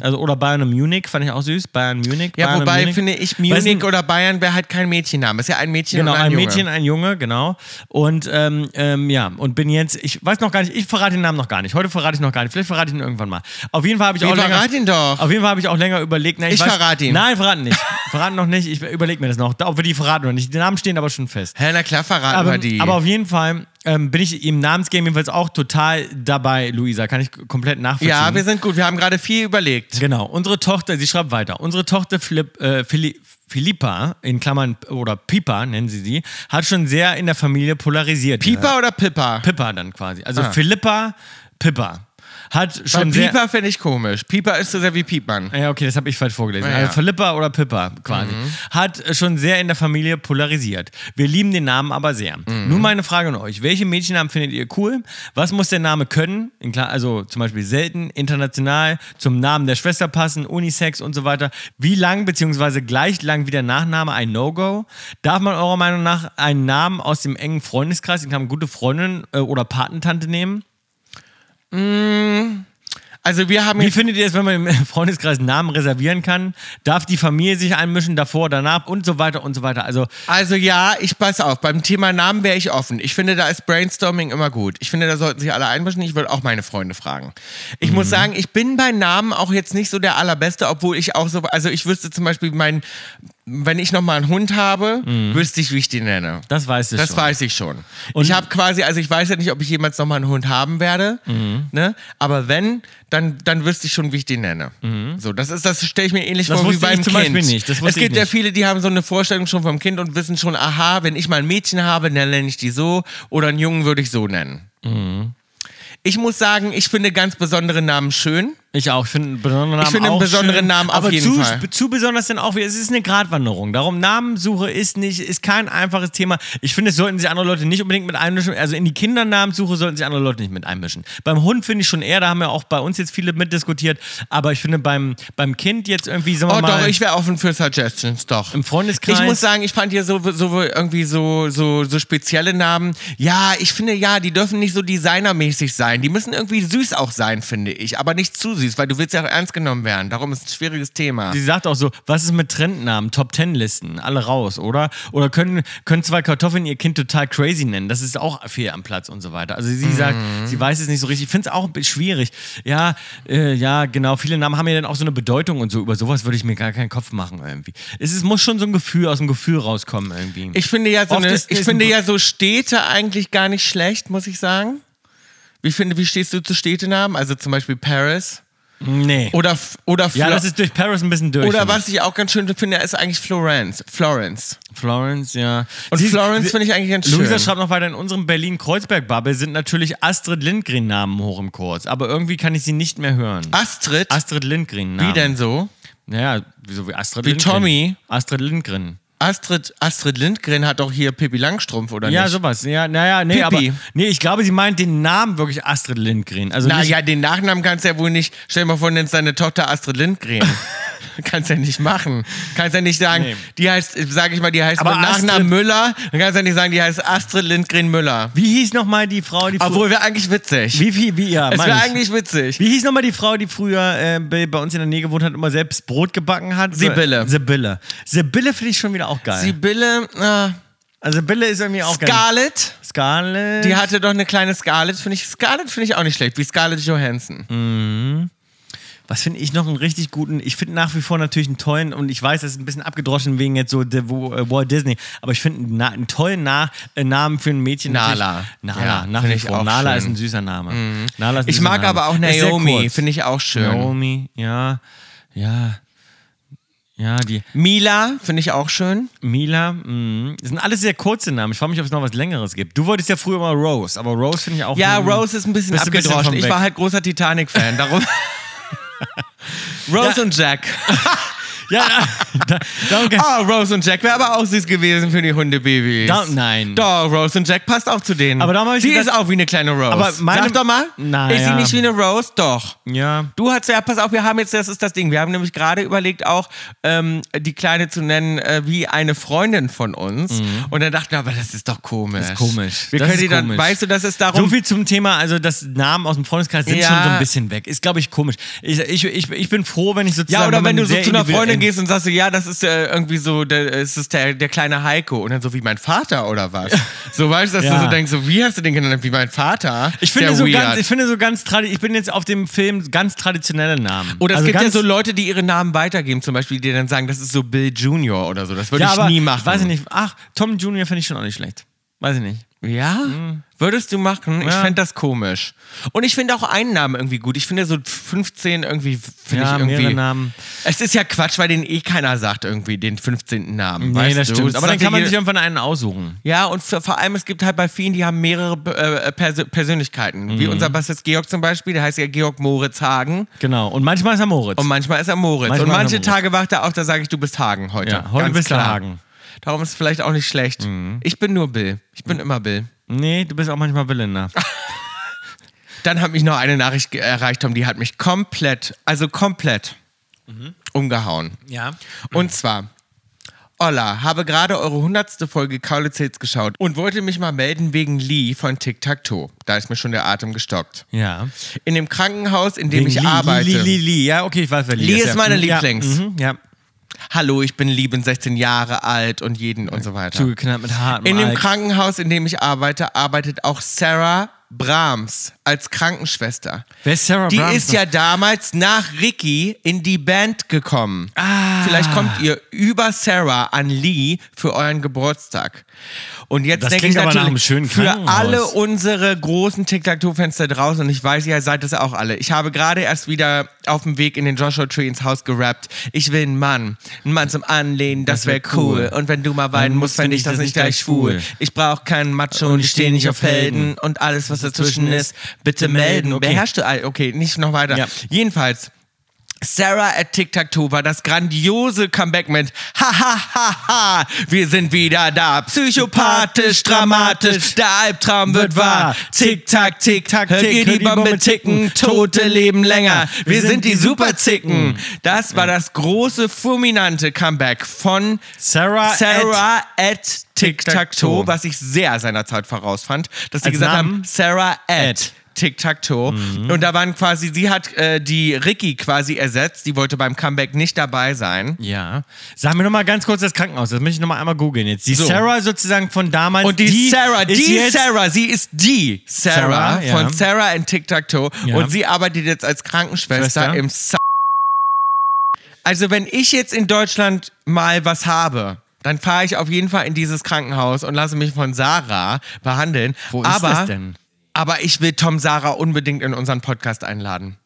S2: Also, oder Bayern und Munich, fand ich auch süß. Bayern Munich.
S1: Mhm. Ja,
S2: Bayern und
S1: wobei
S2: Munich.
S1: finde ich,
S2: Weil es
S1: Munich
S2: ein-
S1: oder Bayern wäre halt kein Mädchenname. Ist ja ein Mädchen
S2: Genau,
S1: und
S2: ein,
S1: ein, Junge.
S2: Mädchen, ein Junge, genau. Und ähm, ähm, ja, und bin jetzt, ich weiß noch gar nicht, ich verrate den Namen noch gar nicht. Heute verrate ich noch gar nicht. Vielleicht verrate ich ihn irgendwann mal. Auf jeden Fall habe ich
S1: Nee,
S2: auch länger.
S1: verrate ihn doch.
S2: Auf jeden Fall habe ich auch länger überlegt. Nein,
S1: Ich verrate ihn.
S2: Nein, verraten nicht. verraten noch nicht. Ich überlege mir das noch, ob wir die verraten oder nicht. Die Namen stehen aber schon fest.
S1: Hannah klar verraten
S2: Aber,
S1: wir die.
S2: aber auf jeden Fall ähm, bin ich im Namensgame jedenfalls auch total dabei, Luisa. Kann ich k- komplett nachvollziehen.
S1: ja, wir sind gut. Wir haben gerade viel überlegt.
S2: Genau, unsere Tochter, sie schreibt weiter, unsere Tochter Philipp, äh, Phili- Philippa, in Klammern oder Pipa nennen sie sie, hat schon sehr in der Familie polarisiert.
S1: Pieper oder Pippa?
S2: Pippa dann quasi. Also
S1: Ah.
S2: Philippa, Pippa. Hat
S1: Bei
S2: schon sehr,
S1: Pieper finde ich komisch. Pieper ist so sehr wie Piepmann.
S2: ja, okay, das habe ich falsch vorgelesen.
S1: Ja,
S2: Also
S1: ja.
S2: Philippa oder Pippa quasi. Hat äh, schon sehr in der Familie polarisiert. Wir lieben den Namen aber sehr. Nun meine Frage an euch. Welche Mädchennamen findet ihr cool? Was muss der Name können? In klar, also zum Beispiel selten, international, zum Namen der Schwester passen, Unisex und so weiter. Wie lang beziehungsweise gleich lang wie der Nachname ein No-Go? Darf man eurer Meinung nach einen Namen aus dem engen Freundeskreis, in Klammern gute Freundin äh, oder Patentante nehmen?
S1: Also wir haben
S2: Wie
S1: jetzt
S2: findet ihr es, wenn man im Freundeskreis einen Namen reservieren kann? Darf die Familie sich einmischen, davor, danach und so weiter und so weiter? Also,
S1: Also ja, ich pass auf, beim Thema Namen wäre ich offen. Ich finde, da ist Brainstorming immer gut. Ich finde, da sollten sich alle einmischen. Ich würde auch meine Freunde fragen. Ich muss sagen, ich bin bei Namen auch jetzt nicht so der allerbeste, obwohl ich auch so, also ich wüsste zum Beispiel, mein, wenn ich nochmal einen Hund habe, wüsste ich, wie ich den nenne.
S2: das weißt du
S1: Das
S2: schon.
S1: weiß ich schon.
S2: Und-
S1: ich habe quasi, also ich weiß ja nicht, ob ich jemals nochmal einen Hund haben werde,
S2: Mhm.
S1: ne? aber wenn, dann, dann wüsste ich schon, wie ich den nenne. So, das ist, das stelle ich mir ähnlich
S2: Mhm. Das
S1: vor wie
S2: wusste ich
S1: beim
S2: zum
S1: Kind.
S2: Beispiel nicht. Das
S1: es
S2: wusste ich
S1: gibt ja
S2: nicht.
S1: viele, die haben so eine Vorstellung schon vom Kind und wissen schon, aha, wenn ich mal ein Mädchen habe, dann nenne ich die so oder einen Jungen würde ich so nennen.
S2: Mhm.
S1: Ich muss sagen, ich finde ganz besondere Namen schön.
S2: Ich auch. Ich finde einen besonderen Namen
S1: Ich finde einen
S2: auch
S1: besonderen
S2: schön,
S1: Namen auf
S2: aber
S1: jeden
S2: zu,
S1: Fall.
S2: zu besonders dann auch wieder. Es ist eine Gratwanderung. Darum, Namenssuche ist nicht, ist kein einfaches Thema. Ich finde, es sollten sich andere Leute nicht unbedingt mit einmischen. Also in die Kindernamenssuche sollten sich andere Leute nicht mit einmischen. Beim Hund finde ich schon eher, da haben ja auch bei uns jetzt viele mitdiskutiert. Aber ich finde, beim, beim Kind jetzt irgendwie, sagen wir
S1: Oh
S2: mal.
S1: doch, ich wäre offen für Suggestions, doch.
S2: Im Freundeskreis?
S1: Ich muss sagen, ich fand hier so, so irgendwie so, so, so spezielle Namen. Ja, ich finde ja, die dürfen nicht so designermäßig sein. Die müssen irgendwie süß auch sein, finde ich. Aber nicht zu süß, weil du willst ja auch ernst genommen werden. Darum ist es ein schwieriges Thema.
S2: Sie sagt auch so, was ist mit Trendnamen, Top Ten Listen, alle raus, oder? Oder können, können zwei Kartoffeln ihr Kind total crazy nennen? Das ist auch fehl am Platz und so weiter. Also sie sagt,
S1: Mhm.
S2: sie weiß es nicht so richtig. Ich finde es auch ein bisschen schwierig. Ja, äh, ja, genau. Viele Namen haben ja dann auch so eine Bedeutung und so. Über sowas würde ich mir gar keinen Kopf machen irgendwie. Es ist, muss schon so ein Gefühl aus dem Gefühl rauskommen irgendwie.
S1: Ich finde ja so,
S2: Oft
S1: eine,
S2: ist-
S1: ich
S2: ist
S1: finde
S2: ein-
S1: ja so Städte eigentlich gar nicht schlecht, muss ich sagen. Wie, finde, wie stehst du zu Städtenamen? Also zum Beispiel Paris
S2: nee.
S1: oder, F- oder
S2: ja,
S1: Flo-
S2: das ist durch Paris ein bisschen durch.
S1: Oder
S2: finde
S1: was ich auch ganz schön finde, ist eigentlich Florence. Florence.
S2: Florence, ja.
S1: Und Florence finde ich eigentlich ganz schön.
S2: Luisa schreibt noch weiter, in unserem Berlin-Kreuzberg-Bubble sind natürlich Astrid Lindgren-Namen hoch im Kurs, aber irgendwie kann ich sie nicht mehr hören.
S1: Astrid?
S2: Astrid Lindgren-Namen.
S1: Ah. Wie denn so?
S2: Naja, wieso wie Astrid
S1: Wie
S2: Lindgren.
S1: Tommy?
S2: Astrid Lindgren.
S1: Astrid, Astrid Lindgren hat doch hier Pippi Langstrumpf, oder
S2: Ja,
S1: nicht?
S2: sowas. Ja, naja, nee,
S1: Pippi.
S2: aber nee, ich glaube, sie meint den Namen wirklich Astrid Lindgren. Also
S1: Na
S2: nicht,
S1: ja, den Nachnamen kannst du ja wohl nicht. Stell dir mal vor, du nennst deine Tochter Astrid Lindgren. kannst ja nicht machen. Kannst ja nicht sagen,
S2: Nee.
S1: die heißt, sag ich mal, die heißt
S2: Aber
S1: mit Nachnamen
S2: Astrid-
S1: Müller. Dann kannst du ja nicht sagen, die heißt Astrid Lindgren Müller.
S2: wie hieß nochmal die Frau, die frü-
S1: Obwohl, wäre eigentlich witzig.
S2: wie, wie, wie, ja,
S1: es
S2: meine
S1: wäre
S2: ich.
S1: eigentlich witzig.
S2: Wie hieß nochmal die Frau, die früher äh, bei, bei uns in der Nähe gewohnt hat und immer selbst Brot gebacken hat?
S1: Sibylle.
S2: Sibylle. Sibylle finde ich schon wieder auch geil.
S1: Sibylle, äh,
S2: Also Bille ist irgendwie auch geil.
S1: Scarlett.
S2: Scarlett.
S1: Die hatte doch eine kleine Scarlett, finde ich. Scarlett finde ich auch nicht schlecht, wie Scarlett Johansson.
S2: Was finde ich noch einen richtig guten? Ich finde nach wie vor natürlich einen tollen, und ich weiß, das ist ein bisschen abgedroschen wegen jetzt so der, wo, äh, Walt Disney, aber ich finde einen, na- einen tollen na äh, Namen für ein Mädchen. natürlich-
S1: Nala.
S2: Nala,
S1: Ja,
S2: nach
S1: finde
S2: wie
S1: ich
S2: vor.
S1: auch schön.
S2: Nala
S1: Mhm.
S2: ist ein süßer Name. Nala ist ein
S1: Ich
S2: süßer
S1: mag
S2: Name.
S1: aber auch
S2: Ist sehr
S1: Naomi,
S2: kurz.
S1: finde ich auch schön.
S2: Naomi, ja, ja, ja, die
S1: Mila finde ich auch schön.
S2: Mila, mh. das sind alles sehr kurze Namen. Ich frage mich, ob es noch was Längeres gibt. Du wolltest ja früher mal Rose, aber Rose finde ich auch.
S1: Ja,
S2: mh,
S1: Rose ist ein bisschen
S2: bist du
S1: abgedroschen.
S2: von
S1: ich
S2: weg.
S1: war halt großer Titanic-Fan, darum. Rose
S2: Ja.
S1: und Jack.
S2: Ja, da, da, danke.
S1: Oh, Rose und Jack wäre aber auch süß gewesen für die Hundebabys.
S2: Da- nein.
S1: Doch, Rose und Jack passt auch zu denen.
S2: Aber darum hab ich
S1: Sie
S2: gedacht-
S1: ist auch wie eine kleine Rose.
S2: Aber meine-
S1: Sag doch mal,
S2: Na
S1: ist sie
S2: ja.
S1: nicht wie eine Rose? Doch.
S2: Ja.
S1: Du hast ja, pass auf, wir haben jetzt, das ist das Ding. Wir haben nämlich gerade überlegt, auch ähm, die Kleine zu nennen äh, wie eine Freundin von uns. Und dann dachten wir, aber das ist doch komisch.
S2: Mhm. Das ist komisch.
S1: Wir
S2: Das
S1: können
S2: ist
S1: die dann,
S2: komisch.
S1: weißt du, das ist darum.
S2: So viel zum Thema, also das Namen aus dem Freundeskreis sind
S1: Ja.
S2: schon so ein bisschen weg. Ist, glaube ich, komisch. Ich, ich, ich, ich bin froh, wenn ich sozusagen.
S1: ja, oder wenn
S2: man
S1: du so
S2: sehr
S1: zu einer
S2: individuell-
S1: Freundin gehst und sagst, so, ja, das ist äh, irgendwie so, der, es ist der, der kleine Heiko. Und dann so wie mein Vater oder was. So weißt du, dass
S2: Ja.
S1: du so denkst, so wie hast du den genannt, wie mein Vater?
S2: Ich
S1: Sehr
S2: finde, so
S1: weird.
S2: ganz, ich finde so ganz tradi ich bin jetzt auf dem Film ganz traditionelle Namen.
S1: oder es
S2: Also
S1: gibt ja
S2: ganz-
S1: so Leute, die ihre Namen weitergeben, zum Beispiel, die dann sagen, das ist so Bill Junior oder so. Das würde
S2: ja,
S1: ich
S2: aber,
S1: nie machen.
S2: Weiß ich nicht. Ach, Tom Junior finde ich schon auch nicht schlecht. Weiß ich nicht.
S1: Ja? Würdest du machen? Ich
S2: Ja.
S1: fände das komisch. Und ich finde auch einen Namen irgendwie gut. Ich finde so 15 irgendwie, finde
S2: ja,
S1: ich irgendwie.
S2: mehrere Namen.
S1: Es ist ja Quatsch, weil den eh keiner sagt irgendwie, den 15. Namen.
S2: Nee,
S1: weißt
S2: das
S1: du?
S2: stimmt. Aber dann
S1: sagt
S2: kann man
S1: dir-
S2: sich irgendwann einen aussuchen.
S1: Ja, und vor vor allem, es gibt halt bei vielen, die haben mehrere äh, Perso Persönlichkeiten.
S2: Mhm.
S1: Wie unser Bassist Georg zum Beispiel, der heißt ja Georg Moritz Hagen.
S2: Genau. Und manchmal ist er Moritz.
S1: Und manchmal ist er Moritz.
S2: Manchmal
S1: und
S2: ist er
S1: manche
S2: Moritz.
S1: Tage wacht er auf, da sage ich, du bist Hagen heute.
S2: ja, heute
S1: Ganz
S2: bist du
S1: klar.
S2: Hagen. Mhm.
S1: Darum ist es vielleicht auch nicht schlecht. Ich bin nur Bill. Ich bin immer Bill.
S2: Nee, du bist auch manchmal Belinda.
S1: Dann hat mich noch eine Nachricht ge- erreicht, Tom, die hat mich komplett, also komplett
S2: Mhm.
S1: umgehauen.
S2: Ja.
S1: Und zwar, Olla, habe gerade eure hundertste Folge Kaulitz Hits geschaut und wollte mich mal melden wegen Lee von Tic Tac Toe. Da ist mir schon der Atem gestockt.
S2: Ja.
S1: In dem Krankenhaus, in dem ich
S2: Li,
S1: arbeite.
S2: Li, Li, Li, ja, okay, ich weiß, wer Li,
S1: Li
S2: ist.
S1: ist
S2: ja.
S1: meine
S2: ja.
S1: Lieblings.
S2: Mhm, ja.
S1: Hallo, ich bin Lee, bin 16 Jahre alt und jeden und so weiter.
S2: Zugeknallt mit hartem
S1: In dem
S2: Alk.
S1: Krankenhaus, in dem ich arbeite, arbeitet auch Sarah Brahms als Krankenschwester.
S2: Wer ist Sarah
S1: Die
S2: Brahms
S1: ist
S2: noch?
S1: ja damals nach Ricky in die Band gekommen.
S2: Ah.
S1: Vielleicht kommt ihr über Sarah an Lee für euren Geburtstag. Und jetzt
S2: Das
S1: denke
S2: klingt
S1: ich
S2: aber nach
S1: natürlich
S2: einem schönen
S1: für
S2: Krankenhaus.
S1: alle unsere großen Tic-Tac-Toe-Fans da draußen, und ich weiß, ihr seid es auch alle. Ich habe gerade erst wieder auf dem Weg in den Joshua Tree ins Haus gerappt. Ich will einen Mann. Einen Mann zum Anlehnen, das,
S2: wär
S1: wäre cool.
S2: cool.
S1: Und wenn du mal weinen
S2: Dann
S1: musst, fände ich das nicht gleich schwul.
S2: cool.
S1: Ich brauche keinen Macho und ich stehe nicht auf Helden. Und alles, was dazwischen ist, bitte melden.
S2: Okay.
S1: Beherrschst du all... Okay, nicht noch weiter.
S2: Ja.
S1: Jedenfalls, Sarah at Tic Tac Toe war das grandiose Comeback mit Ha ha ha ha, wir sind wieder da. Psychopathisch, dramatisch, der Albtraum wird wahr. Tick Tack, Tick Tack, hört ihr die Bombe ticken, Tote leben länger. Wir sind die Superzicken. Das war das große fulminante Comeback von
S2: Sarah at-
S1: Sarah at Tic Tac Toe,
S2: Tic-Tac-Toe.
S1: was ich sehr seinerzeit vorausfand, dass sie
S2: Als
S1: gesagt
S2: Namen?
S1: haben Sarah at
S2: At. Mhm.
S1: Tic-Tac-Toe. Und da waren quasi, sie hat äh, die Ricky quasi ersetzt. Die wollte beim Comeback nicht dabei sein.
S2: Ja. Sag mir nochmal ganz kurz das Krankenhaus. Das möchte ich nochmal einmal googeln jetzt. Die
S1: So.
S2: Sarah sozusagen von damals.
S1: Und die, Sarah,
S2: Also ist
S1: die
S2: jetzt-
S1: Sarah, sie ist die Sarah,
S2: Sarah, ja.
S1: von Sarah and Tic-Tac-Toe.
S2: Ja.
S1: Und sie arbeitet jetzt als Krankenschwester
S2: Schwester.
S1: im Sa Also, wenn ich jetzt in Deutschland mal was habe. Dann fahre ich auf jeden Fall in dieses Krankenhaus und lasse mich von Sarah behandeln.
S2: Wo ist
S1: aber,
S2: das denn?
S1: Aber ich will Tom Sarah unbedingt in unseren Podcast einladen.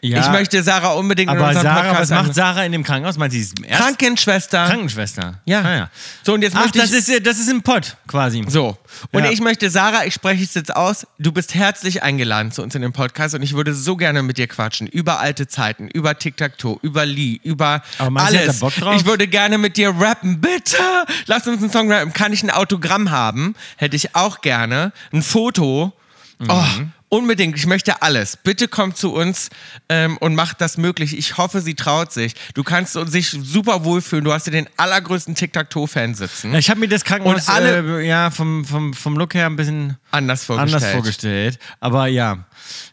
S2: Ja,
S1: Ich möchte Sarah unbedingt in
S2: Aber
S1: unseren
S2: Sarah, was
S1: Podcast
S2: macht Sarah in dem Krankenhaus? Meint sie ist Ärztin?
S1: Krankenschwester.
S2: Krankenschwester.
S1: ja.
S2: Ah, ja.
S1: So, und jetzt
S2: Ach,
S1: möchte
S2: das
S1: ich.
S2: ist, äh, das ist im Pott quasi.
S1: so. Und
S2: Ja.
S1: ich möchte, Sarah, ich spreche es jetzt aus, du bist herzlich eingeladen zu uns in den Podcast und ich würde so gerne mit dir quatschen. Über alte Zeiten, über Tic-Tac-Toe, über Lee, über
S2: Aber meinst du, hat er
S1: alles.
S2: Bock drauf?
S1: Ich würde gerne mit dir rappen. Bitte, lass uns einen Song rappen. Kann ich ein Autogramm haben? Hätte ich auch gerne. Ein Foto.
S2: Mhm.
S1: Oh, unbedingt, ich möchte alles. Bitte kommt zu uns ähm, und macht das möglich. Ich hoffe, sie traut sich. Du kannst sich super wohlfühlen. Du hast hier den allergrößten Tic-Tac-Toe-Fan sitzen.
S2: Ja, ich habe mir das Krankenhaus
S1: Und alle-
S2: äh, ja, vom, vom, vom Look her ein bisschen
S1: Anders vorgestellt.
S2: anders vorgestellt. Aber ja.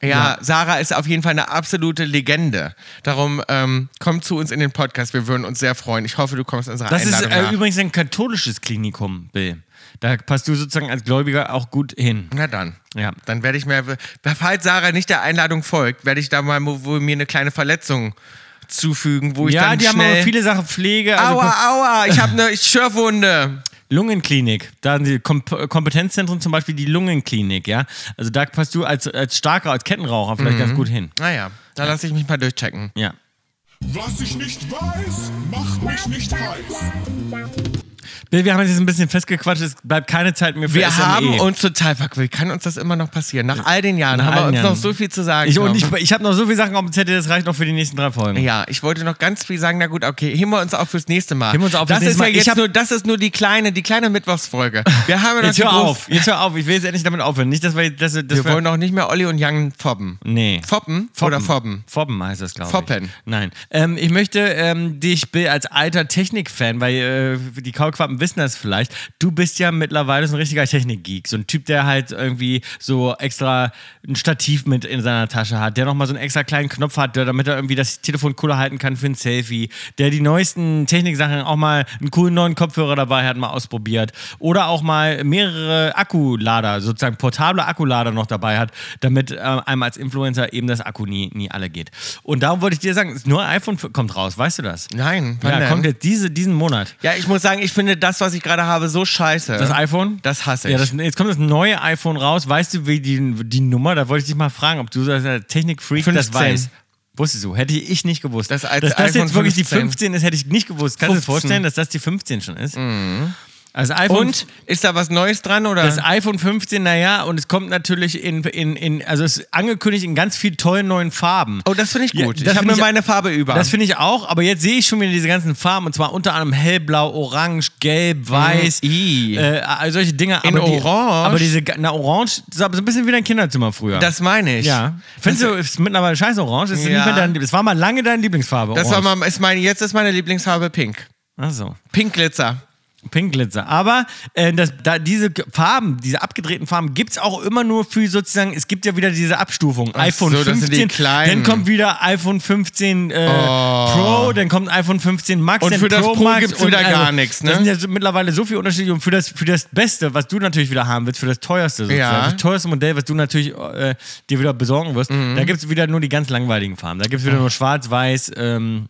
S1: Ja, Sarah ist auf jeden Fall eine absolute Legende. Darum ähm, kommt zu uns in den Podcast. Wir würden uns sehr freuen. Ich hoffe, du kommst unserer
S2: Das ist
S1: Einladung
S2: äh,
S1: nach.
S2: übrigens ein katholisches Klinikum, Bill. Da passt du sozusagen als Gläubiger auch gut hin.
S1: Na dann.
S2: Ja.
S1: Dann werde ich mir, falls Sarah nicht der Einladung folgt, werde ich da mal mo- wohl mir eine kleine Verletzung zufügen, wo ich
S2: Ja,
S1: dann
S2: die haben
S1: schnell...
S2: auch viele Sachen Pflege, also
S1: aua, aua, ich habe eine Schürfwunde.
S2: Lungenklinik. Da sind die Kom Kompetenzzentren zum Beispiel die Lungenklinik, ja. Also da passt du als, als starker, als Kettenraucher vielleicht
S1: Mhm.
S2: ganz gut hin.
S1: Naja, da lasse ich mich mal durchchecken.
S2: Ja.
S6: Was ich nicht weiß, macht mich nicht heiß.
S2: Bill, wir haben jetzt ein bisschen festgequatscht, es bleibt keine Zeit mehr für E.
S1: Wir
S2: SME.
S1: haben uns total verquält. Kann uns das immer noch passieren? Nach all den Jahren
S2: eh? Nach
S1: haben wir
S2: allen
S1: uns noch
S2: Jahren.
S1: so viel zu sagen.
S2: ich, und ich,
S1: glaube.
S2: ich habe noch so viele Sachen auf dem Zettel, das reicht noch für die nächsten drei Folgen.
S1: ja, ich wollte noch ganz viel sagen. Na gut, okay, heben wir uns auf fürs nächste Mal.
S2: Heben wir uns auf
S1: das
S2: fürs
S1: ist
S2: nächste Mal.
S1: Ja
S2: Ich
S1: jetzt
S2: hab-
S1: nur, das ist nur die kleine, die kleine Mittwochsfolge. Wir haben ja noch
S2: Jetzt
S1: die
S2: hör
S1: groß-
S2: auf, jetzt hör auf. Ich will jetzt endlich damit aufhören. Nicht, dass wir, dass, wir- dass
S1: Wir wollen auch nicht mehr Olli und Young foppen.
S2: Nee.
S1: Foppen, oder Fobben?
S2: Fobben heißt das, glaube ich.
S1: Foppen.
S2: Nein. Ähm, ich möchte ähm, dich, Bill, als alter Technik-Fan, weil äh, die Kaulquappen wissen das vielleicht, du bist ja mittlerweile so ein richtiger Technik-Geek. So ein Typ, der halt irgendwie so extra ein Stativ mit in seiner Tasche hat, der nochmal so einen extra kleinen Knopf hat, der- damit er irgendwie das Telefon cooler halten kann für ein Selfie, der die neuesten Techniksachen auch mal einen coolen neuen Kopfhörer dabei hat, mal ausprobiert. Oder auch mal mehrere Akkulader, sozusagen portable Akkulader noch dabei hat, damit äh, einem als Influencer eben das Akku nie, nie alle geht. Und darum wollte ich dir sagen, das neue iPhone f- kommt raus, weißt du das?
S1: Nein, wann
S2: Ja,
S1: denn?
S2: kommt jetzt diese, diesen Monat.
S1: Ja, ich muss sagen, ich finde das, was ich gerade habe, so scheiße.
S2: Das iPhone?
S1: Das hasse ich.
S2: Ja, das, jetzt kommt das neue iPhone raus. Weißt du, wie die, die Nummer? Da wollte ich dich mal fragen, ob du so als Technik-Freak das
S1: 15.
S2: weißt. Wusstest du, hätte ich nicht gewusst.
S1: Das als
S2: dass das
S1: iPhone
S2: jetzt wirklich
S1: 15.
S2: die 15 ist, hätte ich nicht gewusst. Kannst du
S1: 15.
S2: dir vorstellen, dass das die 15 schon ist? Also
S1: Mhm.
S2: iPhone
S1: und äh, ist da was Neues dran oder?
S2: Das iPhone 15, naja, und es kommt natürlich in, in, in, also es ist angekündigt in ganz viel tollen neuen Farben.
S1: oh, das finde ich
S2: Ja,
S1: gut.
S2: das
S1: ich habe
S2: find
S1: mir meine Farbe über.
S2: Das finde ich auch, aber jetzt sehe ich schon wieder diese ganzen Farben, und zwar unter anderem hellblau, orange, gelb, weiß,
S1: Mhm. I.
S2: äh, all solche Dinge.
S1: In
S2: aber Die,
S1: orange?
S2: aber diese, ga- na, orange, so so ein bisschen wie dein Kinderzimmer früher.
S1: das meine ich.
S2: ja. Findest du, ist mittlerweile scheiß orange? Ist
S1: Ja.
S2: nicht mehr dein, Lieb- es war mal lange deine Lieblingsfarbe,
S1: Das war
S2: orange.
S1: mal, ist meine, jetzt ist meine Lieblingsfarbe pink.
S2: Ach so.
S1: Pink Glitzer.
S2: Pinkglitzer. Aber äh, das, da diese G- Farben, diese abgedrehten Farben, gibt es auch immer nur für sozusagen, es gibt ja wieder diese Abstufung. iPhone
S1: so, das
S2: 15,
S1: sind die kleinen. Oh.
S2: dann kommt wieder iPhone 15 äh, Pro, dann kommt iPhone 15 Max,
S1: Und
S2: dann
S1: für das
S2: Pro
S1: Pro
S2: Max
S1: gibt's
S2: und also,
S1: wieder gar nichts, ne?
S2: Das sind ja so, mittlerweile so viele Unterschiede und für das, für das Beste, was du natürlich wieder haben willst, für das teuerste sozusagen,
S1: Ja.
S2: das teuerste Modell, was du natürlich äh, dir wieder besorgen wirst,
S1: Mhm.
S2: da gibt es wieder nur die ganz langweiligen Farben. Da gibt es wieder nur schwarz, weiß, ähm,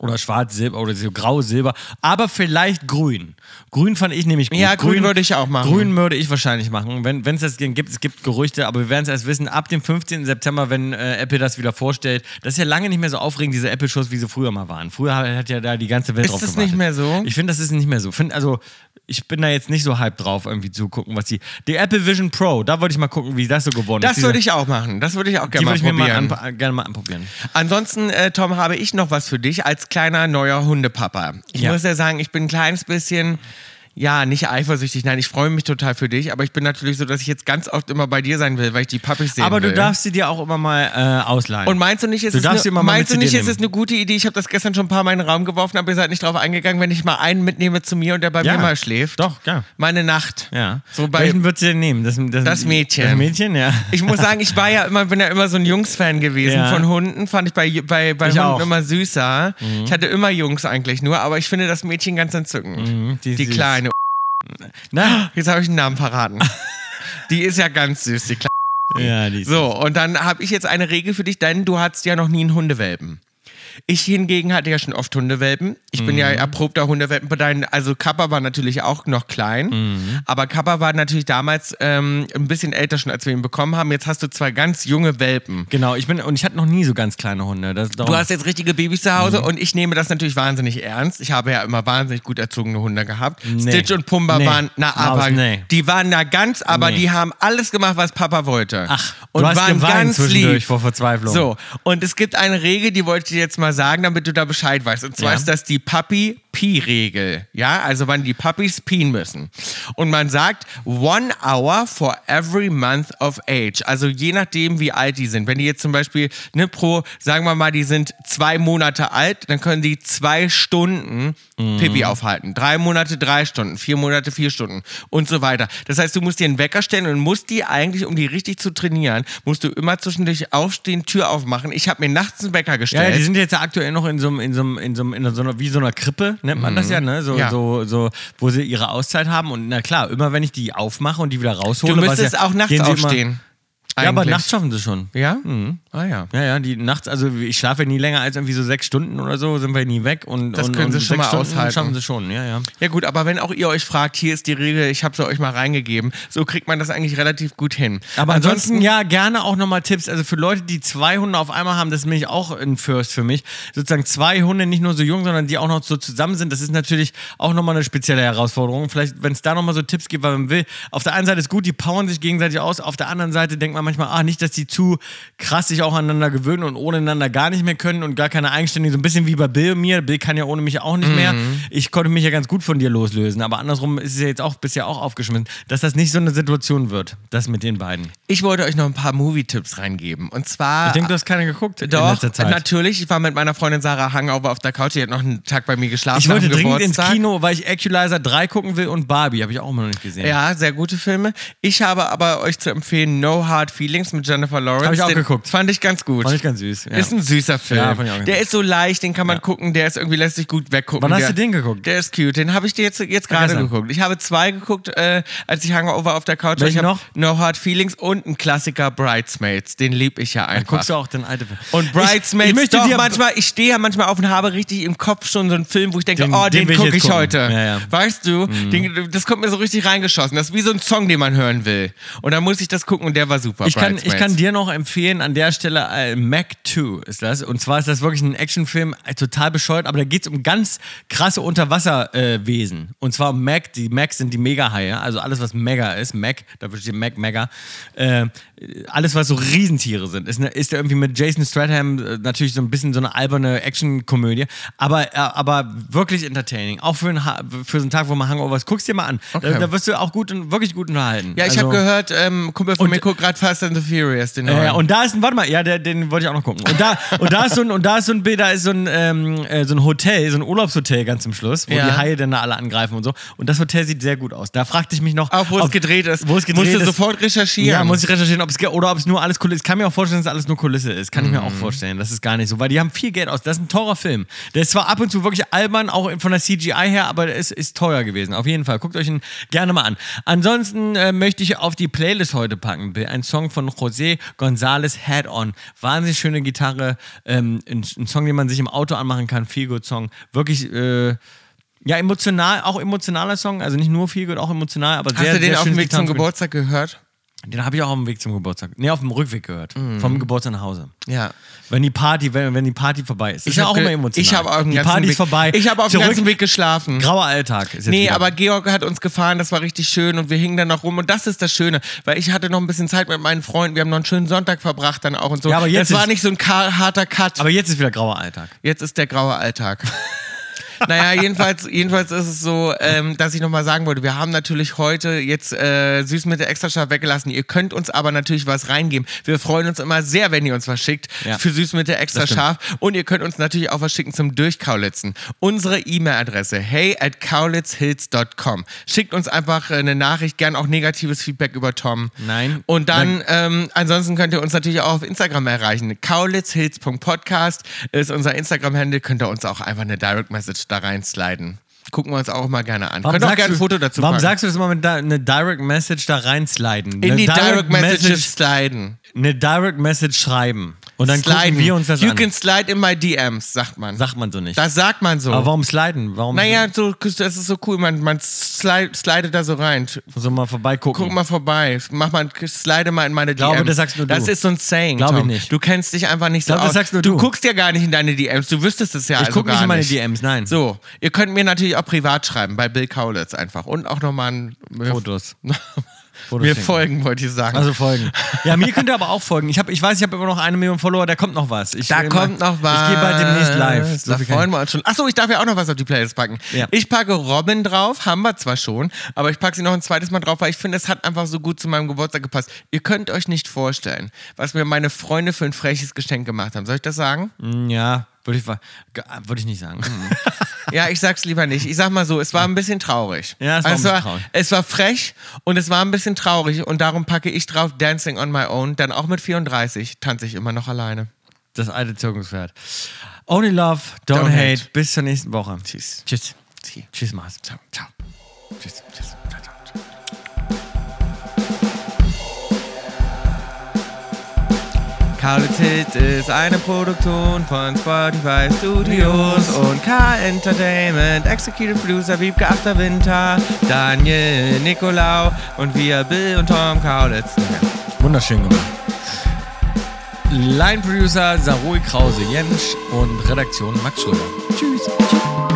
S2: oder schwarz, Silber oder so grau, Silber. Aber vielleicht grün. Grün fand ich nämlich gut.
S1: Ja, grün würde ich auch machen.
S2: Grün würde ich wahrscheinlich machen. Wenn wenn es das gibt, es gibt Gerüchte, aber wir werden es erst wissen ab dem 15. September, wenn äh, Apple das wieder vorstellt. Das ist ja lange nicht mehr so aufregend, diese Apple-Shows, wie sie früher mal waren. Früher hat hat ja da die ganze Welt
S1: Ist
S2: drauf
S1: das
S2: gewartet.
S1: nicht mehr so?
S2: Ich finde, das ist nicht mehr so. Find, also, ich bin da jetzt nicht so hype drauf, irgendwie zu gucken, was die. Die Apple Vision Pro, da wollte ich mal gucken, wie das so geworden ist.
S1: Das
S2: Diese-
S1: würde ich auch machen. Das würde ich auch
S2: die
S1: gerne mal
S2: würde ich mir
S1: probieren.
S2: mal anpa- äh, gerne mal anprobieren.
S1: Ansonsten, äh, Tom, habe ich noch was für dich als kleiner neuer Hundepapa. Ich
S2: Ja.
S1: muss ja sagen, ich bin ein kleines bisschen. Ja, nicht eifersüchtig. Nein, ich freue mich total für dich, aber ich bin natürlich so, dass ich jetzt ganz oft immer bei dir sein will, weil ich die Pappis sehen
S2: Aber
S1: will.
S2: du darfst sie dir auch immer mal äh, ausleihen.
S1: Und meinst du nicht, ist
S2: Du
S1: es
S2: darfst
S1: eine,
S2: immer mal
S1: meinst
S2: mit
S1: du
S2: zu
S1: nicht,
S2: dir
S1: ist es
S2: nehmen.
S1: eine gute Idee? Ich habe das gestern schon ein paar Mal in den Raum geworfen, aber ihr seid nicht drauf eingegangen, wenn ich mal einen mitnehme zu mir und der bei
S2: Ja.
S1: mir mal schläft.
S2: Doch, ja.
S1: Meine Nacht.
S2: Ja.
S1: So bei,
S2: Welchen würdest du denn nehmen? Das, das,
S1: Das Mädchen.
S2: Das Mädchen, ja.
S1: ich muss sagen, ich war ja immer, bin ja immer so ein Jungs-Fan gewesen
S2: Ja.
S1: von Hunden. Fand ich bei, bei, bei
S2: Ich
S1: Hunden
S2: auch. Mhm.
S1: immer süßer. Ich hatte immer Jungs eigentlich nur, aber ich finde das Mädchen ganz entzückend.
S2: die
S1: Die
S2: Mhm. süß.
S1: kleine.
S2: Na?
S1: Jetzt habe ich einen Namen verraten. die ist ja ganz süß, die kleine.
S2: Ja, die ist
S1: Ah! So, und dann habe ich jetzt eine Regel für dich, denn du hattest ja noch nie einen Hundewelpen. Ich hingegen hatte ja schon oft Hundewelpen. Ich bin
S2: Mhm.
S1: ja erprobter Hundewelpen. Dein- Also Kappa war natürlich auch noch klein,
S2: Mhm.
S1: aber Kappa war natürlich damals ähm, ein bisschen älter schon, als wir ihn bekommen haben. Jetzt hast du zwei ganz junge Welpen.
S2: Genau, ich bin, und ich hatte noch nie so ganz kleine Hunde. Das,
S1: Du hast jetzt richtige Babys zu
S2: Mhm.
S1: Hause und ich nehme das natürlich wahnsinnig ernst. Ich habe ja immer wahnsinnig gut erzogene Hunde gehabt.
S2: Nee.
S1: Stitch und Pumba
S2: Nee.
S1: waren, na
S2: Maus,
S1: aber,
S2: nee.
S1: die waren da ganz, aber
S2: Nee.
S1: die haben alles gemacht, was Papa wollte.
S2: Ach,
S1: und
S2: du hast
S1: waren
S2: geweint
S1: ganz
S2: zwischendurch
S1: lieb.
S2: vor Verzweiflung.
S1: So, und es gibt eine Regel, die wollte ich dir jetzt mal sagen, damit du da Bescheid weißt. Und zwar
S2: Ja.
S1: ist das die Puppy-Pee-Regel. Ja, also wann die Puppies peen müssen. Und man sagt, one hour for every month of age. Also je nachdem, wie alt die sind. Wenn die jetzt zum Beispiel, ne, pro, sagen wir mal, die sind zwei Monate alt, dann können die zwei Stunden
S2: Mhm.
S1: Pipi aufhalten. Drei Monate, drei Stunden. Vier Monate, vier Stunden. Und so weiter. Das heißt, du musst dir einen Wecker stellen und musst die eigentlich, um die richtig zu trainieren, musst du immer zwischendurch aufstehen, Tür aufmachen. Ich habe mir nachts einen Wecker
S2: ja,
S1: gestellt.
S2: ja, die sind jetzt ja aktuell noch in so einem, in so einem, in so einem, in so einer, wie so einer Krippe, nennt man das ja, ne? So,
S1: Mhm. Ja.
S2: So, so, wo sie ihre Auszeit haben. Und na klar, immer wenn ich die aufmache und die wieder raushole,
S1: Du
S2: was
S1: müsstest
S2: ja,
S1: auch nachts
S2: gehen sie immer-
S1: aufstehen.
S2: Ja, aber
S1: eigentlich.
S2: nachts schaffen sie schon.
S1: Ja? Ah ja.
S2: Ja, ja, die nachts, also ich schlafe ja nie länger als irgendwie so sechs Stunden oder so, sind wir nie weg und
S1: Das
S2: und,
S1: können
S2: und
S1: sie schon
S2: sechs
S1: mal
S2: Stunden
S1: aushalten.
S2: Schaffen sie schon, ja, ja.
S1: Ja gut, aber wenn auch ihr euch fragt, hier ist die Regel, ich habe sie euch mal reingegeben, so kriegt man das eigentlich relativ gut hin.
S2: Aber ansonsten, ja, gerne auch nochmal Tipps. Also für Leute, die zwei Hunde auf einmal haben, das ist nämlich auch ein First für mich. Sozusagen zwei Hunde, nicht nur so jung, sondern die auch noch so zusammen sind, das ist natürlich auch nochmal eine spezielle Herausforderung. Vielleicht, wenn es da nochmal so Tipps gibt, weil man will. Auf der einen Seite ist gut, die powern sich gegenseitig aus. Auf der anderen Seite denkt man manchmal, ah, nicht, dass die zu krass sich auch aneinander gewöhnen und ohne einander gar nicht mehr können und gar keine Eigenständigen. So ein bisschen wie bei Bill und mir. Bill kann ja ohne mich auch nicht mehr. Ich konnte mich ja ganz gut von dir loslösen. Aber andersrum ist es ja jetzt auch bisher auch aufgeschmissen, dass das nicht so eine Situation wird. Das mit den beiden.
S1: ich wollte euch noch ein paar Movie-Tipps reingeben. Und zwar.
S2: Ich denke, du hast keiner geguckt in
S1: Ah, doch,
S2: letzter Zeit.
S1: natürlich. Ich war mit meiner Freundin Sarah Hangover auf der Couch. Die hat noch einen Tag bei mir geschlafen.
S2: Ich wollte
S1: nach dem
S2: dringend ins
S1: Geburtstag.
S2: Kino, weil ich Equalizer 3 gucken will und Barbie. Habe ich auch immer noch nicht gesehen.
S1: Ja, sehr gute Filme. Ich habe aber euch zu empfehlen No Hard Feelings mit Jennifer Lawrence.
S2: Hab ich auch
S1: Den
S2: geguckt.
S1: Fand ich ganz gut.
S2: Fand ich ganz süß, ja.
S1: Ist ein süßer Film.
S2: Ja, fand ich auch ganz
S1: der
S2: süß.
S1: ist so leicht, den kann man
S2: Ja.
S1: gucken, der ist irgendwie lässt sich gut weggucken.
S2: Wann hast
S1: der,
S2: du den geguckt?
S1: Der ist cute. Den habe ich dir jetzt, jetzt gerade
S2: gestern.
S1: geguckt. Ich habe zwei geguckt, äh, als ich Hangover auf der Couch
S2: Welchen
S1: Ich habe
S2: noch?
S1: No Hard Feelings und ein Klassiker Bridesmaids. Den lieb ich ja
S2: Dann
S1: einfach.
S2: guckst du auch den alten Film.
S1: und Bridesmaids,
S2: ich, ich möchte
S1: doch,
S2: dir
S1: manchmal, ich stehe ja manchmal auf und habe richtig im Kopf schon so einen Film, wo ich denke,
S2: Den-
S1: oh,
S2: den
S1: den,
S2: will ich
S1: gucke
S2: jetzt
S1: ich,
S2: gucken.
S1: heute.
S2: Ja, ja. Mhm.
S1: Weißt du, den, das kommt mir so richtig reingeschossen. Das ist wie so ein Song, den man hören will. Und dann muss ich das gucken und der war super.
S2: Ich kann, ich
S1: Bridesmaids.
S2: kann dir noch empfehlen, an der Stelle äh, Mac 2 ist das. Und zwar ist das wirklich ein Actionfilm, äh, total bescheuert, aber da geht es um ganz krasse Unterwasserwesen. Äh, Wesen. und zwar um Mac, die Macs sind die Mega-Haie, also alles, was Mega ist, Mac, da steht Mac, Mega, äh, alles, was so Riesentiere sind. Ist, ne, ist da irgendwie mit Jason Stratham äh, natürlich so ein bisschen so eine alberne Action-Komödie, aber, äh, aber wirklich entertaining. Auch für, einen Ha- für so einen Tag, wo man Hangovers guckst dir mal an. Da, da wirst du auch gut und wirklich gut unterhalten.
S1: Ja, ich
S2: Also-
S1: habe gehört, ähm, Kumpel von
S2: Und-
S1: mir guckt gerade Fast and the Furious, den neuen.
S2: ja, ja, und da ist ein, warte mal, ja, der, den wollte ich auch noch gucken. Und da, und da ist so ein, und da ist so ein Bild, da ist so ein, ähm, äh, so ein Hotel, so ein Urlaubshotel ganz zum Schluss, wo
S1: Ja.
S2: die Haie dann da alle angreifen und so. Und das Hotel sieht sehr gut aus. Da fragte ich mich noch,
S1: auch wo es
S2: ob-
S1: gedreht ist.
S2: wo es gedreht
S1: Musst du
S2: ist.
S1: sofort recherchieren.
S2: Ja, muss ich recherchieren, ob es ge- oder ob es nur alles Kulisse ist. Kann mir auch vorstellen, dass es alles nur Kulisse ist. Kann ich
S1: Mhm.
S2: mir auch vorstellen. Das ist gar nicht so, weil die haben viel Geld aus. Das ist ein teurer Film. Der ist zwar ab und zu wirklich albern, auch von der CGI her, aber es ist teuer gewesen. Auf jeden Fall. Guckt euch ihn gerne mal an. Ansonsten äh, möchte ich auf die Playlist heute packen. Bill. Ein Song von José González, Head On. Wahnsinnig schöne Gitarre. Ähm, ein, ein Song, den man sich im Auto anmachen kann. Feel Good Song. Wirklich. Äh, ja, emotional, auch emotionaler Song, also nicht nur viel gut, auch emotional, aber
S1: Hast
S2: sehr,
S1: du den
S2: sehr
S1: auf dem
S2: schönes
S1: Weg zum
S2: Gitarrenspiel.
S1: Geburtstag gehört?
S2: Den habe ich auch auf dem Weg zum Geburtstag. Nee, auf dem Rückweg gehört.
S1: Mhm.
S2: Vom Geburtstag nach Hause.
S1: Ja.
S2: Wenn die Party, wenn, wenn die Party vorbei ist. Das ist ja
S1: hab
S2: auch
S1: ge-
S2: immer emotional.
S1: Ich habe auf dem
S2: die
S1: ganzen
S2: Party
S1: Weg,
S2: ist vorbei.
S1: Ich habe auf dem
S2: Zurück-
S1: ganzen Weg geschlafen.
S2: Grauer Alltag ist jetzt
S1: Nee,
S2: wieder.
S1: aber Georg hat uns gefahren, das war richtig schön und wir hingen dann noch rum und das ist das Schöne, weil ich hatte noch ein bisschen Zeit mit meinen Freunden, wir haben noch einen schönen Sonntag verbracht dann auch und so.
S2: Ja, aber jetzt
S1: das war
S2: ist-
S1: nicht so ein ka- harter Cut.
S2: Aber jetzt ist wieder grauer Alltag.
S1: jetzt ist der graue Alltag. naja, jedenfalls, jedenfalls ist es so, ähm, dass ich nochmal sagen wollte, wir haben natürlich heute jetzt äh, Süßmittel extra scharf weggelassen. Ihr könnt uns aber natürlich was reingeben. Wir freuen uns immer sehr, wenn ihr uns was schickt
S2: Ja.
S1: für Süßmittel extra
S2: Das stimmt.
S1: scharf. Und ihr könnt uns natürlich auch was schicken zum Durchkaulitzen. Unsere E-Mail-Adresse hey at kaulitzhills.com. Schickt uns einfach äh, eine Nachricht, gern auch negatives Feedback über Tom.
S2: Nein.
S1: Und dann, ähm, ansonsten könnt ihr uns natürlich auch auf Instagram erreichen. kaulitzhilz.podcast ist unser Instagram-Handle. Könnt ihr uns auch einfach eine Direct Message da reinsliden. Gucken wir uns auch mal gerne an. könnt ihr auch gerne ein Foto dazu
S2: warum
S1: packen.
S2: sagst du das immer mit da, eine Direct Message da reinsliden?
S1: In
S2: eine
S1: die Direct Messages sliden.
S2: Eine Direct Message schreiben. Und dann
S1: sliden.
S2: gucken wir uns das
S1: you
S2: an.
S1: can slide in my DMs, sagt man.
S2: Sagt man so nicht.
S1: das sagt man so.
S2: aber warum sliden? Warum
S1: Naja, so, das ist so cool. Man, man slide, slidet da so rein.
S2: so mal vorbeigucken?
S1: Oh, Guck mal vorbei. Mach mal, slide mal in meine DMs.
S2: Glaube, das sagst nur du.
S1: Das ist so ein Saying.
S2: Glaube ich
S1: Tom.
S2: nicht.
S1: Du kennst dich einfach nicht so
S2: Glaube,
S1: aus.
S2: das sagst nur
S1: du.
S2: du.
S1: guckst ja gar nicht in deine DMs. Du wüsstest es ja
S2: Ich
S1: also
S2: guck
S1: gar
S2: nicht in meine
S1: nicht.
S2: DMs, nein.
S1: So, ihr könnt mir natürlich auch privat schreiben bei Bill Kaulitz einfach und auch nochmal ein
S2: Fotos. Fotos
S1: Mir
S2: schicken.
S1: folgen wollte ich sagen.
S2: Also folgen. Ja, mir könnt ihr aber auch folgen. Ich, hab, ich weiß, ich habe immer noch eine Million Follower, da kommt noch was. Ich
S1: da
S2: will
S1: kommt
S2: mal-
S1: noch was.
S2: Ich gehe bald demnächst live.
S1: Da
S2: viel kann
S1: freuen wir uns schon. Achso, ich darf ja auch noch was auf die Playlist packen.
S2: Ja.
S1: Ich packe Robin drauf, haben wir zwar schon, aber ich packe sie noch ein zweites Mal drauf, weil ich finde, es hat einfach so gut zu meinem Geburtstag gepasst. Ihr könnt euch nicht vorstellen, was mir meine Freunde für ein freches Geschenk gemacht haben. Soll ich das sagen?
S2: ich. Mm, Ja, würde ich, wa- ge- ah, würd ich nicht sagen.
S1: Mhm. Ja, ich sag's lieber nicht. Ich sag mal so, es war ein bisschen traurig.
S2: Ja, es war ein bisschen
S1: war,
S2: traurig.
S1: Es war frech und es war ein bisschen traurig und darum packe ich drauf Dancing on my own, dann auch mit 34 tanze ich immer noch alleine. das alte Zirkuspferd. Only Love, Don't,
S2: Don't
S1: hate.
S2: hate.
S1: Bis zur nächsten Woche.
S2: Tschüss.
S1: Tschüss.
S2: Tschüss.
S1: Tschüss, Mars. Ciao. Ciao.
S2: Tschüss. Tschüss. Ciao, ciao, ciao. Kaulitz ist eine Produktion von Spotify Studios und K Entertainment. Executive Producer Wiebke Achterwinter, Daniel Nicolau und wir Bill und Tom Kaulitz.
S1: Wunderschön gemacht. Line Producer Sarui Krause Jensch und Redaktion Max Schröder. Tschüss. Tschüss.